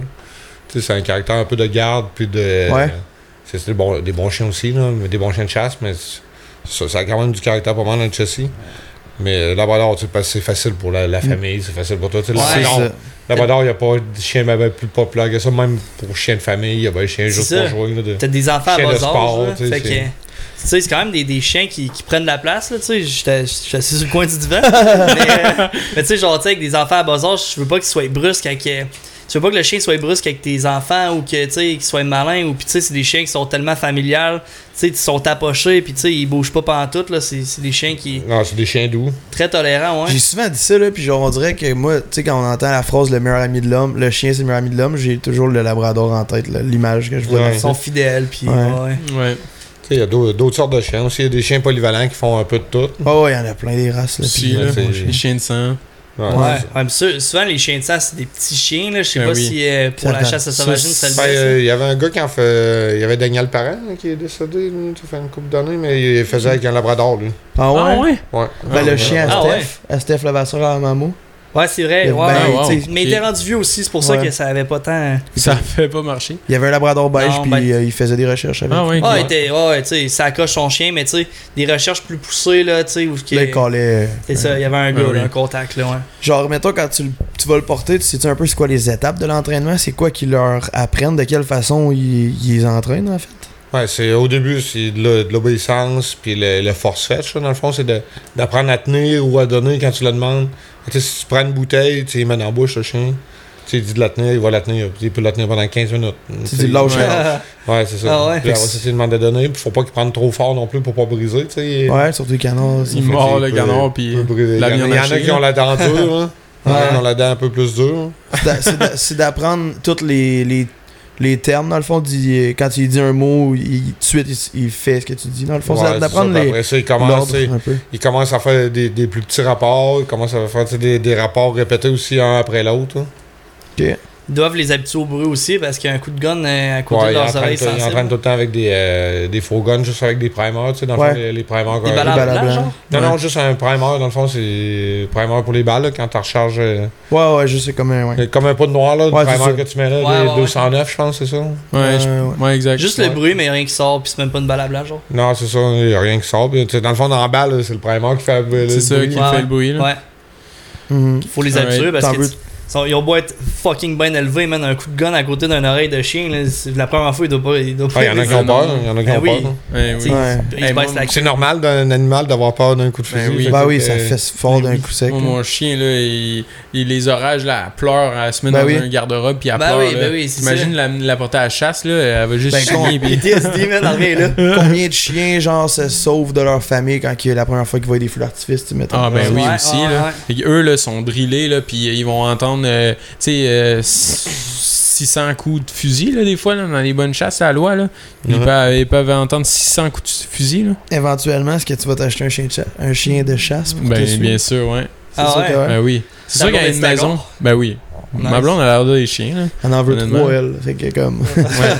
S4: Tu sais, c'est un caractère un peu de garde, puis de.
S2: Ouais.
S4: c'est c'est des bons, des bons chiens aussi, là, mais des bons chiens de chasse, mais c'est- ça, ça a quand même du caractère pas mal dans le châssis. Mais le labrador, tu sais, parce que c'est facile pour la, la famille, c'est facile pour toi. tu sais, le
S1: Ouais,
S2: Mm. c'est
S4: labrador,
S2: ça.
S4: Labrador, il n'y a pas de chien ben, ben, plus populaire que ça. Même pour chien de famille, il y a ben, un chien
S1: C'est
S4: juste
S1: ça.
S4: pour jouer. là, de-
S1: T'as des enfants à
S4: Chien
S1: bas
S4: de
S1: âge.
S4: sport,
S1: là,
S4: tu sais,
S1: fait que,
S4: c'est-
S1: tu sais, c'est quand même des, des chiens qui, qui prennent la place. Là, tu sais, j'étais- j'étais assis sur le coin du divan. mais euh, mais tu sais, genre, tu sais, avec des enfants à bas âge, je veux pas qu'ils soient brusques. Avec, euh, tu veux pas que le chien soit brusque avec tes enfants ou que tu sais, qu'il soit malin ou puis tu sais, c'est des chiens qui sont tellement familiales, tu sais, ils sont approchés puis tu sais, ils bougent pas pantoute là, c'est c'est des chiens qui
S4: Non, c'est des chiens doux.
S1: très tolérants, ouais.
S2: J'ai souvent dit ça, là, puis genre, on dirait que moi, tu sais, quand on entend la phrase le meilleur ami de l'homme, le chien c'est le meilleur ami de l'homme, j'ai toujours le labrador en tête, là, l'image que je vois.
S4: Ouais.
S2: là-dessus.
S1: Ils sont fidèles puis
S2: Ouais.
S1: ouais.
S3: Ouais.
S4: Tu sais, Il y a d'au- d'autres sortes de chiens aussi. Il y a des chiens polyvalents qui font un peu de tout.
S2: Oh, il y en a plein des races, là.
S3: Si,
S2: puis- euh,
S3: là,
S4: c'est-
S3: les chiens de sang.
S4: Ouais.
S1: Ouais, ouais, mais ça, souvent les chiens de sang, c'est des petits chiens. Là. Je sais
S3: Ben
S1: pas
S3: oui.
S1: si euh, pour
S2: Ça
S1: la
S2: date.
S1: chasse à
S2: Ça,
S1: sauvagine, ça le
S4: Ben,
S1: fait.
S4: euh, il y avait un gars qui en fait. Il y avait Daniel Parent là, qui est décédé, là, ça fait une couple d'années, mais il faisait avec un labrador, lui.
S2: Ah ouais?
S4: Ouais.
S2: Ben, le chien à
S1: Ah
S2: Steph,
S1: ouais.
S2: à Steph Levasseur à Mamou.
S1: Ouais, c'est vrai.
S2: Ben,
S1: ouais, ouais.
S3: wow.
S2: tu sais,
S1: Mais il
S3: Et-
S1: était rendu vieux aussi, c'est pour ça
S2: Ouais.
S1: que ça avait pas tant. Ah,
S3: Ça fait pas marcher.
S2: Il y avait un labrador beige,
S1: Non,
S2: puis
S1: ben-
S2: euh, il faisait des recherches avec.
S3: Ah ouais.
S1: Ah, il était. Ouais, tu sais, ça coche son chien, mais tu sais, des recherches plus poussées, là, tu sais, où. que-
S2: Là, il collait. euh,
S1: C'est ça, il y avait un gars,
S3: Ah oui.
S1: là, un contact, là, ouais.
S2: Genre, mettons, quand tu, le- tu vas le porter, tu sais-tu un peu c'est quoi les étapes de l'entraînement? C'est quoi qu'ils leur apprennent? De quelle façon ils, ils les entraînent, en fait?
S4: Ouais, c'est au début, c'est de l'o- de l'obéissance, puis le, le force fetch, là, dans le fond, c'est de- d'apprendre à tenir ou à donner quand tu le demandes. Tu sais, si tu prends une bouteille, tu mets dans la bouche le chien, tu lui dis de la tenir, il va la tenir, puis il peut la tenir pendant 15 minutes.
S2: Tu dis lâche
S4: Ouais,
S1: Ah,
S4: ouais, c'est ça.
S1: Ah ouais.
S4: Puis après ça, c'est demander de donner, puis faut pas qu'il prenne trop fort non plus pour pas briser, tu sais.
S2: Ouais, surtout les canards.
S3: Il
S4: Faut
S3: mord
S4: qu'il
S3: le
S4: peut-
S3: canard,
S4: peut
S3: puis
S4: briser. Il y,
S3: la
S4: en a-
S3: viande
S4: il y en a
S3: hachée,
S4: qui ont la dent dure, hein. Il y en a qui
S2: Ouais.
S4: ont la dent un peu plus dure.
S2: D'a- c'est d'a- c'est d'apprendre tous les, les, les termes, dans le fond. d'y- quand tu lui dis un mot, il, tout de suite, il s- il, fait ce que tu dis. Dans le fond,
S4: Ouais,
S2: c'est d'apprendre
S4: ça. Puis
S2: les-
S4: Après ça, il commence,
S2: l'ordre
S4: tu sais,
S2: un peu.
S4: il commence à faire des, des plus petits rapports, il commence à faire tu sais, des, des rapports répétés aussi un après l'autre. hein. là.
S1: Ils doivent les habituer au bruit aussi, parce qu'il y a un coup de gun euh, à côté
S4: Ouais,
S1: de
S4: il
S1: leurs
S4: entraîne,
S1: oreilles
S4: tout- il entraîne
S1: sensibles.
S4: tout le temps avec des, euh, des faux guns, juste avec des primers, tu sais, dans le
S2: Ouais.
S4: fond, les, les primers.
S1: Des
S4: euh,
S1: balles
S2: balles à
S1: à
S2: blanc.
S1: blanc, genre?
S4: Non,
S2: Ouais.
S4: non, juste un primer, dans le fond, c'est primer pour les balles, là, quand tu recharges. euh,
S2: Ouais, ouais, je sais comme un. Ouais.
S4: euh, Comme un pot de noir, là, le
S2: Ouais, c'est
S4: primer
S2: ça.
S4: que tu mets là,
S1: Ouais,
S4: des
S1: ouais, ouais.
S4: 209, je pense, c'est ça.
S3: Ouais, je-
S2: Euh, ouais.
S3: ouais, exact.
S1: Juste
S3: Ouais.
S1: le bruit, mais rien qui sort, puis c'est même pas une balle à blanc, genre.
S4: Non, c'est ça, il n'y a rien qui sort. Puis, tu sais, Dans le fond, dans la balle, là, c'est le primer qui fait. euh, le
S3: C'est ça
S4: bruit.
S3: qui
S1: Ouais,
S3: fait le bruit, là.
S1: Ouais,
S2: Mhm.
S1: faut les
S3: Alright.
S1: habituer, parce
S2: T'en
S1: que
S2: veux-
S1: tu- ils sont- ils ont beau être fucking bien élevés, man, un coup de gun à côté d'une oreille de chien, là, c'est la première fois, il doit pas. Il doit
S4: Ah,
S1: pas
S4: Il y en a qui
S1: les-
S4: ont peur, il y en a qui
S1: Ben
S4: ont
S1: oui.
S4: peur. hein.
S3: Ouais,
S1: tu
S3: Eh oui.
S1: sais,
S2: Ouais.
S1: ils- ils se
S3: Hey,
S1: baissent
S3: mon-
S1: la
S4: C'est normal d'un animal d'avoir peur d'un coup de fusil.
S3: Ben oui.
S4: Fait
S2: Bah
S4: que,
S2: oui, ça
S4: euh,
S2: fait fort d'un coup sec.
S3: Moi, mon chien, là, il, il- les orages, là, elle pleure, elle se met
S2: Ben
S3: dans
S2: oui.
S3: un garde-robe, puis elle
S1: Ben
S3: pleure.
S1: oui,
S3: là.
S1: ben oui, c'est
S3: Imagine la, la porter à la chasse, là, elle va juste
S2: Ben,
S3: chier, puis-
S1: PTSD, man, en rien, là.
S2: Combien de chiens, genre, se sauvent de leur famille quand il- la première fois qu'ils voient des feux d'artifice, tu mettons.
S3: Ah ben oui
S1: Ouais,
S3: aussi
S1: ouais,
S3: là.
S1: ouais.
S3: Fait que eux là sont drillés là puis euh, ils vont entendre euh, tu sais euh, s- 600 coups de fusil là des fois là, dans les bonnes chasses à la loi là. Ils,
S4: Ouais.
S3: peuvent, ils peuvent entendre 600 coups de fusil là.
S2: Éventuellement, est-ce que tu vas t'acheter un chien de, cha- un chien de chasse pour te
S3: Ben
S2: suivre?
S3: bien sûr ouais.
S2: C'est
S1: Ah
S2: sûr
S1: ouais.
S2: que ouais.
S3: Ben oui. C'est
S1: Ta
S3: sûr qu'il y a
S1: blonde
S3: une
S1: est d'accord?
S3: maison. Ben oui.
S1: Nice.
S3: Ma blonde a l'air de des chiens là.
S2: On en veut
S3: Honnêtement.
S2: trois, elle. Fait que comme...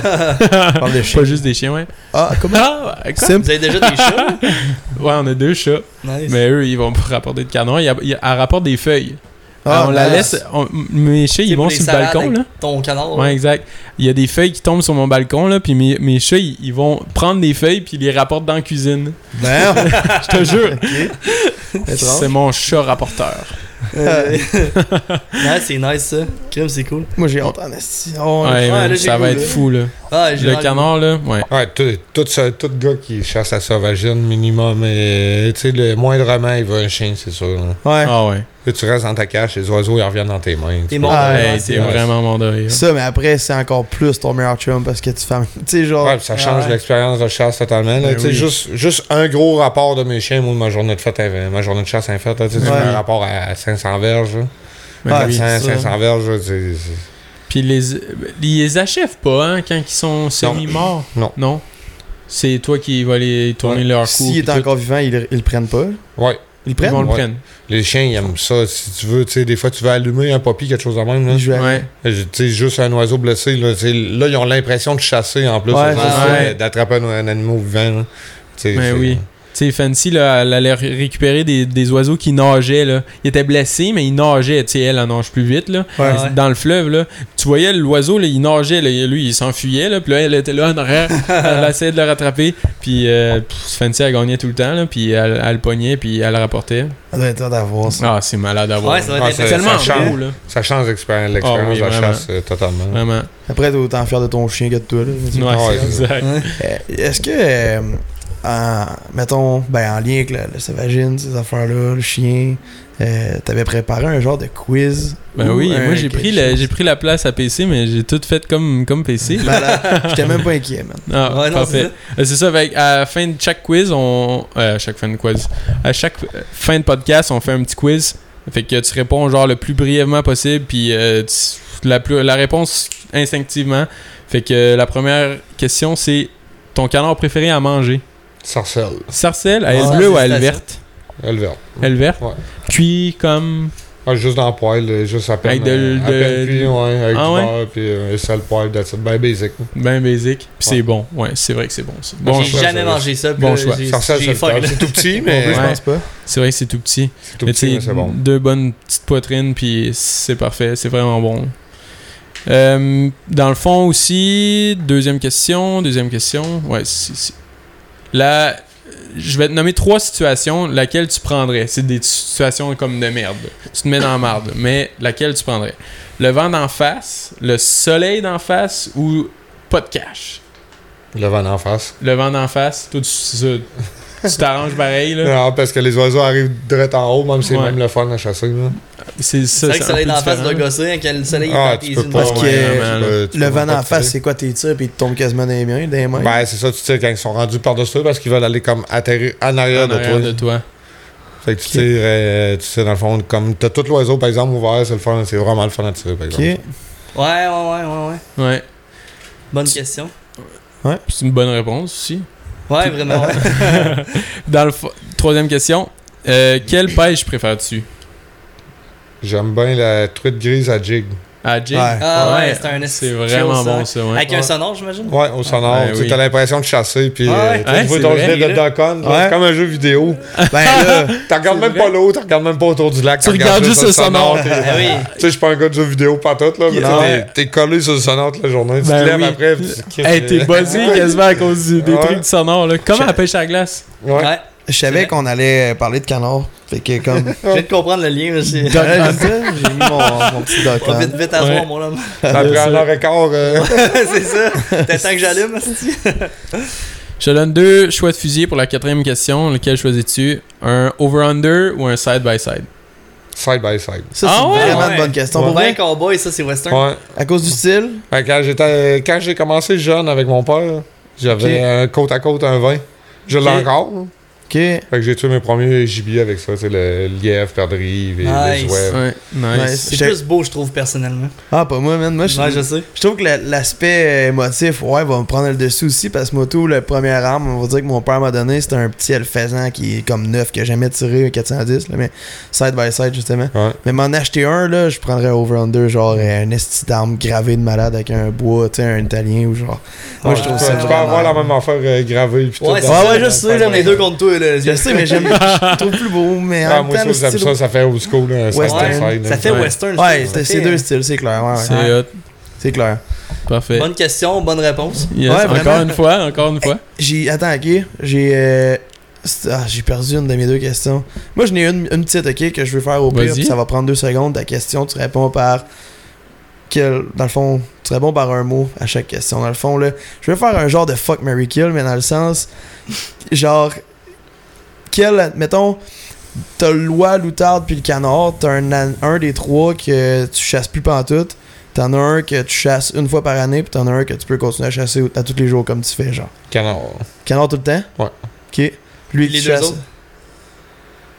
S3: Ouais.
S2: parle de
S3: Pas juste des chiens ouais.
S2: Ah, comment?
S3: Ah quoi?
S2: Simple.
S1: Vous avez déjà des chats? là?
S3: Ouais on a deux chats.
S1: Nice.
S3: Mais eux ils vont pas rapporter de canon. Ils, ils- elle rapporte des feuilles.
S2: Ah,
S3: on la
S2: nice.
S3: laisse. on- mes chiens
S1: C'est
S3: ils
S1: pour
S3: vont
S1: les
S3: sur le
S1: salades
S3: balcon
S1: avec
S3: là.
S1: Ton canard.
S3: Ouais, exact. Il y a des feuilles qui tombent sur mon balcon, là, puis mes, mes chats, ils, ils vont prendre des feuilles puis ils les rapportent dans la cuisine.
S2: Ben,
S3: Je te jure,
S2: étrange.
S3: c'est mon chat rapporteur.
S2: Euh,
S1: Ouais, c'est nice ça. Crime, c'est cool.
S2: Moi, j'ai honte en esti. Oh,
S3: ouais, man,
S1: là, j'ai
S3: ça va
S1: goût,
S3: être
S1: là.
S3: fou, là.
S1: Ah, j'ai
S3: Le
S1: l'air-
S3: canard, là, ouais.
S4: euh, Ouais, tout, tout, ça- tout gars qui chasse à sauvagine, minimum, euh, tu sais, le moindrement, il veut un chien, c'est sûr. là.
S2: Ouais.
S3: Ah ouais.
S4: Là, tu restes dans ta cache, les oiseaux, ils reviennent dans tes mains.
S1: T'es
S4: tu
S1: mort.
S2: Ah,
S1: ouais,
S3: Hey,
S1: c'est
S3: t'es
S4: nice.
S3: vraiment mon deuil. hein.
S2: Ça, mais après, c'est encore plus ton meilleur chum parce que tu fais. Tu sais, genre.
S4: vois. Ouais, puis ça change
S1: Ouais.
S4: l'expérience de chasse totalement. là.
S3: Ben
S4: Tu sais,
S3: oui.
S4: juste, juste un gros rapport de mes chiens, moi, de ma journée de fête, euh, ma journée de chasse en fait, là, tu sais, tu
S2: Ouais.
S4: fais un rapport à 500 verges. là.
S2: Ah,
S3: Ben oui.
S4: 400,
S2: c'est ça.
S4: 500 verges, là, tu sais, c'est-
S3: Puis ils les, ils les achèvent pas, hein, quand ils sont semi-morts.
S4: Non.
S3: Non. C'est toi qui vas les tourner
S4: Ouais.
S3: leur cou.
S2: S'il
S3: puis
S2: est
S3: tout.
S2: encore vivant, ils, ils le prennent pas.
S4: Ouais,
S2: Ils le
S3: Ils
S2: prennent.
S3: vont le
S4: Ouais.
S3: prendre.
S4: les chiens, ils aiment ça. Si tu veux, tu sais, des fois, tu veux allumer un papy, quelque chose de même. Là.
S2: Ils jouent avec.
S3: Ouais.
S4: Je- tu sais, juste un oiseau blessé, là, tu sais, là, ils ont l'impression de chasser en plus,
S2: Ouais,
S4: c'est
S2: c'est
S4: ça,
S3: ça.
S4: mais d'attraper un, un animal vivant. là. Tu sais,
S3: Mais
S4: c'est-
S3: oui. Tu sais, Fancy, là, elle allait ré- récupérer des, des oiseaux qui nageaient, là. Il était blessé, mais il nageait. Tu sais, elle, elle nage plus vite, là.
S1: Ouais,
S3: Mais
S1: ouais.
S3: Dans le fleuve, là. Tu voyais l'oiseau, là, il nageait, là. Lui, il s'enfuyait, là. Puis là, elle était là en arrière. elle essayait de le rattraper. Puis euh, pff, Fancy, elle gagnait tout le temps, là. Puis elle, elle le pognait, puis elle le rapportait.
S2: Ça doit être hâte à voir ça.
S3: Ah, c'est malade à voir.
S1: Ouais, ça
S4: Ah,
S1: va être
S4: c'est-
S3: c'est
S1: intéressant.
S3: tellement
S4: ça change.
S3: beau, là.
S4: Ça change l'expérience
S3: Ah
S4: l'expérience
S3: oui,
S4: de la
S3: vraiment.
S4: chasse euh, totalement.
S3: Vraiment.
S2: Après, t'es autant fier de ton chien que de toi, là.
S3: Ouais,
S4: Ouais,
S3: exact.
S2: Euh, Est-ce que. euh, en, mettons, ben, en lien avec le, le sauvagine, ces affaires-là, le chien, euh, t'avais préparé un genre de quiz.
S3: Ben
S2: ou
S3: oui,
S2: un
S3: moi j'ai
S2: quelque
S3: pris, la,
S2: chose.
S3: j'ai pris la place à PC, mais j'ai tout fait comme, comme PC.
S2: Malade. J'étais même pas inquiet, man.
S3: Ah,
S1: Ouais, non,
S3: parfait. Euh, C'est ça, fait, à la fin de chaque quiz, on. euh, à chaque fin de quiz. À chaque euh, fin de podcast, on fait un petit quiz. Fait que tu réponds genre le plus brièvement possible, puis euh, tu- la, plus- la réponse instinctivement. Fait que euh, la première question, c'est ton canard préféré à manger
S4: Sarcelle.
S3: Sarcelle, à
S1: Ouais,
S3: elle bleue ou à elle
S1: Ah, c'est ça.
S3: verte
S4: Elle verte.
S3: Elle verte.
S4: Ouais.
S3: Cuit comme.
S4: Ah, juste dans le poêle, euh, juste à peine.
S3: Avec de-
S4: euh, à
S3: de-
S4: peine cuit, ouais, avec
S3: Ah
S4: du
S3: ouais?
S4: beurre, puis euh, un sale poêle, that's it. Ben basic.
S3: Ben basic. Puis c'est
S4: Ouais.
S3: bon. Ouais, c'est vrai que c'est bon. ça.
S4: Bon
S1: j'ai
S4: choix,
S1: jamais
S4: ça,
S1: mangé ça. puis
S3: Bon
S1: là,
S3: choix.
S1: j'ai-
S4: Sarcelle,
S1: j'ai
S4: c'est le
S1: fuck,
S4: top.
S1: là.
S4: C'est tout petit,
S2: Non plus,
S4: mais
S2: je
S3: Ouais.
S2: pense pas.
S3: C'est vrai que c'est tout petit.
S4: c'est tout
S3: Mais
S4: petit,
S3: tu
S4: mais c'est bon.
S3: deux bonnes petites poitrines, puis c'est parfait, c'est vraiment bon. Euh, dans le fond aussi, deuxième question, deuxième question. Ouais, si, si. Là, je vais te nommer trois situations, laquelle tu prendrais. C'est des situations comme de merde. Tu te mets dans la marde, mais laquelle tu prendrais. Le vent d'en face, le soleil d'en face ou pas de cash.
S4: Le vent en face.
S3: Le vent d'en face, toi, tu- tu tu t'arranges pareil, là.
S4: Non, parce que les oiseaux arrivent direct en haut, même si c'est
S3: Ouais.
S4: même le fun à chasser. là.
S3: C'est
S1: C'est
S3: ça,
S1: vrai que le
S3: un
S1: soleil
S3: peu
S1: d'en face
S3: différent.
S1: d'un gossin, quand le soleil
S4: Ah,
S1: est
S4: tu peux
S1: dans
S4: pas.
S2: Parce
S1: tes
S2: que
S4: ouais,
S2: euh,
S4: vraiment, là, tu
S2: Le
S4: peux
S2: vent
S4: pas
S2: en face,
S4: tirer.
S2: c'est quoi tes tirs, puis ils te tombent quasiment dans les mains. Dans les mains.
S4: Ben, c'est ça, tu tires quand ils sont rendus par-dessus toi parce qu'ils veulent aller comme atterrir en arrière,
S3: En arrière
S4: de
S3: de
S4: toi.
S3: toi.
S4: Fait que tu tires, euh, tu sais, dans le fond, comme t'as tout l'oiseau, par exemple, ouvert, c'est le fun, c'est vraiment le fun à tirer, par
S2: Ok.
S4: exemple.
S1: Ouais, ouais, ouais, ouais, ouais.
S3: Ouais.
S1: Bonne question.
S3: C'est une bonne réponse aussi.
S1: Ouais, vraiment, ouais.
S3: Dans le fo- troisième question, euh, quelle pêche préfères-tu
S4: J'aime bien la truite grise à jig.
S3: À jig?
S2: Ouais.
S1: Ah ouais, c'est un
S3: C'est
S1: chill,
S3: vraiment
S1: ça.
S3: bon ça, ouais.
S1: hein. Avec un
S4: Ouais.
S1: sonore, j'imagine.
S4: Ouais, au sonore.
S3: Ah,
S4: tu
S3: oui.
S4: as l'impression de chasser, puis
S1: Ah, ouais.
S4: euh, tu
S3: Ouais,
S4: vois
S3: c'est
S4: ton
S3: vrai.
S4: gilet de Duck Hunt, là,
S2: Ouais.
S4: c'est comme un jeu vidéo.
S2: Ben là,
S4: Tu regardes même pas l'eau, tu regardes même pas autour du lac.
S3: Tu regardes juste le sonore.
S4: t'es-
S1: Ah oui.
S4: Tu sais, je suis pas un gars de jeux vidéo pas tout, là, mais
S3: Ah
S4: tu sais,
S3: ouais.
S4: t'es- t'es collé sur le sonore toute la journée. Tu
S3: Ben
S4: te lèves
S3: oui.
S4: après, puis tu
S3: Hey, t'es buzzé quasiment à cause du- des
S4: Ouais.
S3: trucs du sonore là. Comment la pêche à glace
S4: Ouais.
S1: Ouais.
S2: je
S1: C'est
S2: savais
S1: vrai.
S2: qu'on allait parler de canard. Fait que comme.
S1: Je viens de comprendre le lien, mais c'est.
S2: Doc Hunt, j'ai mis mon, mon petit doc Hunt.
S1: Vite, vite à
S3: Ouais.
S1: soir, mon homme.
S4: Après un heure et quart, euh,
S1: c'est ça. T'attends que j'allume, c'est-tu?
S3: Je te donne deux choix de fusil pour la quatrième question. Lequel choisis-tu Un over-under ou un side-by-side
S4: side by side.
S2: Ça, c'est
S3: Ah ouais,
S2: vraiment
S1: ouais.
S2: une bonne question.
S1: Pour
S2: Pour
S1: vrai,
S2: vrai,
S1: cowboy, ça, c'est western.
S4: Ouais.
S2: à cause du style,
S4: Ben, quand j'étais, quand j'ai commencé jeune avec mon père, j'avais
S2: Ok.
S4: un côte à côte un vin. Je l'ai
S3: Ok.
S4: encore. hein.
S2: ok.
S4: Fait que j'ai tué mes premiers gibiers avec ça, c'est le lièvre, perdrix, et
S1: Nice.
S4: le zouèvre.
S3: Ouais, nice.
S2: Nice.
S1: C'est
S2: J'ai-
S1: plus beau, je trouve, personnellement.
S2: Ah, pas moi, man. Moi, je
S1: Ouais, je sais.
S2: Je trouve que la- l'aspect émotif, ouais, va me prendre le dessus aussi parce que moi, tout, le premier arme, on va dire que mon père m'a donné, c'était un petit Elfaisan qui est comme neuf, que j'ai jamais tiré un 410, là, mais side by side, justement.
S4: Ouais.
S2: Mais m'en acheter un, là, je prendrais over-under, genre euh, un esti d'arme gravé de malade avec un bois, tu sais, un italien ou genre. Moi,
S1: Ouais,
S2: je trouve
S4: Tu
S2: ça
S4: peux- tu peux
S2: vraiment-
S4: avoir la même affaire euh, gravée. puis
S1: Ouais,
S4: tout
S1: c'est
S4: dans-
S1: ça.
S2: ouais, je
S1: là,
S2: sais,
S1: on est
S2: mais-
S1: deux contre toi, là.
S2: Je sais, mais j'aime. je trouve plus beau, mais
S4: Ah,
S2: en
S4: moi,
S2: même temps,
S4: ça,
S2: le
S4: j'aime
S2: style-
S4: ça, ça fait old school. Là, side by
S2: Western.
S4: side, là.
S1: Ça fait
S3: Ouais.
S1: western.
S2: Ouais,
S1: ça
S2: c'est
S1: fait-
S2: c'est deux styles, c'est clair, ouais, ouais.
S3: C'est
S4: euh,
S3: hot.
S2: C'est clair.
S3: Parfait.
S1: Bonne question, bonne réponse.
S3: Yes,
S2: Ouais,
S3: encore
S2: vraiment.
S3: une fois, encore une fois.
S2: J'ai. Attends, ok. J'ai. euh, c'est- Ah, j'ai perdu une de mes deux questions. Moi, j'en ai une, une petite, ok, que je veux faire au pire.
S3: Vas-y.
S2: puis Ça va prendre deux secondes. Ta question, tu réponds par. Quel, dans le fond, tu réponds par un mot à chaque question. Dans le fond, là, je veux faire un genre de fuck Mary Kill, mais dans le sens. Genre. Quel. Mettons. T'as le loi, l'outarde, puis le canard. T'as un, an- un des trois que tu chasses plus pantoute. T'en as un que tu chasses une fois par année, puis t'en as un que tu peux continuer à chasser à tous les jours comme tu fais, genre.
S4: Canard.
S2: Canard tout le temps?
S4: Ouais.
S2: Ok. Lui,
S1: Les
S2: tu
S1: deux
S2: chasses-
S1: autres?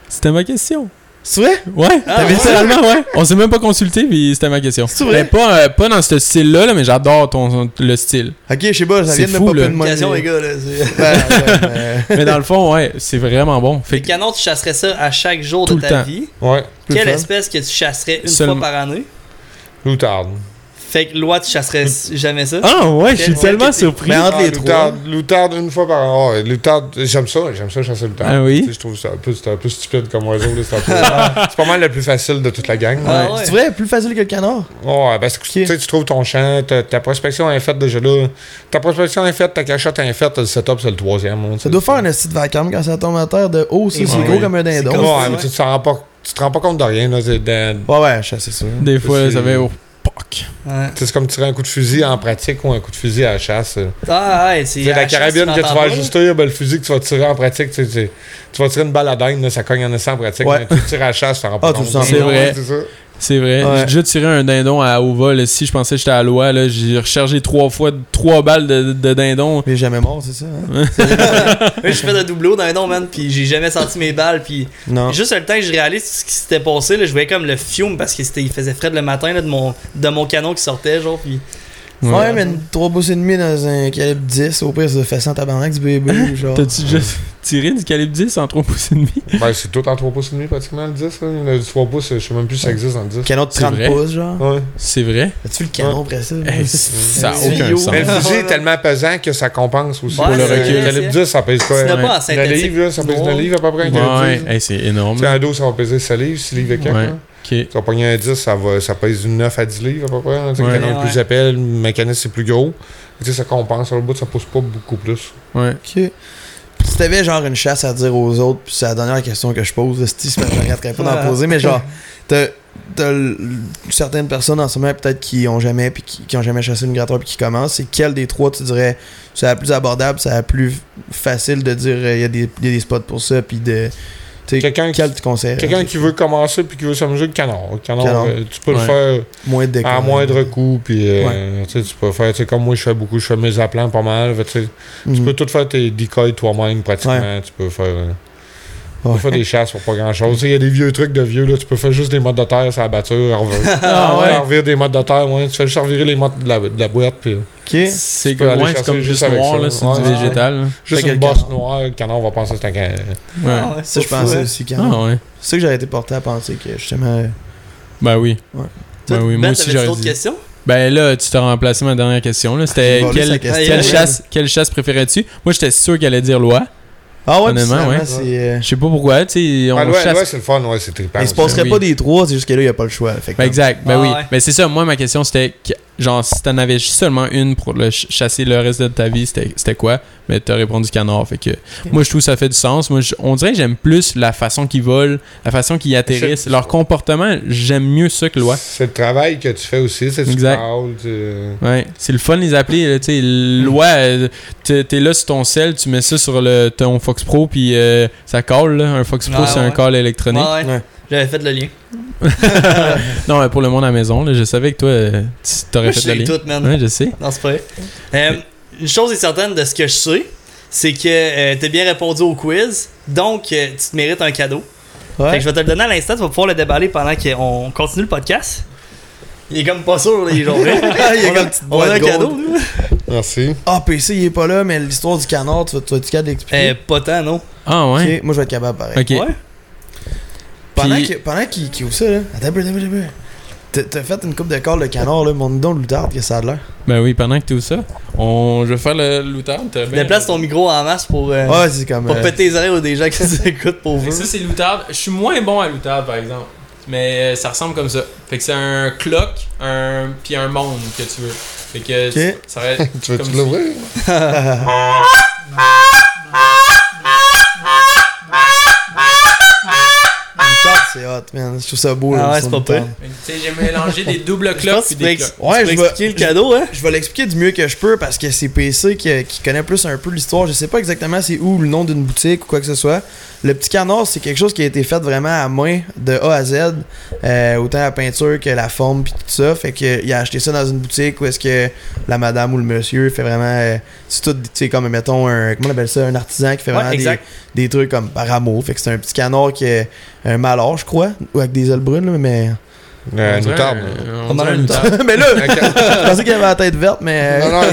S3: C'était ma question.
S2: C'est vrai?
S3: Ouais,
S1: Ah, ouais?
S3: littéralement, ouais. On s'est même pas consulté, puis c'était ma question.
S2: C'est vrai?
S3: Mais pas, euh, pas dans ce style-là, là, mais j'adore ton, le style.
S2: Ok, je sais pas, ça
S3: C'est
S2: vient de me
S3: fou,
S2: popper
S3: là.
S2: de mon
S1: Question, les
S2: idée.
S1: gars, là. c'est-
S2: Ben, ben, euh,
S3: Mais dans le fond, ouais, c'est vraiment bon. Fait
S1: Fait
S3: que-
S1: que canon, tu chasserais ça à chaque jour
S3: Tout
S1: de
S3: le
S1: ta
S3: temps.
S1: vie.
S4: Ouais.
S2: plus
S1: Quelle
S2: fun.
S1: espèce que tu chasserais une
S3: Seulement-
S1: fois par année?
S4: L'outarde.
S1: Fait que loi, tu chasserais s- jamais ça.
S3: Ah ouais, je suis
S1: Ouais,
S3: tellement
S1: que-
S3: surpris.
S2: Mais entre
S4: Ah,
S2: les trois.
S4: l'outarde, l'outarde une fois par an. Ouais, l'outarde, j'aime ça, j'aime ça chasser l'outarde.
S3: Ah oui?
S4: Tu sais, Je trouve ça un peu, c'est un peu stupide comme oiseau. là, c'est, un peu- c'est pas mal le plus facile de toute la gang. là.
S1: Ah ouais.
S2: C'est vrai, plus facile que le canard.
S4: Ouais, parce que tu sais, tu trouves ton champ, ta, ta prospection est faite déjà là. Ta prospection est faite, ta cachette est faite, le setup c'est le troisième. hein, tu
S2: Ça
S4: sais.
S2: doit faire un esti de vacarme quand ça tombe à terre de haut, ça,
S1: Et
S2: c'est
S1: ouais.
S2: gros comme un
S1: C'est
S2: dindon.
S1: comme-
S4: Ouais, mais tu te, rends pas, tu te rends pas compte de rien. Là, c'est dans-
S2: Ouais, ouais, chasser ça.
S3: Des fois,
S4: C'est-
S3: ça fait. oh,
S4: l'arc.
S1: Ouais.
S4: Tu sais, C'est comme tirer un coup de fusil en pratique ou un coup de fusil à la chasse. euh. là.
S1: Ah, ouais, c'est
S4: Tu sais,
S1: à
S4: la
S1: la chasse,
S4: carabine que tu
S1: t'entends
S4: vas
S1: pas,
S4: ajuster, ben, le fusil que tu vas tirer en pratique, tu, sais, tu- tu vas tirer une balle à dingue, là, ça cogne en essai en pratique.
S2: Ouais.
S4: Mais tu tires à la chasse, tu rends pas
S2: Ah, tu
S4: compte.
S2: le sens.
S3: C'est vrai.
S4: C'est ça.
S3: C'est vrai.
S2: Ouais.
S3: J'ai déjà tiré un dindon à haut vol. Si je pensais que j'étais à l'OA, là, j'ai rechargé trois fois trois balles de, de dindon.
S2: Il est jamais mort, c'est ça? hein?
S1: Moi, je fais de doublot dans un nom, man, puis j'ai jamais senti mes balles, puis
S2: Non.
S1: juste le temps que je réalise ce qui s'était passé, là, je voyais comme le fiume parce qu'il il faisait frais le matin là, de, mon, de mon canon qui sortait, genre, puis
S2: Ouais, mais une 3 pouces et demi dans un calibre 10, au pire, ça fait 100 tabarnak du bébé. ou genre.
S3: T'as-tu déjà tiré du calibre 10 en 3 pouces et demi?
S4: Ben, c'est tout en 3 pouces et demi, pratiquement, le 10. là. Le 3 pouces, je sais même plus si ça existe en 10.
S2: Canon de
S3: C'est
S2: 30
S3: vrai.
S2: pouces, genre.
S4: Ouais.
S3: C'est vrai?
S2: As-tu vu le canon après ça?
S3: Hey, ça a
S1: C'est
S3: aucun
S1: bio.
S3: sens.
S4: Mais le
S1: Ouais.
S4: fusil est tellement pesant que ça compense aussi.
S1: Ouais,
S3: Pour le
S4: Euh,
S3: recul.
S4: calibre 10, ça pèse quoi?
S1: tu n'as
S3: ouais.
S1: pas en
S4: La
S1: synthétique.
S4: livre, là, ça pèse
S1: noir.
S4: une livre à peu près, un
S3: Ouais,
S4: calibre 10.
S3: hey, c'est
S4: Tu
S3: énorme.
S4: sais, un 12, ça va peser 6 livres, 6 livres et quelques.
S3: Ouais.
S4: hein.
S3: Ok.
S4: Tu vas pogner un 10, ça, va, ça pèse du 9 à 10 livres à peu près. hein. Tu sais,
S3: Ouais.
S4: Le canon est plus
S1: Ouais.
S4: épais, le mécanisme c'est plus gros. Tu sais, ça compense sur le bout, ça pousse pas beaucoup plus.
S3: Ouais.
S2: Ok. Si t'avais genre une chasse à dire aux autres, puis c'est la dernière question que je pose, là, si je me regarderais pas
S4: Ah.
S2: d'en poser, mais genre, t'as t'as l- certaines personnes en ce moment peut-être qui ont jamais puis qui, qui ont jamais chassé une gratteur puis qui commencent, c'est quel des trois tu dirais c'est la plus abordable, c'est la plus facile de dire euh, il y, a des y a des spots pour ça puis de tu sais,
S4: Quelqu'un qui,
S2: quel tu conseilles
S4: quelqu'un
S2: hein,
S4: qui veut commencer puis qui veut s'amuser, le canon. Le canon,
S2: Canon.
S4: euh, tu peux
S3: Ouais.
S4: le faire
S2: moins de
S4: à moindre coût. Puis, euh, tu sais, tu peux faire, tu sais, comme moi, je fais beaucoup, je fais mes aplans pas mal. Fait, tu sais,
S2: Mhm.
S4: Tu peux tout faire tes decoys toi-même, pratiquement. Tu peux faire. euh, tu peux
S2: Ouais.
S4: faire des chasses pour pas grand chose. Il y a des vieux trucs de vieux, là. Tu peux faire juste des modes de terre sur la batture, en rev-
S3: Ah
S4: en
S3: ouais?
S4: revire des modes de terre, ouais. Tu fais juste revirer les modes de la, de la boîte, puis euh,
S2: OK.
S3: C'est
S4: peux
S3: comme,
S4: aller
S3: ouais, c'est
S4: chasser
S3: comme
S4: juste
S3: juste
S4: avec
S3: noir,
S4: ça.
S3: là, c'est
S4: Ouais,
S3: du
S4: ouais.
S3: végétal.
S4: juste
S2: Fait que
S4: une bosse
S2: le
S4: noire, le canon va penser que c'est un canon.
S3: là. Ouais.
S1: Ah ouais,
S2: Ça je
S1: pas
S2: pensais
S1: fou,
S2: aussi quand
S3: Ah ouais.
S2: C'est ça que j'avais été porté à penser que justement euh,
S3: Ben oui.
S2: Ouais.
S1: hein.
S3: Ben oui,
S1: Ben,
S3: moi aussi
S1: t'avais-tu
S3: j'aurais
S1: d'autres
S3: dit.
S1: questions?
S3: Ben là, tu t'as remplacé ma dernière question. là. C'était
S2: j'ai volé sa
S3: quelle,
S2: question.
S1: quelle
S3: quelle chasse, quelle chasse préférais-tu? Moi j'étais sûr qu'elle allait dire loi.
S2: Ah ouais,
S3: Honnêtement,
S2: puis
S3: ouais.
S2: finalement, c'est euh,
S3: Je sais pas pourquoi, tu sais, on
S4: Ah, ouais, ouais,
S3: chasse.
S4: c'est le fun, ouais, c'est trippant.
S2: Mais il se passerait
S3: Oui.
S2: pas des trois, c'est juste que là, il n'y a pas le choix. Fait que
S3: Ben exact, ben
S1: Ah
S3: oui.
S1: ouais.
S3: Mais c'est ça, moi ma question c'était que- genre si t'en avais seulement une pour le ch- chasser le reste de ta vie, c'était c'était quoi? Mais t'as répondu canard. Fait que moi je trouve que ça fait du sens. Moi je- on dirait que j'aime plus la façon qu'ils volent, la façon qu'ils atterrissent,
S4: C'est-
S3: leur comportement, j'aime mieux ça que loi.
S4: C'est le travail que tu fais aussi, c'est tu euh,
S3: Exact.
S4: parles, tu-
S3: Ouais, c'est le fun les appeler, là, tu sais, loi, euh, t'es t'es là sur ton sel, tu mets ça sur le ton Fox Pro puis euh, ça colle, là. un Fox Pro
S1: Ouais,
S3: c'est
S1: Ah ouais.
S3: un call électronique.
S1: Ouais, ouais.
S2: Ouais.
S1: J'avais fait le lien.
S3: Non, mais pour le monde à la maison, là, je savais que toi euh, tu t'aurais
S1: Moi,
S3: fait
S1: Ah. je
S3: le
S1: l'ai
S3: lien.
S1: toutes, man.
S3: Ouais, je sais.
S1: Non, c'est pas vrai. Euh, Une chose est certaine de ce que je sais, c'est que euh, t'as bien répondu au quiz, donc euh, tu te mérites un cadeau.
S2: Ouais.
S1: Fait que je vais te le donner à l'instant, tu vas pouvoir le déballer pendant qu'on continue le podcast. Il est comme pas sûr, là, il est genre.
S2: Il y a
S1: On
S2: comme
S1: a-
S2: une petite
S1: on a un
S2: boîte gold.
S1: cadeau, nous.
S4: Merci.
S2: Ah, PC, il est pas là, mais l'histoire du canard, tu vas tu vas être capable d'expliquer.
S1: Euh, pas tant, non.
S3: Ah
S2: Ok,
S3: ouais.
S2: Moi, je vais être capable, pareil.
S3: OK.
S1: Ouais.
S2: Pendant
S3: Puis-
S2: que- Pendant qu'il qu'il ouvre ça, là. Attends, un peu, attends, un peu, attends. un peu. T'as- T'as fait une coupe de corps, le canard, là. Mon don de loutarde, que ça a de l'air.
S3: Ben oui, pendant que tout ça, on... je vais faire le loutarde. t'as bien-
S1: Ben, Déplace ton micro en masse pour, euh,
S2: Ouais, c'est comme.
S1: pour
S2: euh,
S1: péter les oreilles aux des gens qui nous écoutent pour
S3: Fait que
S1: vous.
S3: Ça, c'est loutarde. Je suis moins bon à loutarde, par exemple. Mais euh, ça ressemble comme ça. Fait que c'est un clock, un... puis un monde que tu veux. Fait que
S2: Ok.
S3: ça va être
S4: Tu veux-tu
S3: comme
S4: l'ouvrir?
S2: loutarde, c'est hot, man. Je trouve ça beau,
S1: Ah
S2: là.
S1: ouais,
S2: le son
S1: c'est pas
S2: loutarde.
S1: pire.
S3: Tu sais, j'ai mélangé des doubles
S1: Je pense
S3: clocks
S1: que tu
S3: puis
S1: peux
S3: des
S1: ex-
S3: clocks.
S2: Ouais,
S1: tu peux
S2: je vais-
S1: expliquer le cadeau, hein.
S2: Je vais l'expliquer du mieux que je peux parce que c'est PC qui, qui connaît plus un peu l'histoire. Je sais pas exactement c'est où le nom d'une boutique ou quoi que ce soit. Le petit canard, c'est quelque chose qui a été fait vraiment à main de A à Z. Euh, autant la peinture que la forme puis tout ça. Fait que il a acheté ça dans une boutique où est-ce que la madame ou le monsieur fait vraiment. euh, c'est tout, tu sais, comme mettons un. Comment on appelle ça Un artisan qui fait
S1: Ouais,
S2: vraiment des,
S1: exact.
S2: des trucs comme par amour. Fait que c'est un petit canard qui est un malheur, je crois. Ou avec des ailes brunes, là, mais.
S4: Euh,
S3: On
S4: une
S3: dirait
S4: table.
S3: un- on
S1: Pas mal
S3: dirait
S1: un
S3: une
S1: loutarde.
S3: table.
S2: mais là,
S4: Un ca-
S2: je pensais qu'il avait la tête verte, mais.
S4: Non, non, euh,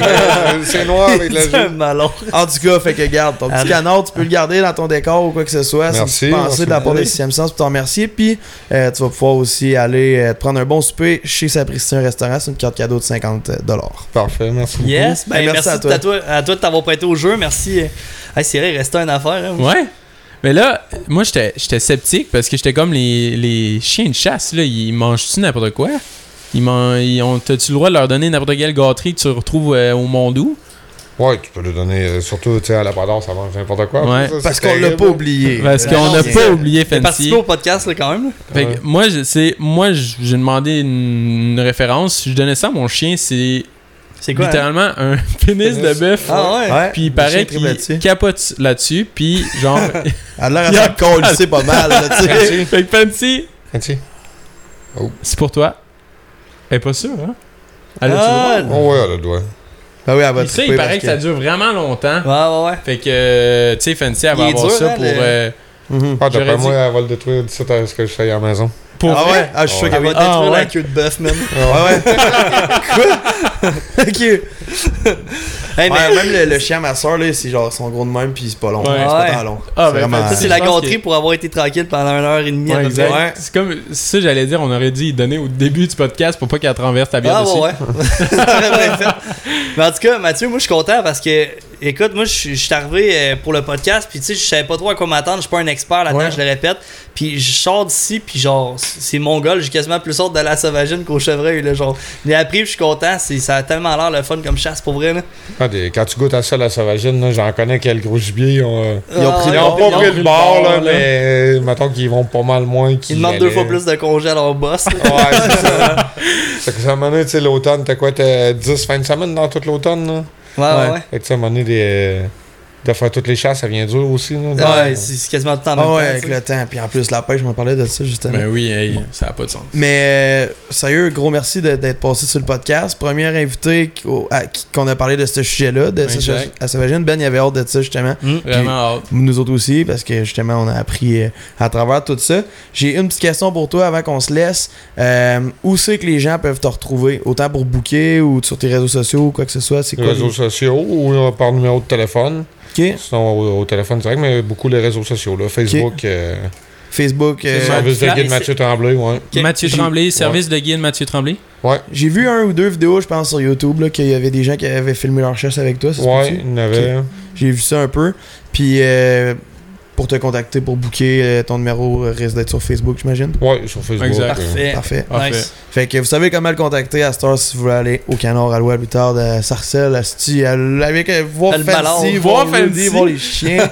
S4: c'est noir avec la
S1: C'est un
S4: joue.
S1: malon.
S2: En tout cas, fait que garde ton petit
S1: Allez.
S2: canard, tu peux le garder dans ton décor ou quoi que ce soit.
S4: Merci,
S2: C'est une petite pensée
S4: merci.
S2: de la part des sixième sens pour t'en remercier. Puis euh, tu vas pouvoir aussi aller euh, te prendre un bon souper chez Sapristi, un restaurant. C'est une carte cadeau de 50$. dollars.
S4: Parfait, merci beaucoup.
S1: Yes, ben,
S2: Ben,
S1: merci,
S2: merci à
S1: de t'a- toi- à, toi. de t'avoir prêté au jeu. Merci. euh, Hey, c'est vrai, il restait une affaire. hein.
S3: Ouais. Mais là, moi, j'étais j'étais sceptique parce que j'étais comme les, les chiens de chasse, là, ils mangent-tu n'importe quoi? Ils mangent, ils ont, t'as-tu le droit de leur donner n'importe quelle gâterie que tu retrouves euh, au Mondou?
S4: Ouais, tu peux le donner, euh, surtout tu sais, à l'abrador, ça mange n'importe quoi.
S3: Ouais.
S4: Ça, c'est
S2: Parce qu'on l'a
S4: terrible.
S2: pas oublié.
S3: Parce
S1: Ben
S3: qu'on
S1: non,
S3: n'a
S1: c'est
S3: pas
S1: ça.
S3: oublié
S1: T'es participé
S3: Fancy.
S1: au podcast, là, quand même. là.
S3: Fait que
S4: Ouais.
S3: moi, je- c'est moi, j- j'ai demandé une, une référence. Je donnais ça à mon chien. C'est
S1: C'est quoi? hein?
S3: littéralement un pénis de
S4: Pénis.
S3: bœuf.
S1: Ah ouais.
S2: Ouais.
S3: Puis il
S2: Le
S3: paraît
S2: chien triple
S3: qu'il
S2: là-dessus.
S3: capote là-dessus. Puis genre.
S2: Elle a l'air
S3: Il
S2: à
S3: a-
S2: s'en colisser pas mal, là, tu sais.
S3: fait que Fancy,
S4: Fancy.
S3: c'est pour toi. Elle est pas sûre, hein? Elle a-tu le droit?
S1: Ah,
S4: Oh, ouais, elle a le doigt.
S2: Ben oui, elle va
S3: Puis ça,
S2: triper
S3: il paraît
S2: parce
S3: que ça dure vraiment longtemps.
S1: ouais, ouais, ouais.
S3: Fait que, euh, tu sais, Fancy, elle va
S1: Il est
S3: avoir
S1: dur,
S3: ça
S1: hein,
S3: pour.
S1: le-
S3: euh,
S2: Mhm.
S4: Ah, d'après
S3: J'aurais dit-
S4: moi, elle va le détruire d'ici à hein, ce que je sois à la maison.
S3: pour
S2: Ah
S3: vrai?
S2: ouais? Ah, je suis sûr
S1: Elle
S2: qu'elle
S1: va
S2: va
S3: Ah,
S1: détruire la
S3: ouais.
S1: queue de bœuf, même.
S2: Ah ouais? Quoi? ok.
S1: Hey, mais
S2: Ouais, même le, le chien à ma soeur, là, c'est genre, ils sont gros de même, puis c'est pas long.
S3: Ouais.
S2: C'est pas
S1: Ouais.
S2: tant long.
S3: Ah, ben,
S2: c'est vraiment...
S1: ça,
S3: je
S1: c'est la
S3: pense
S1: gâterie
S3: qu'il-
S1: pour avoir été tranquille pendant une heure et demie. à
S3: Ouais,
S1: peu près.
S3: exact.
S2: Ouais.
S3: C'est comme ça, j'allais dire, on aurait dit donner au début du podcast pour pas qu'elle te renverse ta bière
S1: Ah
S3: dessus.
S1: ouais, ouais. Très bien fait. Mais en tout cas, Mathieu, moi je suis content parce que, écoute, moi je suis- je suis arrivé euh, pour le podcast, puis tu sais, je savais pas trop à quoi m'attendre, je suis pas un expert là-dedans,
S3: Ouais.
S1: je le répète. Puis je sors d'ici, puis genre, c'est mongol, j'ai quasiment plus hâte d'aller à Sauvagine qu'au Chevreuil, là, genre. Mais après, je suis content, c'est- ça a tellement l'air le fun comme chasse pour vrai, là.
S4: Ah, des- Quand tu goûtes à ça, la sauvagine, là, j'en connais quel gros gibier. Ils ont, euh,
S2: Ils ont pris
S4: ils
S2: le
S1: ouais.
S4: ont pas
S3: ils ont
S4: pris le bord, là,
S3: là.
S4: mais euh, mettons qu'ils vont pas mal moins.
S1: Ils
S4: qu'ils
S1: demandent deux
S4: allaient.
S1: fois plus de congés à leur boss. là.
S4: Ouais, c'est ça. Fait que ça, à un moment donné, tu sais, l'automne, t'as quoi, t'as 10 fins de semaine dans toute l'automne, là?
S1: Ah Ouais, ouais, ouais.
S4: Fait que, tu sais, à un moment donné, des- de faire toutes les chasses, ça vient dur aussi, là.
S1: Ah, Ouais, c'est c'est quasiment tout le temps en
S2: Ah ouais,
S1: même
S2: avec
S1: temps,
S2: le temps. Puis en plus, la pêche, je m'en parlais de ça, justement.
S3: Ben oui, hey, ça a pas de sens.
S2: Mais euh, sérieux, gros merci de- d'être passé sur le podcast. Premier invité qui- au- à- qui- qu'on a parlé de ce sujet-là, de
S3: Exact.
S2: ce- à Sauvagine. Ben, il avait hâte de ça, justement.
S1: tu sais. Mm.
S3: Vraiment hâte.
S2: Nous autres aussi, parce que justement, on a appris euh, à travers tout ça. J'ai une petite question pour toi avant qu'on se laisse. Euh, où c'est que les gens peuvent te retrouver Autant pour booker ou sur tes réseaux sociaux ou quoi que ce soit C'est
S4: Les
S2: quoi
S4: réseaux sociaux ou euh, par numéro de téléphone.
S2: Ok.
S4: Sinon, au, au téléphone direct, mais beaucoup les réseaux sociaux, là. Facebook, euh,
S2: Facebook. euh,
S4: service de
S1: Flash.
S4: guide Mathieu Tremblay, ouais.
S1: Ok.
S3: Mathieu
S2: J'ai-
S3: Tremblay, service de guide Mathieu Tremblay.
S2: J'ai vu un ou deux vidéos, je pense, sur YouTube, là, qu'il y avait des gens qui avaient filmé leur chasse avec toi. ça se
S4: Ouais,
S2: peut-tu?
S4: il y en avait.
S2: J'ai vu ça un peu. Puis euh, pour te contacter, pour booker, euh, ton numéro risque d'être sur Facebook, j'imagine.
S4: Ouais, sur Facebook.
S3: Exact.
S4: euh,
S1: Parfait.
S2: Parfait.
S3: Parfait.
S1: Nice.
S2: Fait que vous savez comment le contacter à cette heure si vous voulez aller au Canard, à l'Ouest, plus tard, à Sarcelles, à Sti, à l- avec euh, voir
S1: À le ballon,
S2: Fancy,
S3: voir
S2: voir Rudy,
S3: Fancy.
S2: voir les chiens.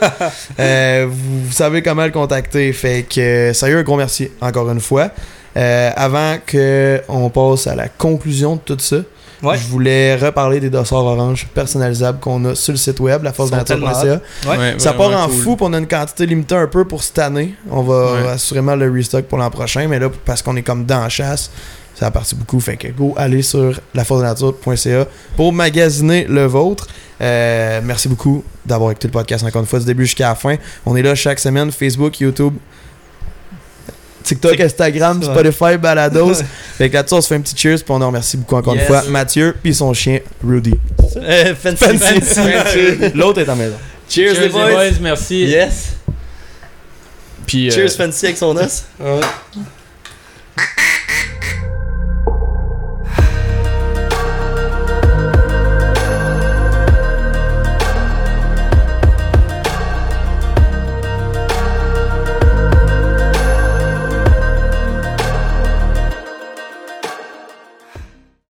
S2: Euh, vous, vous savez comment le contacter. Fait que euh, sérieux, un gros merci encore une fois. Euh, avant que on passe à la conclusion de tout ça,
S1: Ouais.
S2: je voulais reparler des dossards orange personnalisables qu'on a sur le site web, la force
S1: Ils sont tellement Ouais.
S2: Ça part
S3: vraiment
S2: en
S3: cool.
S2: fou, puis on a une quantité limitée un peu pour cette année. On va
S3: Ouais.
S2: assurément le restock pour l'an prochain, mais là, parce qu'on est comme dans la chasse, ça a parti beaucoup. Fait que go, allez sur laforcedenature.ca pour magasiner le vôtre. Euh, merci beaucoup d'avoir écouté le podcast encore une fois du début jusqu'à la fin. On est là chaque semaine, Facebook, YouTube. TikTok,
S1: Tic-
S2: Instagram,
S1: Ouais.
S2: Spotify, Balados. fait que là-dessus, on se fait un petit cheers, puis on en remercie beaucoup encore
S1: Yes.
S2: une fois Mathieu, puis son chien Rudy.
S1: Euh, fancy.
S2: L'autre est en maison.
S1: Cheers, les boys.
S3: merci.
S1: Yes.
S3: Puis, euh,
S1: Cheers, Fancy avec son os.
S4: ouais.